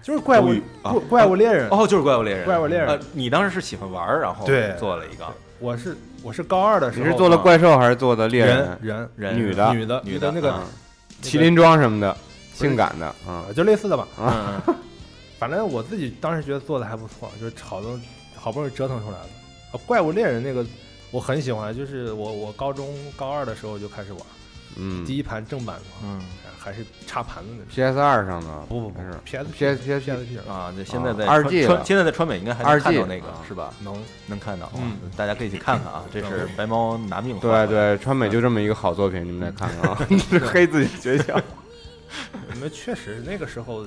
Speaker 6: 就是怪物
Speaker 2: 终于啊
Speaker 6: 怪怪物猎人。
Speaker 2: 哦，就是怪物猎人。
Speaker 6: 怪物猎人
Speaker 2: 呃，你当时是喜欢玩儿，然后
Speaker 6: 对
Speaker 2: 做 了一个
Speaker 6: 我是我是高二的时
Speaker 1: 你
Speaker 6: 候，
Speaker 1: 是做了怪兽还是做的猎
Speaker 6: 人
Speaker 1: 啊人？
Speaker 6: 人
Speaker 2: 人
Speaker 1: 女的嗯
Speaker 6: 女的
Speaker 2: 女
Speaker 6: 的
Speaker 2: 的
Speaker 6: 那
Speaker 2: 啊
Speaker 6: 个
Speaker 1: 麒麟装什么的，性感的，嗯
Speaker 6: 啊，就类似的吧。
Speaker 2: 嗯，
Speaker 6: 反正我自己当时觉得做的还不错，就是好多好不容易折腾出来的。啊，怪物猎人那个我很喜欢，就是我我高中高二的时候就开始玩，
Speaker 1: 嗯
Speaker 6: 第一盘正版的，
Speaker 2: 嗯
Speaker 6: 还是插盘子那种。
Speaker 1: ，PS 二上的
Speaker 6: 不不不
Speaker 1: 还是
Speaker 6: PS
Speaker 1: PS PS
Speaker 6: PSP 啊，
Speaker 2: 啊，这现在在
Speaker 1: 啊
Speaker 2: 川
Speaker 1: 2G
Speaker 2: 川
Speaker 1: 了
Speaker 2: 现在在川美应该还能
Speaker 1: 2G
Speaker 2: 看到那个
Speaker 1: 啊
Speaker 2: 是吧？
Speaker 6: 能
Speaker 2: 能看到，
Speaker 6: 嗯
Speaker 2: 哇大家可以去看看啊，这是白猫拿命。
Speaker 1: 对，对，川美就这么一个好作品，你们得看 看啊！这黑自己学校，
Speaker 6: 你们确实那个时候呃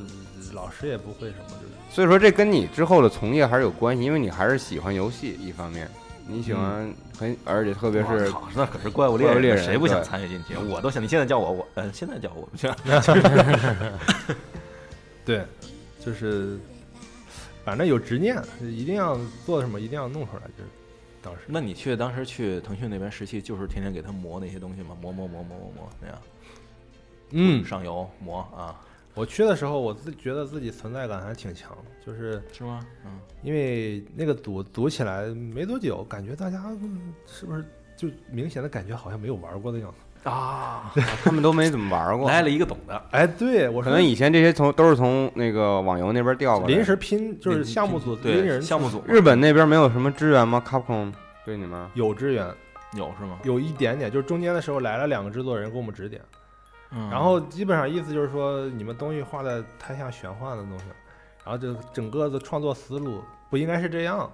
Speaker 6: 老师也不会什么，就是
Speaker 1: 所以说这跟你之后的从业还是有关系，因为你还是喜欢游戏一方面，你喜欢很，而且特别
Speaker 2: 我
Speaker 1: 是
Speaker 2: 靠，那可是怪物猎
Speaker 1: 怪物猎人
Speaker 2: 谁不想
Speaker 1: 对
Speaker 2: 参与进去？我都想，你现在叫我，我呃，现在叫我，
Speaker 6: 对，就是反正有执念，一定要做什么，一定要弄出来，就是当时
Speaker 2: 那你去当时去腾讯那边实习，就是天天给他磨那些东西吗？磨磨磨磨磨磨那样，
Speaker 6: 嗯，
Speaker 2: 上游磨啊，
Speaker 6: 我去的时候，我自觉得自己存在感还挺强，就是
Speaker 2: 是吗？嗯，
Speaker 6: 因为那个组组起来没多久，感觉大家嗯是不是就明显的感觉好像没有玩过的样子？
Speaker 2: 啊，
Speaker 1: 他们都没怎么玩过，
Speaker 2: 来了一个懂的，
Speaker 6: 哎，对我
Speaker 1: 可
Speaker 6: 说
Speaker 1: 能以前这些从都是从那个网游那边调过来的。
Speaker 6: 临时拼，就是项目组临
Speaker 2: 对
Speaker 6: 人
Speaker 2: 项目组
Speaker 1: 日本那边没有什么支援吗？Capcom 对你们
Speaker 6: 有支援，
Speaker 2: 有是吗？
Speaker 6: 有一点点，就是中间的时候来了两个制作人给我们指点，
Speaker 2: 嗯
Speaker 6: 然后基本上意思就是说你们东西画的太像玄幻的东西了，然后就整个的创作思路不应该是这样，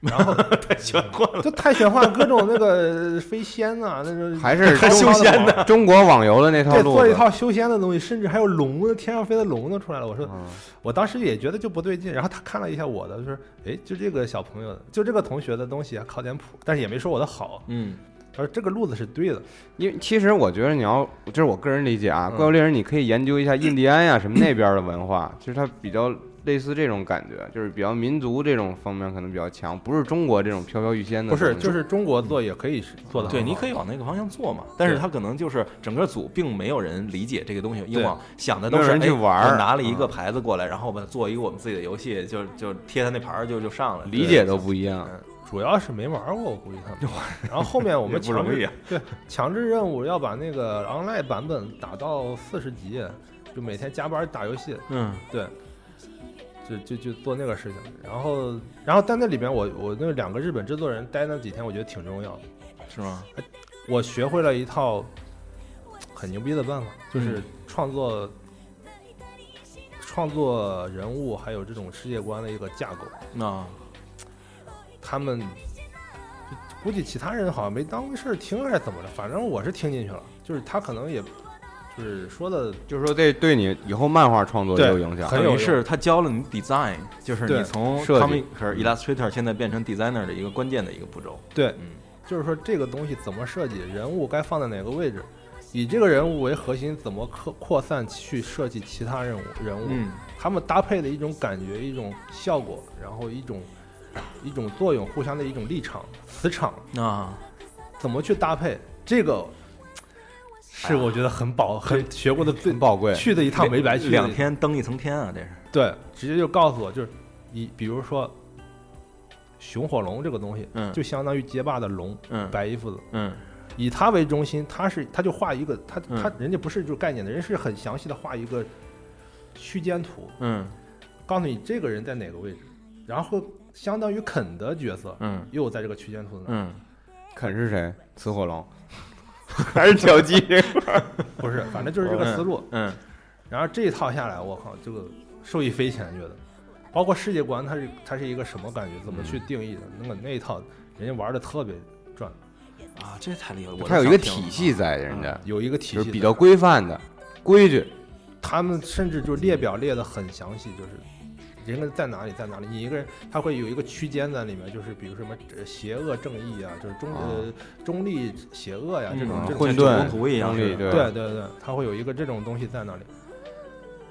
Speaker 6: 然后
Speaker 2: 太玄幻了，
Speaker 6: 就太玄幻，各种那个飞仙呐、那种
Speaker 1: 还是
Speaker 6: 中
Speaker 1: 中
Speaker 6: 国的网，
Speaker 1: 中国网游的那套
Speaker 6: 对，
Speaker 1: 路啊
Speaker 6: 做一
Speaker 1: 子。
Speaker 6: 套修仙的东西，甚至还有龙，天上飞的龙都出来了。我说
Speaker 1: 嗯
Speaker 6: 我当时也觉得就不对劲，然后他看了一下我的，就说：“哎，就这个小朋友的，就这个同学的东西啊，靠点谱，但是也没说我的好。
Speaker 2: 嗯，”
Speaker 6: 他说：“这个路子是对的。
Speaker 1: 因为其实我觉得你要，这是我个人理解啊，
Speaker 6: 嗯
Speaker 1: 《怪物猎人》你可以研究一下印第安呀、什么那边的文化，其实它比较类似这种感觉，就是比较民族这种方面可能比较强，不是中国这种飘飘欲仙的
Speaker 6: 不
Speaker 1: 东西。
Speaker 6: 是，就是中国做也可以是做的，
Speaker 2: 对，你可以往那个方向做嘛，但是他可能就是整个组并没有人理解这个东西，以往想的都
Speaker 1: 没有
Speaker 2: 是
Speaker 1: 人去
Speaker 2: 哎
Speaker 1: 玩儿
Speaker 2: 我拿了一个牌子过来，然后把它做一个我们自己的游戏，就就贴他那牌儿就就上了，
Speaker 1: 理解都不一样。
Speaker 6: 主要是没玩过，我估计他 们。然后后面我
Speaker 2: 我
Speaker 6: 们
Speaker 2: 不
Speaker 6: 强
Speaker 2: 容易
Speaker 6: 制
Speaker 2: 啊。
Speaker 6: 对强制任务要把那个 online 版本打到四十级，就每天加班打游戏，
Speaker 2: 嗯，
Speaker 6: 对，就就就做那个事情。然后然后但那里边我我那两个日本制作人待那几天，我觉得挺重要的。
Speaker 2: 是吗？
Speaker 6: 我学会了一套很牛逼的办法，
Speaker 2: 嗯
Speaker 6: 就是创作、创作人物还有这种世界观的一个架构。
Speaker 2: 那
Speaker 6: 他们估计其他人好像没当回事儿听还是怎么着，反正我是听进去了，就是他可能也就是说的
Speaker 1: 就是说，这对你以后漫画创作也
Speaker 6: 对
Speaker 1: 有影响。
Speaker 6: 很有
Speaker 2: 等于
Speaker 6: 用
Speaker 2: 是他教了你 design，就是你
Speaker 6: 对
Speaker 2: 从
Speaker 1: 设计
Speaker 2: comic illustrator 现在变成 designer 的一个关键的一个步骤。
Speaker 6: 对，
Speaker 2: 嗯
Speaker 6: 就是说这个东西怎么设计，人物该放在哪个位置，以这个人物为核心，怎么扩扩散去设计其他人物人物，
Speaker 2: 嗯，
Speaker 6: 他们搭配的一种感觉、一种效果，然后一种一种作用，互相的一种立场、磁场，
Speaker 2: 那
Speaker 6: 怎么去搭配这个。是我觉得很宝很学过的最
Speaker 1: 很宝贵
Speaker 6: 去的一趟没白去的一趟，
Speaker 2: 两天登一层天啊，这是。
Speaker 6: 对，直接就告诉我，就是你比如说熊火龙这个东西，
Speaker 2: 嗯
Speaker 6: 就相当于街霸的龙，
Speaker 2: 嗯
Speaker 6: 白衣服的，
Speaker 2: 嗯
Speaker 6: 以他为中心，他是他就画一个，他
Speaker 2: 嗯
Speaker 6: 他人家不是就是概念的，人是很详细的画一个区间图，
Speaker 2: 嗯
Speaker 6: 告诉你这个人在哪个位置，然后相当于肯的角色
Speaker 2: 嗯
Speaker 6: 又在这个区间图呢，
Speaker 2: 嗯，
Speaker 1: 肯是谁？雌火龙还是小鸡？
Speaker 6: 不是，反正就是这
Speaker 2: 嗯
Speaker 6: 个思路。
Speaker 2: 嗯
Speaker 6: 然后这一套下来，我靠，这个受益匪浅，觉得。包括世界观，它是它是一个什么感觉，怎么去定义的？那个那一套，人家玩的特别转，
Speaker 2: 啊，这太厉害了！我 都
Speaker 1: 它有一个
Speaker 2: 想听
Speaker 1: 体系在，人家
Speaker 6: 有一个体
Speaker 1: 就
Speaker 6: 系
Speaker 1: 是
Speaker 6: 的，
Speaker 1: 比较规范的规矩。
Speaker 6: 他们甚至就列表列的很详细，就是人家在哪里在哪里，你一个人他会有一个区间在里面，就是比如什么呃邪恶正义啊，就是中、呃中立邪恶呀、这种、
Speaker 2: 嗯
Speaker 6: 这种
Speaker 1: 混
Speaker 2: 就
Speaker 1: 沌
Speaker 2: 跟中国图一样
Speaker 1: 中立
Speaker 2: 是
Speaker 1: 对
Speaker 6: 对对对，他会有一个这种东西在那里。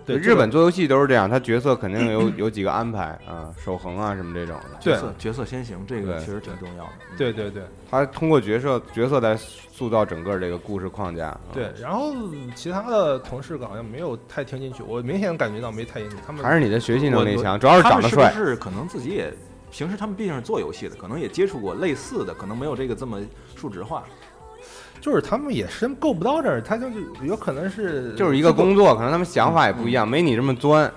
Speaker 6: 对
Speaker 1: 日本做游戏都是这样，他角色肯定 有有几个安排啊，守恒啊什么这种的。
Speaker 6: 对
Speaker 2: 角色角色先行，这个
Speaker 1: 对
Speaker 2: 其实挺重要的。嗯，
Speaker 6: 对对对
Speaker 1: 他通过角色角色来塑造整个这个故事框架。啊
Speaker 6: 对，然后其他的同事好像没有太听进去，我明显感觉到没太听进去，他们
Speaker 1: 还是你的学习能力强，主
Speaker 2: 他
Speaker 1: 要
Speaker 2: 们
Speaker 1: 长得帅
Speaker 2: 是。不是可能自己也平时他们毕竟是做游戏的，可能也接触过类似的，可能没有这个这么数值化。
Speaker 6: 就是他们也深够不到这儿，他就是有可能是
Speaker 1: 就是一个工作，可能他们想法也不一样，没你这么钻。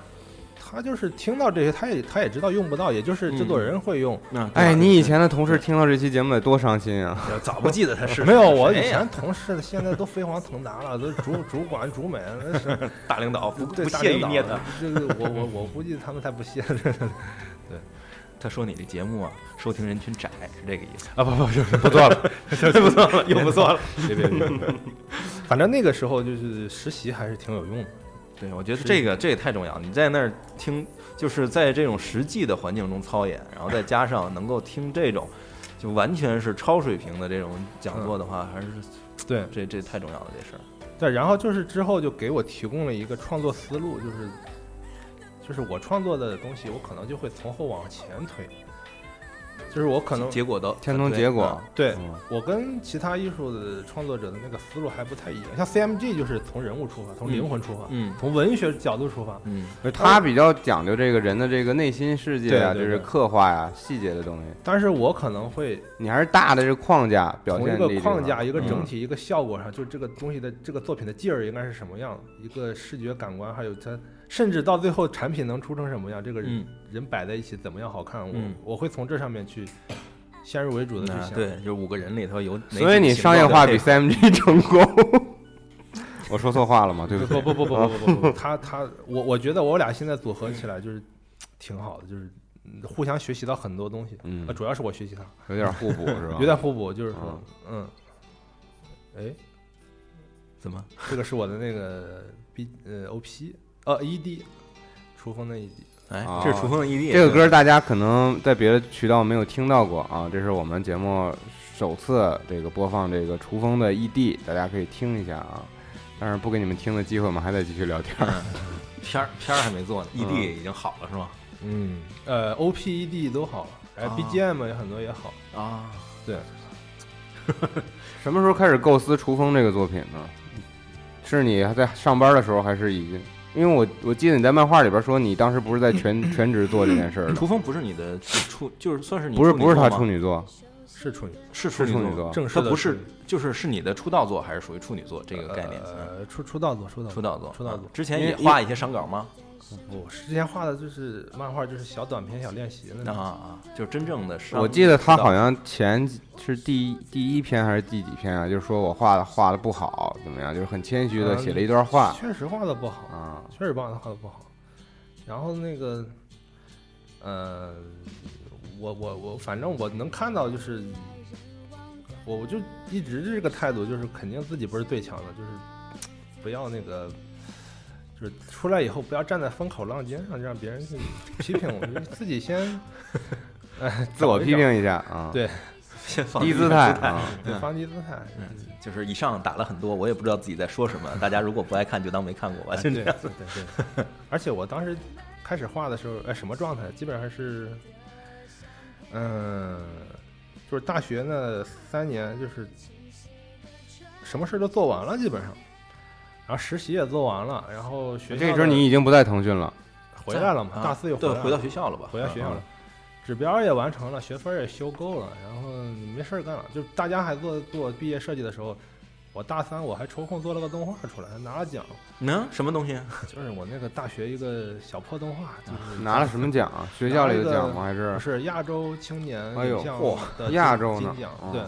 Speaker 6: 他就是听到这些，他也他也知道用不到，也就是制作人会用。
Speaker 2: 那
Speaker 1: 哎，你以前的同事听到这期节目得多伤心 啊！
Speaker 2: 呃早不记得他是
Speaker 6: 没有，我以
Speaker 2: 谁呀
Speaker 6: 前同事现在都飞黄腾达了，都 主主管、主美，那是
Speaker 2: 大领导不
Speaker 6: 对
Speaker 2: 不
Speaker 6: 大
Speaker 2: 屑
Speaker 6: 领
Speaker 2: 一
Speaker 6: 导 啊
Speaker 2: 念他。。
Speaker 6: 这个我我我估计他们才不屑
Speaker 2: 他说你这节目啊，收听人群窄是这个 意思。
Speaker 6: 啊！不不不，
Speaker 1: 不做了，
Speaker 2: 不错了，又不错了。
Speaker 6: 别别别，别 反正那个时候就是实习还是挺有用的。
Speaker 2: 对，我觉得这个这也太重要。你在那儿听，就是在这种实际的环境中操演，然后再加上能够听这种，就完全是超水平的这种讲座的话，还是
Speaker 1: 嗯
Speaker 6: 对
Speaker 2: 这这太重要了，这事儿。
Speaker 6: 对，然后就是之后就给我提供了一个创作思路，就是就是我创作的东西，我可能就会从后往前推，就是我可能
Speaker 2: 结果都啊
Speaker 1: 天通结果。
Speaker 6: 对
Speaker 1: 嗯
Speaker 6: 我跟其他艺术的创作者的那个思路还不太一样，像 CMG 就是从人物出发，从灵魂出发，
Speaker 2: 嗯
Speaker 6: 从文学角度出发，
Speaker 2: 嗯
Speaker 1: 他比较讲究这个人的这个内心世界啊，就
Speaker 6: 对对
Speaker 1: 是
Speaker 6: 对
Speaker 1: 刻画呀、细节的东西。
Speaker 6: 但是我可能会
Speaker 1: 你还是大的这个框架表
Speaker 6: 从
Speaker 1: 现
Speaker 6: 一
Speaker 1: 力
Speaker 6: 个
Speaker 1: 这
Speaker 6: 框架、
Speaker 1: 块儿
Speaker 6: 一个
Speaker 1: 嗯
Speaker 6: 整体、一个效果上，就这个东西的这个作品的劲儿应该是什么样，一个视觉感官，还有它，甚至到最后产品能出成什么样，这个人
Speaker 2: 嗯
Speaker 6: 人摆在一起怎么样好看，我
Speaker 2: 嗯
Speaker 6: 我会从这上面去先入为主的去
Speaker 2: 啊
Speaker 6: 想。
Speaker 2: 对，就是五个人里头有哪几个形状
Speaker 1: 所
Speaker 2: 的
Speaker 1: 以
Speaker 2: 配合。
Speaker 1: 你商业化比 CMG 成功。我说错话了吗？对不
Speaker 6: 不
Speaker 1: 对？
Speaker 6: 不不不不不不不，他他我我觉得我俩现在组合起来就是挺好的，就是嗯互相学习到很多东西。
Speaker 1: 嗯
Speaker 6: 啊，主要是我学习他，
Speaker 1: 有
Speaker 2: 呃
Speaker 1: 点互补是吧？啊
Speaker 6: 有点互补，就是说，嗯，哎，
Speaker 2: 怎
Speaker 1: 哦
Speaker 2: 么？
Speaker 6: 这个是我的那个 B 呃 OP 呃 ED，厨风的 E ED，
Speaker 2: 哎
Speaker 1: 啊，
Speaker 2: 这是《楚风的异地》
Speaker 1: 这个歌大家可能在别的渠道没有听到过啊，这是我们节目首次这个播放这个厨风 E
Speaker 2: 嗯
Speaker 1: 的 ED，大家可以听一下啊。但是不给你们听的机会，我们还在继续聊天儿。
Speaker 2: 片儿片儿还没做
Speaker 1: 嗯
Speaker 2: 呢，ED 也已经好了是吗？
Speaker 6: 嗯，呃，O P E D 都好，哎
Speaker 2: 啊
Speaker 6: ，B G M 也很多也好，
Speaker 2: 啊，
Speaker 6: 对，
Speaker 1: 什么时候开始构思《厨风》这个作品呢？是你还在上班的时候，还是已经？因为我我记得你在漫画里边说，你当时不是在 全全职做这件事儿的，
Speaker 2: 厨风不是你的处，就是算是你
Speaker 1: 不是
Speaker 2: 处女
Speaker 1: 不是
Speaker 2: 作
Speaker 1: 他
Speaker 2: 吗
Speaker 1: 处女座，
Speaker 6: 是处女，
Speaker 2: 是处
Speaker 1: 是
Speaker 2: 女
Speaker 1: 处女
Speaker 2: 座吗，
Speaker 1: 座，
Speaker 6: 正式
Speaker 2: 它
Speaker 6: 的
Speaker 2: 不
Speaker 6: 处
Speaker 2: 是
Speaker 6: 女
Speaker 2: 就是是你的出道作还是属于处女座这个概念？嗯
Speaker 6: 呃，出出道作，出道
Speaker 2: 出道作，
Speaker 6: 出道
Speaker 2: 嗯
Speaker 6: 作。
Speaker 2: 之前也画一些商稿吗？
Speaker 6: 我是之前画的就是漫画，就是小短篇、小练习那
Speaker 2: 啊
Speaker 6: 种。
Speaker 2: 啊，就是真正的商。
Speaker 1: 我记得他好
Speaker 2: 像
Speaker 1: 像前几是第一第一篇还是第几篇啊？就是说我画的画的不好，怎么样？就是很谦
Speaker 6: 呃
Speaker 1: 虚的写了一段话
Speaker 6: 确实画的不好，
Speaker 1: 啊。
Speaker 6: 确实画的画的不好。然后那个，呃，我我我，反正我能看到就是，我我就一直这个态度，就是肯定自己不是最强的，就是不要那个。就是出来以后，不要站在风口浪尖上，让别人去批评我，就是自己先， 哎，
Speaker 1: 自我
Speaker 6: 找一
Speaker 1: 批
Speaker 6: 找，
Speaker 1: 评一下啊，
Speaker 6: 对
Speaker 2: 先放
Speaker 1: 低
Speaker 2: 低
Speaker 1: 姿态啊，
Speaker 6: 对，放低姿态，
Speaker 2: 就是以上打了很多，我也不知道自己在说什么。大家如果不爱看，就当没看过吧。
Speaker 6: 啊，
Speaker 2: 就这
Speaker 6: 对 对
Speaker 2: 样。
Speaker 6: 对对，而且我当时开始画的时候，哎，什么状态？基本上是，嗯、就是大学那三年，就是什么事都做完了，基本上，然后实习也做完了，然后学校
Speaker 1: 这
Speaker 6: 的
Speaker 1: 时候你已经不在腾讯 了，
Speaker 6: 回来了嘛，
Speaker 2: 啊
Speaker 6: 大四又
Speaker 2: 对，
Speaker 6: 来
Speaker 2: 回
Speaker 6: 了
Speaker 2: 到学校了吧？
Speaker 6: 回到学校了
Speaker 2: 嗯。，
Speaker 6: 指标也完成了，学分也修够了，然后没事儿干了。就大家还做做毕业设计的时候，我大三我还抽空做了个动画出来，还拿了奖。
Speaker 2: 能什么东西？
Speaker 6: 就是我那个大学一个小破动画，就是
Speaker 1: 拿了什么奖啊？学校里的奖吗？还是
Speaker 6: 不是亚洲青年
Speaker 1: 哎呦
Speaker 6: 影像
Speaker 1: 嚯
Speaker 6: 的金
Speaker 1: 亚洲呢
Speaker 6: 金奖
Speaker 1: 嗯，
Speaker 6: 对，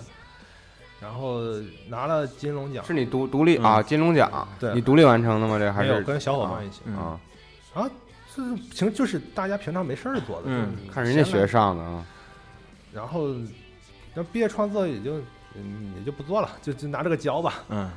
Speaker 6: 然后拿了金龙奖
Speaker 1: 是，你独独立啊？金龙奖，
Speaker 6: 嗯对
Speaker 1: 你独立完成的吗？这还
Speaker 6: 还有
Speaker 1: 是
Speaker 6: 跟小伙伴一起
Speaker 2: 嗯
Speaker 1: 啊？
Speaker 6: 啊，就是平就是大家平常没事儿做的，
Speaker 2: 嗯
Speaker 6: 就是
Speaker 1: 看人家
Speaker 6: 闲
Speaker 1: 学
Speaker 6: 来，
Speaker 1: 上的啊，
Speaker 6: 然后那毕业创作也就嗯也就不做了，就就拿这个教吧，
Speaker 2: 嗯，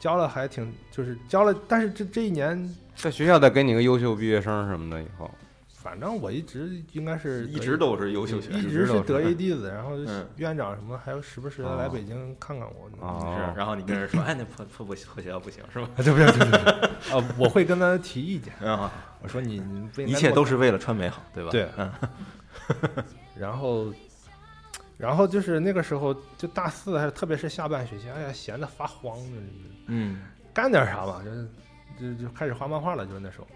Speaker 6: 教了还挺就是教了，但是这这一年。
Speaker 1: 在学校再给你个优秀毕业生什么的，以后
Speaker 6: 反正我一直应该是
Speaker 2: 一
Speaker 6: 得
Speaker 2: 直都是优秀学生。
Speaker 6: 一直是哦德 艺弟子，然后
Speaker 2: 嗯
Speaker 6: 院长什么还有时不时的来北京看看我。嗯
Speaker 2: 是
Speaker 1: 哦，，
Speaker 2: 然后你跟人说，哎，那破破破破学校不行是 吧？
Speaker 6: 对不对？对不对？ 啊，我会跟他提意见，
Speaker 2: 啊，
Speaker 6: 我说你你不应该
Speaker 2: 一切
Speaker 6: 这么
Speaker 2: 都是为了川美好，对吧？
Speaker 6: 对
Speaker 2: 嗯，
Speaker 6: 然后，然后就是那个时候，就大四还是特别是下半学期，哎呀，闲得发慌，就是
Speaker 2: 嗯，
Speaker 6: 干点啥吧，就是就就开始画漫画了，就是那时候，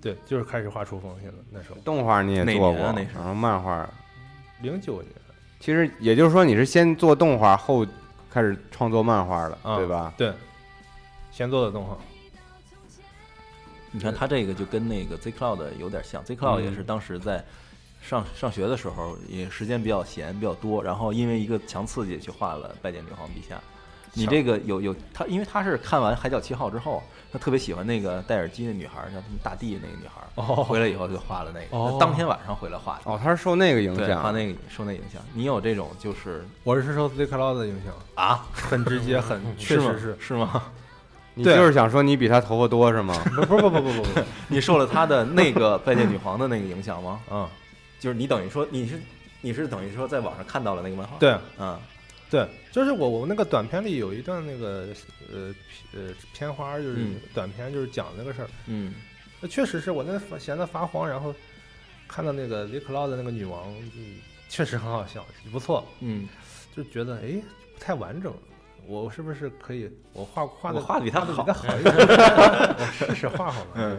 Speaker 6: 对，就是开始画出风现在那时候，
Speaker 1: 动画你也做过
Speaker 2: 哪年啊那，是
Speaker 1: 然后漫画，
Speaker 6: 零九年
Speaker 1: 其实也就是说你是先做动画，后开始创作漫画的，
Speaker 6: 啊，
Speaker 1: 对吧？？
Speaker 6: 对，先做的动画，
Speaker 2: 你看他这个就跟那个 Z Cloud 有点像，Z Cloud 也是
Speaker 6: 嗯
Speaker 2: 当时在上上学的时候，也时间比较闲比较多，然后因为一个强刺激去画了《拜见女皇陛下》。你这个有有他，因为他是看完《海角七号》之后，他特别喜欢那个戴耳机那女孩儿，叫什么大地那个女孩儿。
Speaker 6: 哦
Speaker 2: 回来以后就画了那个，
Speaker 6: 哦
Speaker 2: 他当天晚上回来画的。
Speaker 1: 哦，他是受那个影
Speaker 2: 对，画
Speaker 1: 响，
Speaker 2: 那个受那影响。你有这种就是
Speaker 6: 我是受 Z Cloud 的影响，
Speaker 2: 啊？
Speaker 6: 很直接，很确
Speaker 2: 吗
Speaker 6: 实嗯是，
Speaker 2: 是吗？
Speaker 1: 你
Speaker 6: 对
Speaker 1: 就是想说你比他头发多是 吗？
Speaker 6: 不不不不不不 不，
Speaker 2: 你受了他的那个《 拜见女皇》的那个影响吗？
Speaker 6: 嗯，
Speaker 2: 就是你等于说你是你是等于说在网上看到了那个漫画，，
Speaker 6: 对。
Speaker 2: 嗯，
Speaker 6: 对，就是我我那个短片里有一段那个呃呃片花，就是
Speaker 2: 嗯
Speaker 6: 短片就是讲那个事儿。
Speaker 2: 嗯
Speaker 6: 那确实是我那发闲得发慌，然后看到那个 Lee Cloud 的那个女王，嗯确实很好笑，不错，
Speaker 2: 嗯，
Speaker 6: 就觉得哎不太完整。我是不是可以？我画画的
Speaker 2: 我画得比他
Speaker 6: 的
Speaker 2: 好
Speaker 6: 比他好一点， 我试试画好了。
Speaker 2: 嗯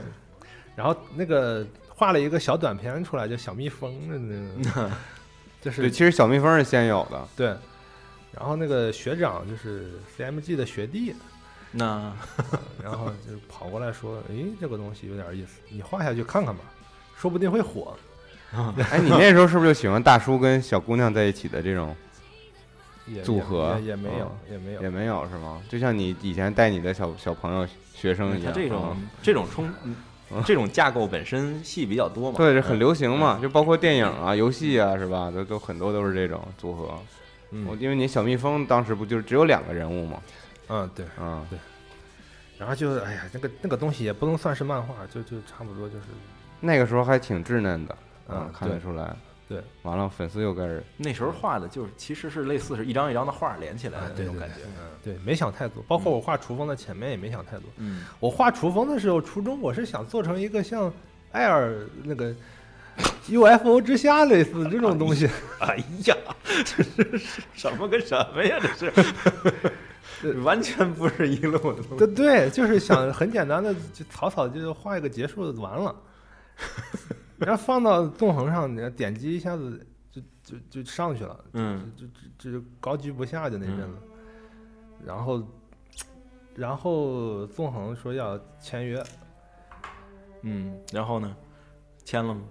Speaker 6: 然后那个画了一个小短片出来，就小蜜蜂的那 个，就是
Speaker 1: 对，其实小蜜蜂是先有的，
Speaker 6: 对，然后那个学长就是 CMG 的学弟，
Speaker 2: 那
Speaker 6: 然后就跑过来说：“诶，这个东西有点意思，你画下去看看吧，说不定会火。
Speaker 1: 哎，你那时候是不是就喜欢大叔跟小姑娘在一起的这种？
Speaker 6: 也”
Speaker 1: 组合
Speaker 6: 也也没有
Speaker 1: 嗯，
Speaker 6: 也没有
Speaker 1: 也，没有是吗？就像你以前带你的小小朋友学生一
Speaker 2: 他
Speaker 1: 样，
Speaker 2: 这种
Speaker 1: 嗯
Speaker 2: 这种冲这种架构本身戏比较多嘛，
Speaker 1: 对，这很流行嘛，就包括电影啊、游戏啊，是吧？都都很多都是这种组合。我
Speaker 6: 嗯
Speaker 1: 因为你小蜜蜂当时不就是只有两个人物嘛，
Speaker 6: 嗯对，
Speaker 1: 嗯，
Speaker 6: 然后就哎呀，那个那个东西也不能算是漫画，就就差不多就是
Speaker 1: 那个时候还挺稚嫩的，嗯
Speaker 6: 嗯，
Speaker 1: 看得出来。
Speaker 6: 对，
Speaker 1: 完了粉丝又开始
Speaker 2: 那时候画的就是其实是类似是一张一张的画连
Speaker 1: 啊
Speaker 2: 起来的那种感觉，
Speaker 6: 啊
Speaker 1: 嗯
Speaker 6: 对，没想太多。包括我画厨房的前面也没想太多。
Speaker 2: 嗯，
Speaker 6: 我画厨房的时候，初衷我是想做成一个像艾尔那个 UFO 之虾类似这种东西。
Speaker 2: 哎呀， 这是什么跟什么呀？这是完全不是一路的东西。
Speaker 6: 对对，就是想很简单的，就草草就画一个结束完了，然后放到纵横上，你要点击一下子就就就上去了，
Speaker 2: 嗯
Speaker 6: 就就就高居不下就那阵子。
Speaker 2: 嗯
Speaker 6: 然后，然后纵横说要签约，
Speaker 2: 嗯，然后呢？签了吗？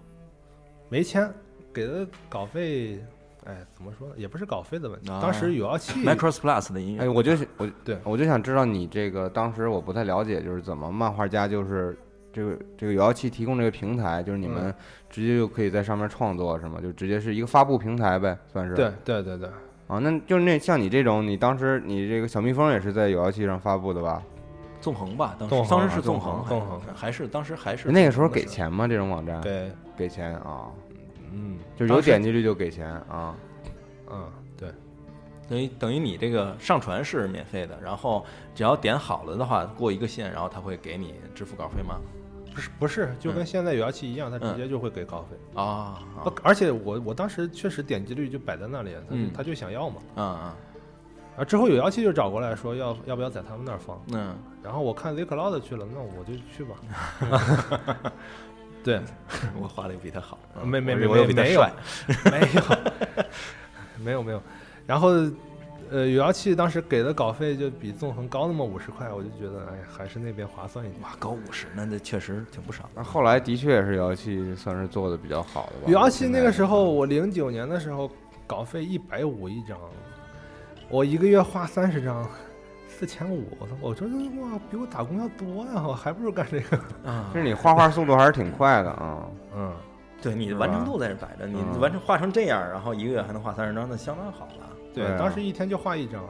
Speaker 6: 没签，给的稿费，哎，怎么说呢？也不是稿费的问题，
Speaker 2: 啊
Speaker 6: 当时有要器
Speaker 2: Micros Plus 的音
Speaker 1: 嗯
Speaker 2: 乐，
Speaker 1: 哎，我就我
Speaker 6: 啊对
Speaker 1: 我就想知道你这个当时我不太了解，就是怎么漫画家就是这个这个有妖七提供这个平台，就是你
Speaker 6: 嗯
Speaker 1: 们直接就可以在上面创作是吗？就直接是一个发布平台呗，算是
Speaker 6: 对对对对，
Speaker 2: 嗯
Speaker 1: 啊，那就是那像你这种，你当时你这个小蜜蜂也是在有妖七上发布的吧？
Speaker 2: 纵横吧，当
Speaker 6: 纵
Speaker 2: 时
Speaker 6: 横
Speaker 2: 当时是
Speaker 6: 啊
Speaker 2: 纵
Speaker 6: 纵横
Speaker 2: 还
Speaker 6: 纵横
Speaker 2: 还是当时还是
Speaker 1: 那个时候
Speaker 2: 纵横的
Speaker 1: 给钱吗？这种网站
Speaker 6: 给，
Speaker 1: 给钱啊，
Speaker 6: 嗯，
Speaker 1: 就是有点击率就给钱啊。
Speaker 6: 嗯，对，
Speaker 2: 等于等于你这个上传是免费的，然后只要点好了的话，过一个线，然后他会给你支付稿费吗？
Speaker 6: 不是不是，就跟现在有要器一样，他直
Speaker 2: 嗯
Speaker 6: 接就会给稿费。
Speaker 2: 啊
Speaker 6: 不而且我我当时确实点击率就摆在那里，他就、
Speaker 2: 嗯
Speaker 6: 他就想要嘛。
Speaker 2: 啊啊，
Speaker 6: 啊，之后有妖气就找过来说要要不要在他们那儿放，
Speaker 2: 嗯，
Speaker 6: 然后我看 Zcloud 去了，那我就去吧。 对，
Speaker 2: 我画的又比 他好，嗯
Speaker 6: 没没
Speaker 2: 我
Speaker 6: 没
Speaker 2: 我又比他
Speaker 6: 没有
Speaker 2: 帅，
Speaker 6: 没有 没有没有，然后呃，有妖气当时给的稿费就比纵横高那么五十块，我就觉得哎，还是那边划算一点。
Speaker 2: 哇，高五十，那这确实挺不少。
Speaker 1: 那后来的确也是有妖七算是做的比较好的吧。
Speaker 6: 有妖气那个时候，
Speaker 1: 我
Speaker 6: 我零九年的时候稿费一百五一张，我一个月画三十张。四千五，我觉得哇，比我打工要多呀、我还不如干这个。
Speaker 2: 啊
Speaker 1: 其实你画画速度还是挺快的啊。
Speaker 6: 嗯，
Speaker 2: 对你
Speaker 1: 是
Speaker 2: 完
Speaker 1: 吧
Speaker 2: 成度在这摆着，你
Speaker 1: 嗯
Speaker 2: 完成画成这样，然后一个月还能画三十张，那相当好了。
Speaker 6: 对，
Speaker 1: 对啊
Speaker 6: 当时一天就画一张，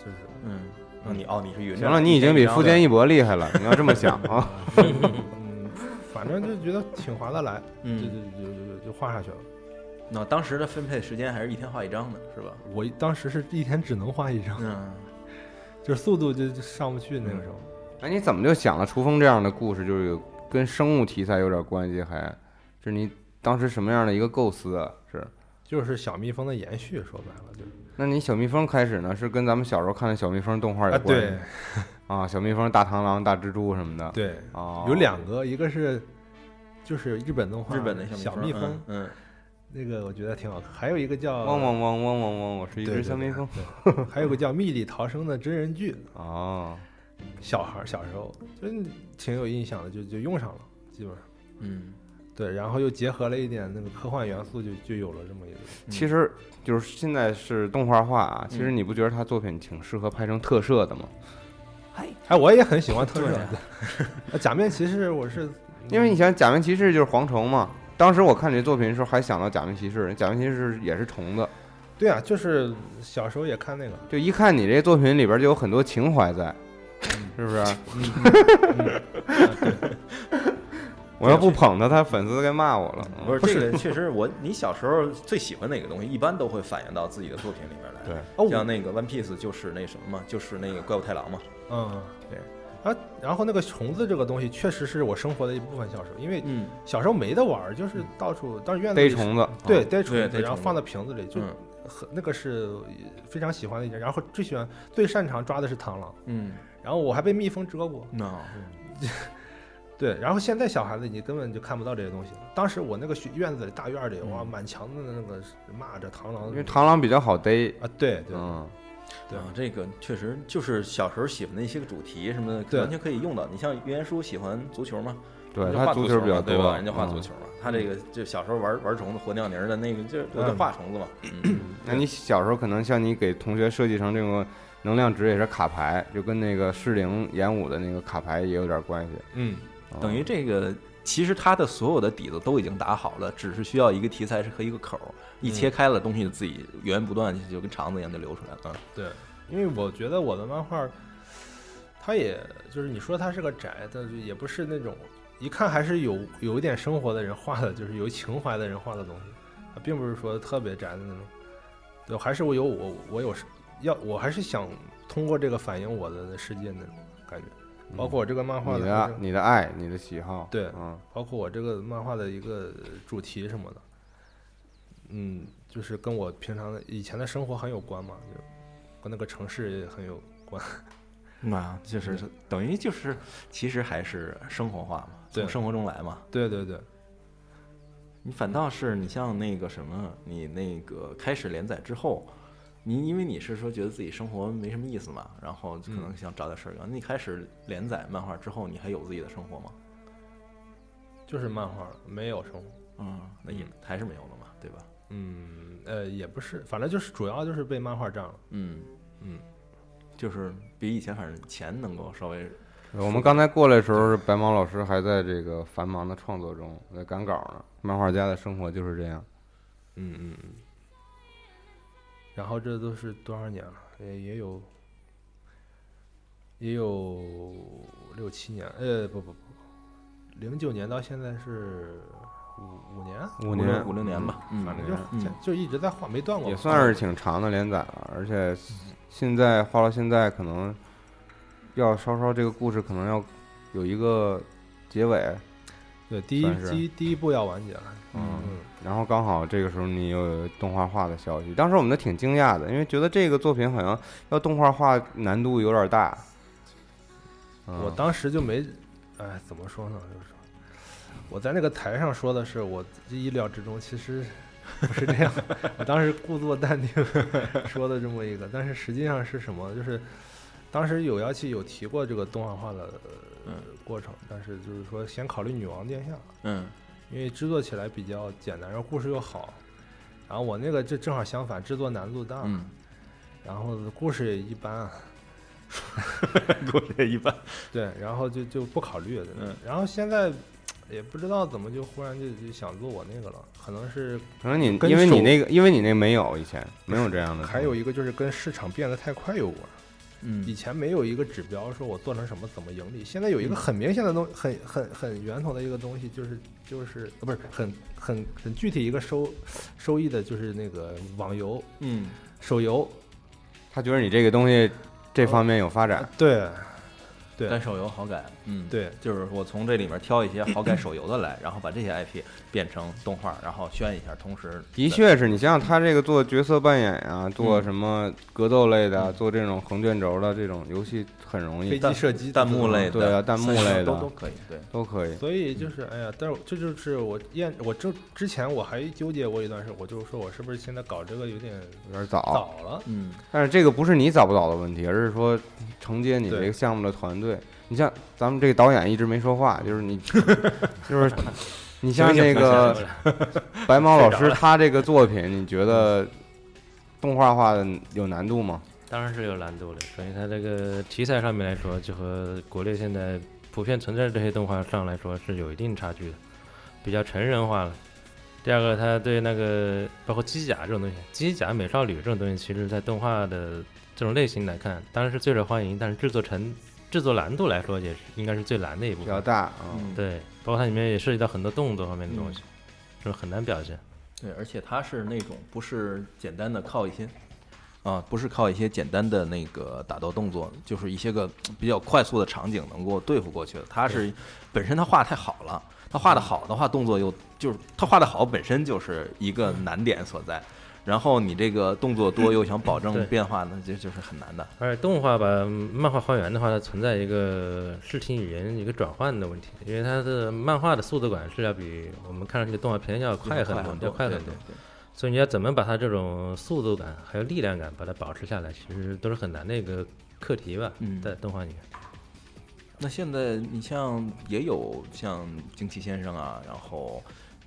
Speaker 6: 就是
Speaker 2: 嗯，那你哦，你是云
Speaker 1: 行了，你已经比富坚义博厉害 了，你要这么想啊。
Speaker 6: 嗯，反正就觉得挺划得来，就就
Speaker 2: 嗯，
Speaker 6: 就就就就画下去了。
Speaker 2: 那当时的分配时间还是一天画一张的，是吧？
Speaker 6: 我当时是一天只能画一张，
Speaker 2: 嗯，
Speaker 6: 就是速度就就上不去那个时候。
Speaker 1: 哎，你怎么就想了雏风这样的故事，就是有跟生物题材有点关系，还就是你当时什么样的一个构思啊？是？
Speaker 6: 就是小蜜蜂的延续，说白了就是
Speaker 1: 那你小蜜蜂开始呢，是跟咱们小时候看的小蜜蜂动画
Speaker 6: 啊，
Speaker 1: 有关
Speaker 6: 对
Speaker 1: 系啊小蜜蜂、大螳螂、大蜘蛛什么的。
Speaker 6: 对，
Speaker 1: 哦，
Speaker 6: 有两个，一个是就是日本动画，
Speaker 2: 日本的
Speaker 6: 小
Speaker 2: 蜜
Speaker 6: 蜜蜂，
Speaker 2: 嗯，嗯
Speaker 6: 那个我觉得挺好看，还有一个叫
Speaker 1: 汪汪汪汪汪汪，我是一
Speaker 6: 对
Speaker 1: 只小蜜蜂。，
Speaker 6: 对对对还有个叫蜜里逃生的真人剧，
Speaker 1: 哦，
Speaker 6: 嗯小孩儿小时候就是挺有印象的，就就用上了，基本上。
Speaker 2: 嗯，
Speaker 6: 对，然后又结合了一点那个科幻元素就，就有了这么一个。
Speaker 1: 其实就是现在是动画化啊，其
Speaker 6: 嗯
Speaker 1: 实你不觉得他作品挺适合拍成特摄的吗？
Speaker 6: 哎，我也很喜欢特
Speaker 2: 对
Speaker 6: 摄
Speaker 2: 啊。
Speaker 6: 对 假面骑士，我是嗯
Speaker 1: 因为你想假面骑士就是蝗虫嘛。当时我看你这作品的时候，还想到假面骑士，假面骑士也是虫子，
Speaker 6: 对啊，就是小时候也看那个，
Speaker 1: 就一看你这作品里边就有很多情怀在，
Speaker 2: 嗯
Speaker 1: 是不是？
Speaker 2: 嗯
Speaker 1: 我要不捧他，他粉丝该骂我了。嗯
Speaker 2: 不是这个，确实我你小时候最喜欢哪个东西，一般都会反映到自己的作品里面来。
Speaker 1: 对
Speaker 6: 哦
Speaker 2: 像那个 One Piece 就是那什么嘛，就是那个怪物太郎嘛。
Speaker 6: 嗯，
Speaker 2: 对。
Speaker 6: 啊，然后那个虫子这个东西，确实是我生活的一部分。小时候，因为
Speaker 2: 嗯，
Speaker 6: 小时候没得玩儿，就是到处，当时院子
Speaker 1: 逮
Speaker 6: 里
Speaker 1: 虫子，啊
Speaker 6: 对，逮虫
Speaker 2: 对
Speaker 6: 子，
Speaker 2: 逮
Speaker 6: 然后
Speaker 2: 虫
Speaker 6: 放
Speaker 2: 子
Speaker 6: 到瓶子里，就
Speaker 2: 嗯
Speaker 6: 很那个是非常喜欢的一件。然后最喜欢、最擅长抓的是螳螂，
Speaker 2: 嗯
Speaker 6: 然后我还被蜜蜂蛰过。
Speaker 2: ，no，
Speaker 6: 对，然后现在小孩子你根本就看不到这些东西了。当时我那个学院子里大院里，哇，满墙的那个蚂蚱、螳螂
Speaker 1: 嗯因为螳螂比较好逮。
Speaker 6: 啊，对对，
Speaker 1: 嗯，
Speaker 6: 对
Speaker 2: 啊，这个确实就是小时候喜欢的一些个主题什么
Speaker 6: 对
Speaker 2: 的，完全可以用到。你像原言书喜欢足球嘛，
Speaker 1: 对
Speaker 2: 人家
Speaker 1: 他
Speaker 2: 画
Speaker 1: 足
Speaker 2: 足
Speaker 1: 球
Speaker 2: 球
Speaker 1: 比较
Speaker 2: 嘛对吧？
Speaker 1: 多，
Speaker 2: 人家画足
Speaker 1: 嗯
Speaker 2: 球嘛，他这个就小时候玩玩虫子、活尿泥儿的那个，就我就
Speaker 6: 嗯
Speaker 2: 画虫子嘛。
Speaker 1: 嗯那你小时候可能像你给同学设计成这种能量值也是卡牌，就跟那个适龄演武的那个卡牌也有点关系。
Speaker 6: 嗯，
Speaker 1: 嗯
Speaker 2: 等于这个，其实他的所有的底子都已经打好了，只是需要一个题材是和一个口儿，一切开了，东西自己源源不断，就跟肠子一样就流出来了。嗯
Speaker 6: 对，因为我觉得我的漫画，它也就是你说它是个宅，但是也不是那种一看还是有有一点生活的人画的，就是有情怀的人画的东西。啊并不是说特别宅的那种。对，还是我有我我有要，我还是想通过这个反映我的世界那种感觉，包括我这个漫画
Speaker 1: 你
Speaker 6: 的
Speaker 1: 的你的爱，你的喜好，
Speaker 6: 对
Speaker 1: 嗯，
Speaker 6: 包括我这个漫画的一个主题什么的，嗯，就是跟我平常的以前的生活很有关嘛，就跟那个城市也很有关。
Speaker 2: 那啊就是等于就是，其实还是生活化嘛，
Speaker 6: 对
Speaker 2: 从生活中来嘛。
Speaker 6: 对对对，
Speaker 2: 你反倒是你像那个什么，你那个开始连载之后，你因为你是说觉得自己生活没什么意思嘛，然后可能想找点事儿干。那你开始连载漫画之后，你还有自己的生活吗？
Speaker 6: 就是漫画没有生活，
Speaker 2: 嗯，那也还是没有了嘛，对吧？
Speaker 6: 嗯，呃，也不是，反正就是主要就是被漫画占了。
Speaker 2: 嗯
Speaker 6: 嗯，
Speaker 2: 就是比以前反正钱能够稍微
Speaker 1: 我们刚才过来的时候，白毛老师还在这个繁忙的创作中，在赶稿呢。漫画家的生活就是这样，
Speaker 6: 嗯嗯嗯。然后这都是多少年了？也也有，也有六七年。呃，不不不，零九年到现在是五五年，
Speaker 1: 五
Speaker 2: 六
Speaker 1: 年
Speaker 2: 五六年吧，嗯
Speaker 6: 反正就
Speaker 2: 嗯
Speaker 6: 就一直在画，没断过。
Speaker 1: 也算是挺长的连载了。而且现在画到现在，可能要稍稍这个故事可能要有一个结尾，
Speaker 6: 对第一
Speaker 1: 算是
Speaker 6: 第一第一部要完结了。
Speaker 1: 嗯
Speaker 6: 嗯，
Speaker 1: 然后刚好这个时候你又有动画化的消息，当时我们都挺惊讶的，因为觉得这个作品好像要动画化难度有点大。嗯
Speaker 6: 我当时就没，哎，怎么说呢？就是我在那个台上说的是我意料之中，其实不是这样。 我当时故作淡定说的这么一个，但是实际上是什么？就是当时有妖气有提过这个动画化的、呃
Speaker 2: 嗯
Speaker 6: 过程，但是就是说先考虑女王殿下，
Speaker 2: 嗯
Speaker 6: 因为制作起来比较简单，然后故事又好。然后我那个这正好相反，制作难度大，
Speaker 2: 嗯，
Speaker 6: 然后故事也一般，啊
Speaker 2: 过这一般，
Speaker 6: 对，然后就就不考虑了。
Speaker 2: 嗯
Speaker 6: 然后现在也不知道怎么就忽然就就想做我那个了，可能是
Speaker 1: 可能你
Speaker 6: 跟
Speaker 1: 因为你
Speaker 6: 手
Speaker 1: 那个，因为你那个没有以前没有这样的东西，
Speaker 6: 还有一个就是跟市场变得太快有关。以
Speaker 2: 嗯
Speaker 6: 前没有一个指标说我做成什么怎么盈利，现在有一个很明显的东，很很很源头的一个东西，就是就是呃不是很很很具体一个收收益的，就是那个网游
Speaker 2: 嗯，
Speaker 6: 手游，
Speaker 1: 他觉得你这个东西这方面有发展，
Speaker 6: 对
Speaker 2: 但
Speaker 6: 对
Speaker 2: 手游好改，嗯，
Speaker 6: 对
Speaker 2: 就是我从这里面挑一些好改手游的来，然后把这些 IP 变成动画，然后宣一下，同时
Speaker 1: 的确是你想想他这个做角色扮演啊，
Speaker 6: 嗯
Speaker 1: 做什么格斗类的，啊做这种横卷轴的这种游戏很容
Speaker 6: 飞
Speaker 1: 易，
Speaker 6: 机射击
Speaker 2: 弹幕类的，
Speaker 1: 对啊弹幕类的
Speaker 2: 都都可以，对，
Speaker 1: 都可以。
Speaker 6: 所以就是，哎呀，但是这就是我验，我之之前我还纠结过一段时间，我就说我是不是现在搞这个有点
Speaker 1: 有点早，
Speaker 6: 早了？
Speaker 2: 嗯
Speaker 1: 但是这个不是你早不早的问题，而是说承接你这
Speaker 6: 对
Speaker 1: 个项目的团队。你像咱们这个导演一直没说话，就是你， 就是你像那个 白 毛老师，他这个作品，你觉得
Speaker 6: 嗯
Speaker 1: 动画化的有难度吗？
Speaker 4: 当然是有难度的。关于它这个题材上面来说，就和国内现在普遍存在的这些动画上来说是有一定差距的，比较成人化了。第二个，它对那个包括机甲这种东西，机甲美少女这种东西，其实在动画的这种类型来看，当然是最受欢迎，但是制作成制作难度来说，也是应该是最难的一部
Speaker 1: 比
Speaker 4: 分
Speaker 1: 较。大啊，
Speaker 2: 嗯，对
Speaker 4: 对，包括它里面也涉及到很多动作方面的东
Speaker 1: 嗯
Speaker 4: 西，就是很难表现。
Speaker 2: 对，而且它是那种不是简单的靠一些。啊，不是靠一些简单的那个打斗动作，就是一些个比较快速的场景能够对付过去的。它是本身它画得太好了，它画的好的话，动作又就是它画的好本身就是一个难点所在。然后你这个动作多又想保证
Speaker 4: 对
Speaker 2: 变化，那这就是很难的。
Speaker 4: 而且动画吧，漫画还原的话，它存在一个视听语言一个转换的问题，因为它的漫画的速度感是要比我们看上去的动画片要快很多，要快很多
Speaker 2: 对。对
Speaker 4: 所以你要怎么把它这种速度感还有力量感把它保持下来，其实都是很难的一个课题吧。
Speaker 2: 嗯
Speaker 4: 在动画里面，
Speaker 2: 那现在你像也有像惊奇先生啊，然后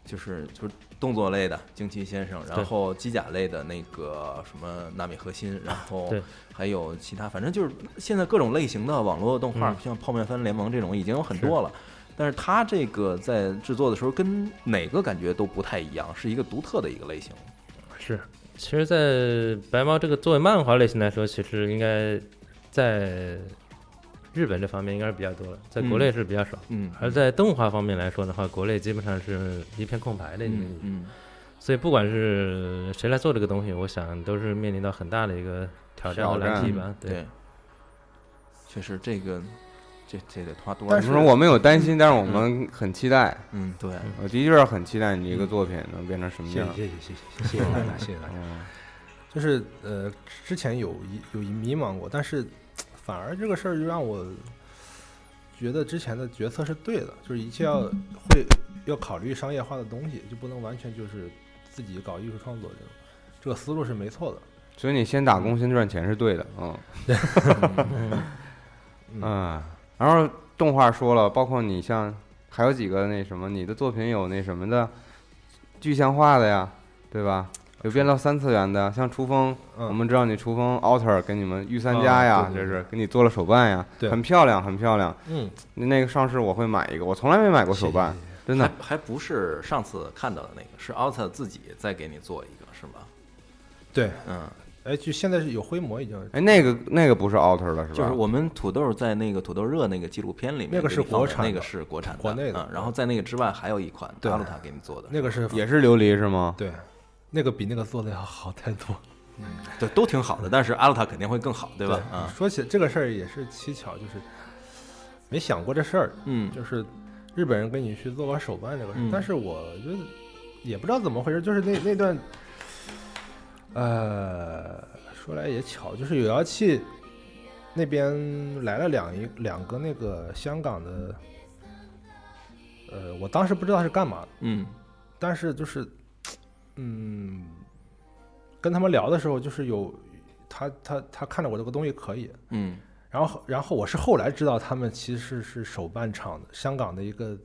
Speaker 2: 就是就是动作类的惊奇先生，然
Speaker 4: 对
Speaker 2: 后机甲类的那个什么纳米核心，然后
Speaker 4: 对
Speaker 2: 还有其他，反正就是现在各种类型的网络动画，
Speaker 4: 嗯
Speaker 2: 像泡面番联盟这种已经有很多了。但是它这个在制作的时候跟哪个感觉都不太一样，是一个独特的一个类型。
Speaker 4: 是。其实，在白猫这个作为漫画类型来说，其实应该在日本这方面应该是比较多了，在
Speaker 2: 嗯
Speaker 4: 国内是比较少。
Speaker 2: 嗯
Speaker 4: 而在动画方面来说的话，国内基本上是一片空白的一个领域。
Speaker 2: 嗯
Speaker 4: 所以不管是谁来做这个东西，我想都是面临到很大的一个挑战和
Speaker 1: 挑
Speaker 4: 难
Speaker 1: 战
Speaker 4: 题吧。
Speaker 2: 嗯
Speaker 4: 对，
Speaker 2: 对，确实这个这这得花多少
Speaker 6: 但
Speaker 1: 你
Speaker 2: 时
Speaker 6: 是嗯
Speaker 2: 间？
Speaker 1: 说我们有担心，但是我们很期待，
Speaker 2: 嗯，对，
Speaker 1: 我的确是很期待你这个作品能变成什么
Speaker 6: 谢
Speaker 1: 样
Speaker 6: 嗯谢。谢谢谢谢谢谢大家， 谢谢大家。
Speaker 1: 嗯，
Speaker 6: 就是呃，之前有一有一迷茫过，但是反而这个事儿就让我觉得之前的决策是对的，就是一切要会要考虑商业化的东西，就不能完全就是自己搞艺术创作这种，这个思路是没错的。
Speaker 1: 所以你先打工先赚钱是对的， 嗯
Speaker 6: 嗯
Speaker 1: 嗯。然后动画说了，包括你像还有几个那什么，你的作品有那什么的具象化的呀，对吧？有变到三次元的，像厨风，
Speaker 6: 嗯
Speaker 1: 我们知道你厨风 alter 给你们御三家呀，
Speaker 6: 啊对
Speaker 1: 这
Speaker 6: 对
Speaker 1: 是给你做了手办呀，
Speaker 6: 对
Speaker 1: 很漂亮，很漂亮。
Speaker 6: 嗯，
Speaker 1: 那个上市我会买一个，我从来没买过手办，真的
Speaker 2: 还。还不是上次看到的那个，是奥特自己再给你做一个，是吧？
Speaker 6: 对，
Speaker 2: 嗯，
Speaker 6: 哎，就现在是有灰模已经，
Speaker 1: 哎，那个那个不是 alter 了是吧？
Speaker 2: 就是我们土豆在那个土豆热那个纪录片里面，
Speaker 6: 那个是国产的
Speaker 2: 那个是国产的，
Speaker 6: 国内的
Speaker 2: 嗯然后在那个之外还有一款
Speaker 6: 对
Speaker 2: 阿鲁塔给你做的，
Speaker 6: 那个是
Speaker 1: 也是琉璃是吗？
Speaker 6: 对，那个比那个做的要好太多。
Speaker 2: 对都挺 好的，但是阿鲁塔肯定会更好，对吧？啊，
Speaker 6: 说起这个事儿也是蹊跷，就是没想过这事儿，
Speaker 2: 嗯，
Speaker 6: 就是日本人跟你去做个手办这个事儿，
Speaker 2: 嗯
Speaker 6: 但是我觉得也不知道怎么回事，就是那那段，呃，说来也巧，就是有妖气那边来了两一两个那个香港的，呃，我当时不知道是干嘛的，
Speaker 2: 嗯，
Speaker 6: 但是就是，嗯，跟他们聊的时候，就是有他他他看着我这个东西可以，
Speaker 2: 嗯，
Speaker 6: 然后，然后我是后来知道他们其实是手办厂的，香港的一个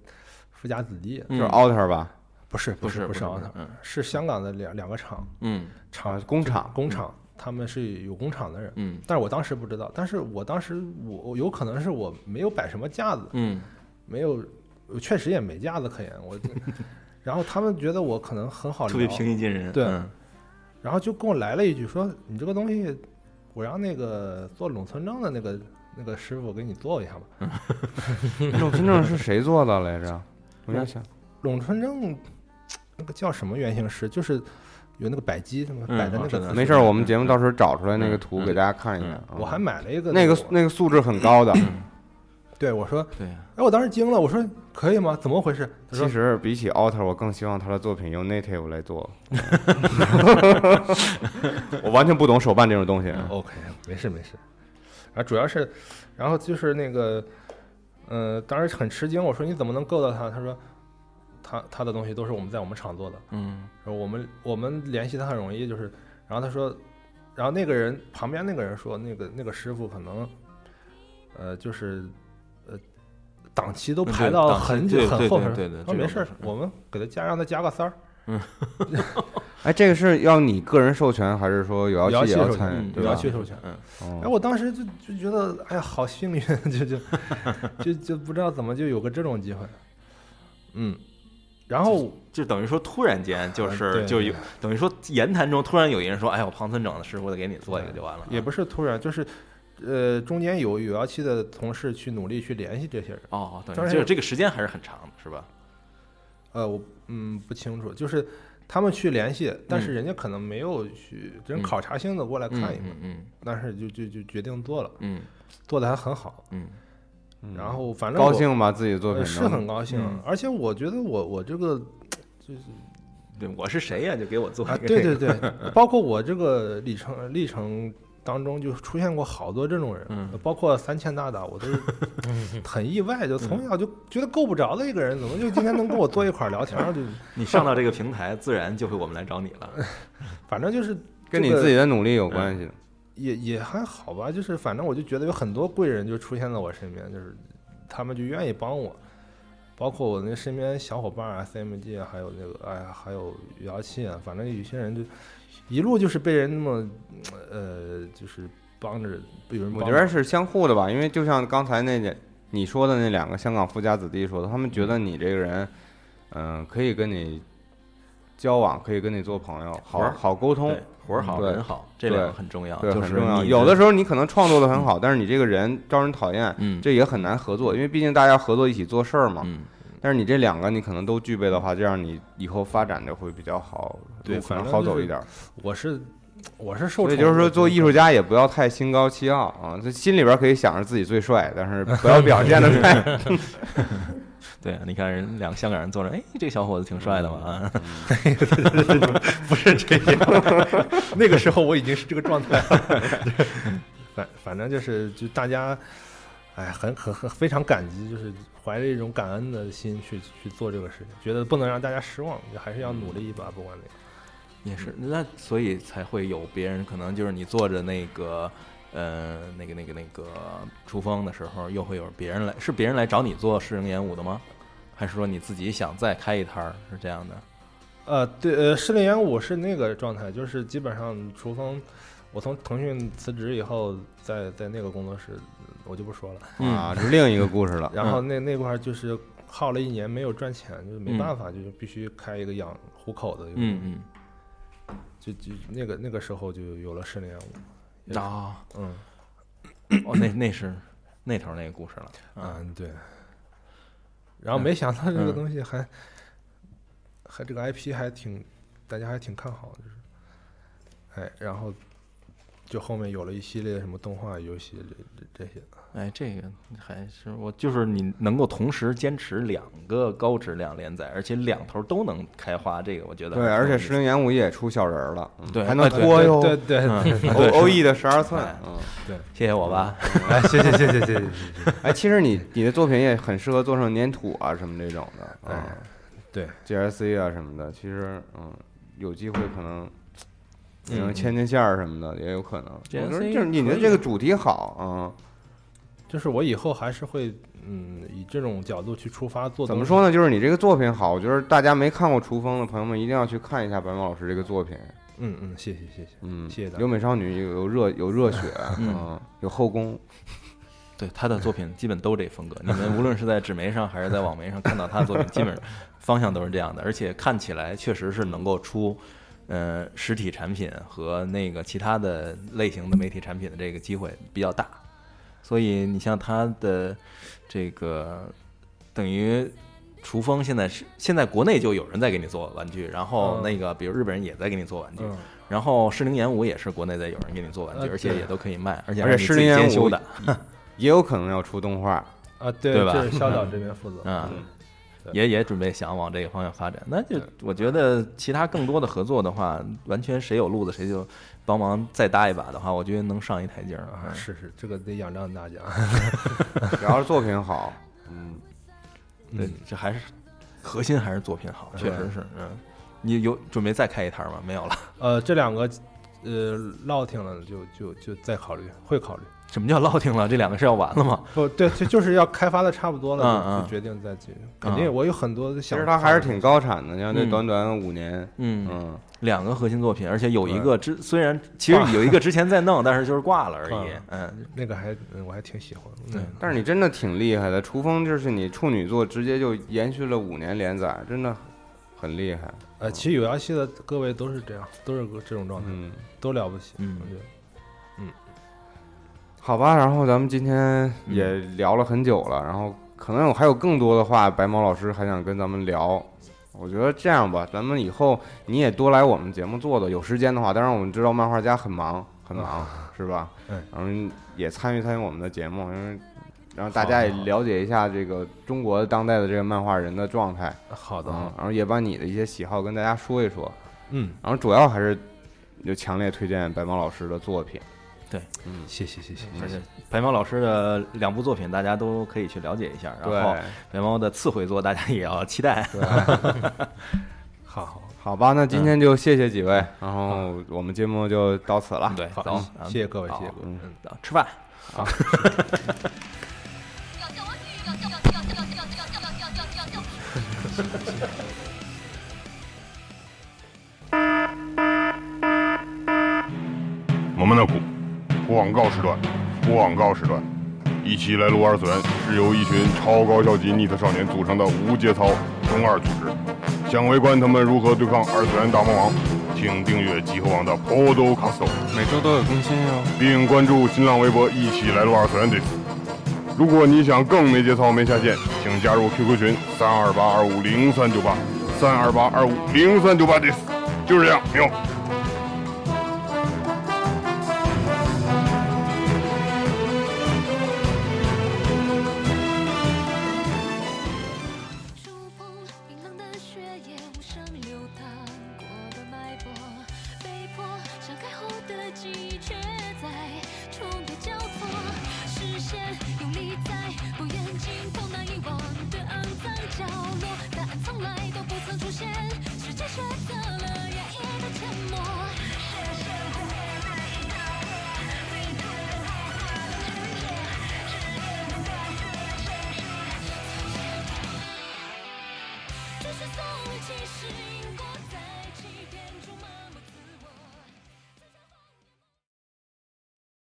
Speaker 6: 富家子弟，
Speaker 1: 就
Speaker 2: 嗯
Speaker 1: 是 alter 吧？
Speaker 6: 不是
Speaker 2: 不是
Speaker 6: 是不
Speaker 2: 不
Speaker 6: 是奥特，
Speaker 2: 嗯
Speaker 6: 是香港的两两个厂
Speaker 2: 嗯
Speaker 1: 啊
Speaker 6: 厂，
Speaker 1: 工厂。
Speaker 6: 工厂，他们是有工厂的人，
Speaker 2: 嗯
Speaker 6: 但是我当时不知道，但是我当时我我有可能是我没有摆什么架子，
Speaker 2: 嗯
Speaker 6: 没有，我确实也没架子可言，我就， 然后他们觉得我可能很好
Speaker 2: 嗯，特别
Speaker 6: 聊，
Speaker 2: 平易近人，
Speaker 6: 对
Speaker 2: 嗯
Speaker 6: 然后就跟我来了一句说你这个东西，我让那个做拢村正的那个那个师傅给你做一下吧。
Speaker 1: 那种真正是谁做的来着？我在想，
Speaker 6: 陇春正那个叫什么原型师，就是有那个摆鸡，他们
Speaker 2: 嗯
Speaker 6: 摆的那
Speaker 2: 我知
Speaker 6: 个
Speaker 2: 道
Speaker 6: 姿势。
Speaker 1: 没事儿，我们节目到时候找出来那个图
Speaker 2: 嗯
Speaker 1: 给大家看一看
Speaker 2: 嗯。
Speaker 1: 嗯
Speaker 6: 我还买了一个
Speaker 1: 那个
Speaker 6: 我嗯
Speaker 1: 那个素质很高的，
Speaker 6: 对我说，
Speaker 2: 对，啊
Speaker 6: 哎，我当时惊了，我说可以吗？怎么回事？
Speaker 1: 其
Speaker 6: 他说
Speaker 1: 实比起 alter，我更希望他的作品用 native 来 做。我完全不懂手办这种东西。
Speaker 6: OK，没事没事。然后主要是，然后就是那个，呃，当时很吃惊，我说你怎么能够到他？他说他他的东西都是我们在我们厂做的，
Speaker 2: 嗯
Speaker 6: 然后我们我们联系他很容易，就是，然后他说，然后那个人旁边那个人说，那个那个师傅可能，呃，就是，呃，档期都
Speaker 2: 嗯
Speaker 6: 排
Speaker 2: 对
Speaker 6: 到
Speaker 2: 档期
Speaker 6: 很久
Speaker 2: 对
Speaker 6: 很
Speaker 2: 对
Speaker 6: 后
Speaker 2: 对
Speaker 6: 面，
Speaker 2: 对对这
Speaker 6: 他说没
Speaker 2: 种
Speaker 6: 事儿
Speaker 2: 是，
Speaker 6: 我们给他加让他加个三儿，
Speaker 1: 哎，这个是要你个人授权，还是说有
Speaker 6: 有
Speaker 1: 妖
Speaker 6: 妖
Speaker 1: 气
Speaker 6: 气
Speaker 1: 也要
Speaker 6: 授权
Speaker 1: 参与
Speaker 2: 嗯，？
Speaker 1: 对
Speaker 6: 有
Speaker 1: 吧
Speaker 6: 妖气授权
Speaker 2: 嗯
Speaker 1: 哦
Speaker 6: 哎，我当时就就觉得，哎呀，好幸运，就就 就就不知道怎么就有个这种机会，嗯，然后
Speaker 2: 就等于说突然 间就
Speaker 6: 嗯
Speaker 2: 是
Speaker 6: 对
Speaker 2: 就有
Speaker 6: 对
Speaker 2: 等于说言谈中突然有一人说，哎，我庞村整的师傅再给你做一个就完了，
Speaker 6: 也不是突然，就是，呃，中间有有妖气的同事去努力去联系这些人。
Speaker 2: 哦，等
Speaker 6: 当
Speaker 2: 于
Speaker 6: 然
Speaker 2: 就是
Speaker 6: 有
Speaker 2: 这个时间还是很长的，是吧？
Speaker 6: 呃，我嗯不清楚，就是他们去联系，但是
Speaker 2: 嗯
Speaker 6: 人家可能没有去人
Speaker 2: 嗯
Speaker 6: 考察性的过来看一看，
Speaker 2: 嗯嗯
Speaker 6: 但是就就就决定做了，
Speaker 2: 嗯
Speaker 6: 做的还很好。
Speaker 2: 嗯
Speaker 6: 然后反正
Speaker 1: 高
Speaker 6: 我
Speaker 1: 兴吧，自己的作
Speaker 6: 呃
Speaker 1: 品
Speaker 6: 是
Speaker 1: 能
Speaker 6: 很高兴，
Speaker 2: 嗯
Speaker 6: 而且我觉得我我这 个
Speaker 2: 嗯，对，我是谁呀？就给我做
Speaker 6: 啊
Speaker 2: 一个，
Speaker 6: 对对， 对，包括我这个历程历程。当中就出现过好多这种人，
Speaker 2: 嗯
Speaker 6: 包括三千大大，我都是 很意外，就
Speaker 2: 嗯
Speaker 6: 从小就觉得够不着的一个人，怎么就今天能跟我坐一块儿聊天儿？就
Speaker 2: 你上到这个平台，自然就会我们来找你了。
Speaker 6: 反正就是
Speaker 1: 跟你
Speaker 6: 这个
Speaker 1: 自己的努力有关系的。
Speaker 6: 也也还好吧，就是反正我就觉得有很多贵人就出现在我身边，就是他们就愿意帮我，包括我那身边小伙伴啊，SMG 啊，还有那个哎呀，还有姚气啊，反正有些人就一路就是被人那么呃，就是帮着有人
Speaker 1: 我
Speaker 6: 帮
Speaker 1: 觉得是相互的吧，因为就像刚才那点你说的那两个香港富家子弟说的，他们觉得你这个人，嗯、可以跟你交往，可以跟你做朋友，好
Speaker 2: 玩儿
Speaker 1: 好沟通
Speaker 6: 哦
Speaker 1: 嗯
Speaker 2: 对，，活儿好
Speaker 1: 对
Speaker 2: 人好，这两个
Speaker 1: 对
Speaker 2: 很重要，
Speaker 1: 对，
Speaker 2: 就
Speaker 1: 很
Speaker 2: 是
Speaker 1: 重要。
Speaker 2: 你
Speaker 1: 有的时候你可能创作的很好，但是你这个人招人讨厌，
Speaker 2: 嗯
Speaker 1: 这也很难合作，因为毕竟大家要合作一起做事儿嘛。
Speaker 2: 嗯
Speaker 1: 但是你这两个你可能都具备的话，这样你以后发展的会比较好，
Speaker 6: 对
Speaker 1: 路可
Speaker 6: 反
Speaker 1: 能
Speaker 6: 正
Speaker 1: 好
Speaker 6: 就
Speaker 1: 走
Speaker 6: 是
Speaker 1: 一点儿。
Speaker 6: 我是我是
Speaker 1: 所
Speaker 6: 受宠，
Speaker 1: 以就是说，做艺术家也不要太心高气傲啊，这心里边可以想着自己最帅，但是不要表现的太。
Speaker 2: 对啊，你看人两个香港人坐着，哎，这小伙子挺帅的
Speaker 6: 嗯
Speaker 2: 嘛啊。
Speaker 6: 不是这样。 那个时候我已经是这个状态了， 反反正就是就大家，哎，很很很非常感激，就是怀着一种感恩的心去去做这个事情，觉得不能让大家失望，还是要努力一把，不管怎样。
Speaker 2: 也是，那所以才会有别人可能就是你坐着那个，呃，那个那个那个出风的时候，又会有别人来，是别人来找你做市政演武的吗？还是说你自己想再开一摊儿是这样的？
Speaker 6: 呃，对，呃，室内演武是那个状态，就是基本上除峰，我从腾讯辞职以后，在在那个工作室，我就不说了。
Speaker 1: 啊，这是另一个故事了。
Speaker 6: 然后那那块儿就是耗了一年没有赚钱，就是没
Speaker 2: 嗯
Speaker 6: 办法，就是必须开一个养糊口的一个
Speaker 2: 嗯嗯，
Speaker 6: 就就那个那个时候就有了失恋舞，
Speaker 2: 然后
Speaker 6: 嗯
Speaker 2: 啊 哦，那那是那头那个故事了。啊
Speaker 6: 嗯对，然后没想到这个东西还、还这个 IP 还挺大家还挺看好的，就是哎，然后就后面有了一系列什么动画、游戏这这这些，
Speaker 2: 哎，这个还是我就是你能够同时坚持两个高质量连载，而且两头都能开花，这个我觉得
Speaker 1: 嗯对，
Speaker 2: 还
Speaker 1: 而
Speaker 2: 挺有
Speaker 1: 且
Speaker 2: 意
Speaker 1: 石
Speaker 2: 思
Speaker 1: 林演武也出小人儿了，嗯
Speaker 2: 对
Speaker 1: 还能
Speaker 2: 啊对
Speaker 1: 拖哟。
Speaker 6: 对对对，
Speaker 1: O O E 的十二寸，嗯，
Speaker 2: 谢谢我吧。
Speaker 6: 哎，谢谢谢谢谢谢谢谢，
Speaker 1: 哎，其实你你的作品也很适合做成粘土啊什么这种的，啊
Speaker 6: 哎对
Speaker 1: g S C 啊什么的，其实嗯，有机会可能也能牵牵线儿什么的，也有可能。我觉得
Speaker 2: GSC
Speaker 1: 就是你的
Speaker 2: 可以
Speaker 1: 这个主题好嗯
Speaker 6: 就是我以后还是会嗯以这种角度去出发做
Speaker 1: 嗯，怎
Speaker 6: 东
Speaker 1: 么
Speaker 6: 西
Speaker 1: 说呢？就是你这个作品好，我觉得大家没看过《厨风》的朋友们一定要去看一下白毛老师这个作品。
Speaker 6: 嗯嗯谢谢谢谢
Speaker 1: 嗯，
Speaker 6: 谢谢大家
Speaker 1: 有美少女，有有热有热血，嗯，有后宫，
Speaker 2: 对他的作品基本都这风格，你们无论是在纸媒上还是在网媒上看到他的作品，基本上方向都是这样的，而且看起来确实是能够出，呃，实体产品和那个其他的类型的媒体产品的这个机会比较大，所以你像他的这个等于。厨风现在是现在国内就有人在给你做玩具，然后
Speaker 6: 嗯
Speaker 2: 那个比如日本人也在给你做玩具，
Speaker 6: 嗯
Speaker 2: 然后适龄演武也是国内在有人给你做玩具，
Speaker 6: 呃
Speaker 2: 而且
Speaker 6: 对
Speaker 2: 也都可以卖，而且
Speaker 1: 而且适
Speaker 2: 是你自己
Speaker 1: 龄演
Speaker 2: 监修
Speaker 1: 武
Speaker 2: 的，
Speaker 1: 也有可能要出动画。
Speaker 6: 啊对
Speaker 2: 对吧
Speaker 6: 这是肖导这边负责
Speaker 2: 啊，
Speaker 6: 对
Speaker 2: 也也准备想往这个方向发展。那就我觉得其他更多的合作的话，完全谁有路子谁就帮忙再搭一把的话，我觉得能上一台阶儿
Speaker 6: 啊
Speaker 2: 嗯
Speaker 6: 是是这个得仰仗大家。
Speaker 1: 只要是作品好，嗯，
Speaker 6: 嗯
Speaker 2: 对，这还是核心还是作品好，确实是。嗯，你有准备再开一摊儿吗？没有了。
Speaker 6: 呃，这两个呃落听了就就就再考虑，会考虑。
Speaker 2: 什么叫落听了？这两个是要完了吗？
Speaker 6: 不，对，就就是要开发的差不多
Speaker 2: 嗯
Speaker 6: 了，就
Speaker 2: 嗯
Speaker 6: 就决定再去。肯定我有很多的
Speaker 1: 其
Speaker 6: 想
Speaker 1: 实
Speaker 6: 法。
Speaker 1: 它还是挺高产的，像这
Speaker 2: 嗯
Speaker 1: 短短五年，嗯，
Speaker 2: 两个核心作品，而且有一个之虽然其实有一个之前在弄，但是就是挂了而已
Speaker 6: 嗯。
Speaker 2: 嗯，
Speaker 6: 那个还，嗯我还挺喜欢。
Speaker 2: 对
Speaker 6: 嗯，
Speaker 1: 但是你真的挺厉害的，《厨风》就是你处女作直接就延续了五年连载，真的很厉害。
Speaker 6: 呃，其实有游戏的各位都是这样，都是这种状态，
Speaker 1: 嗯，
Speaker 6: 都了不起。
Speaker 2: 嗯
Speaker 6: 我觉得
Speaker 1: 好吧，然后咱们今天也聊了很久了，然后可能有还有更多的话，白毛老师还想跟咱们聊。我觉得这样吧，咱们以后你也多来我们节目做的，有时间的话，当然我们知道漫画家很忙很忙，是吧？
Speaker 6: 嗯，
Speaker 1: 然后也参与参与我们的节目，因为让大家也了解一下这个中国当代的这个漫画人的状态。
Speaker 6: 好的，
Speaker 1: 嗯，然后也把你的一些喜好跟大家说一说。
Speaker 6: 嗯，
Speaker 1: 然后主要还是就强烈推荐白毛老师的作品。
Speaker 6: 谢谢谢谢。
Speaker 2: 而且白毛老师的两部作品大家都可以去了解一下，然
Speaker 1: 对，
Speaker 2: 后白猫的次回作，大家也要期待。
Speaker 6: 好好，
Speaker 1: 好吧，那今天就谢谢几位，然后我们节目就到此了。
Speaker 2: 对，走
Speaker 6: 好，谢谢各位，谢谢各位。
Speaker 1: 嗯，
Speaker 2: 走吃饭。
Speaker 3: 要叫我女，要叫要叫要叫要叫要叫要叫叫。
Speaker 7: 蒙蒙纳古，广告时段，广告时段，一起来撸二次元是由一群超高校级逆特少年组成的无节操中二组织。想围观他们如何对抗二次元大魔王，请订阅集合网的 Podcast，
Speaker 1: 每周都有更新哦哟。
Speaker 7: 并关注新浪微博“一起来撸二次元”队。如果你想更没节操、没下限，请加入 QQ 群三二八二五零三九八，三二八二五零三九八，这就是这样，牛。
Speaker 8: 触碰冰冷的血液，无声流淌过的脉搏，被迫伤开后的记忆却在重叠交错，视线用力在不远镜头难遗忘的肮脏角落，答案从来都不曾出现，世界选择了压抑的沉默。视线不灭的一道火，密度的火花的沉淀，炽烈的感觉深处。这是所谓前世因果。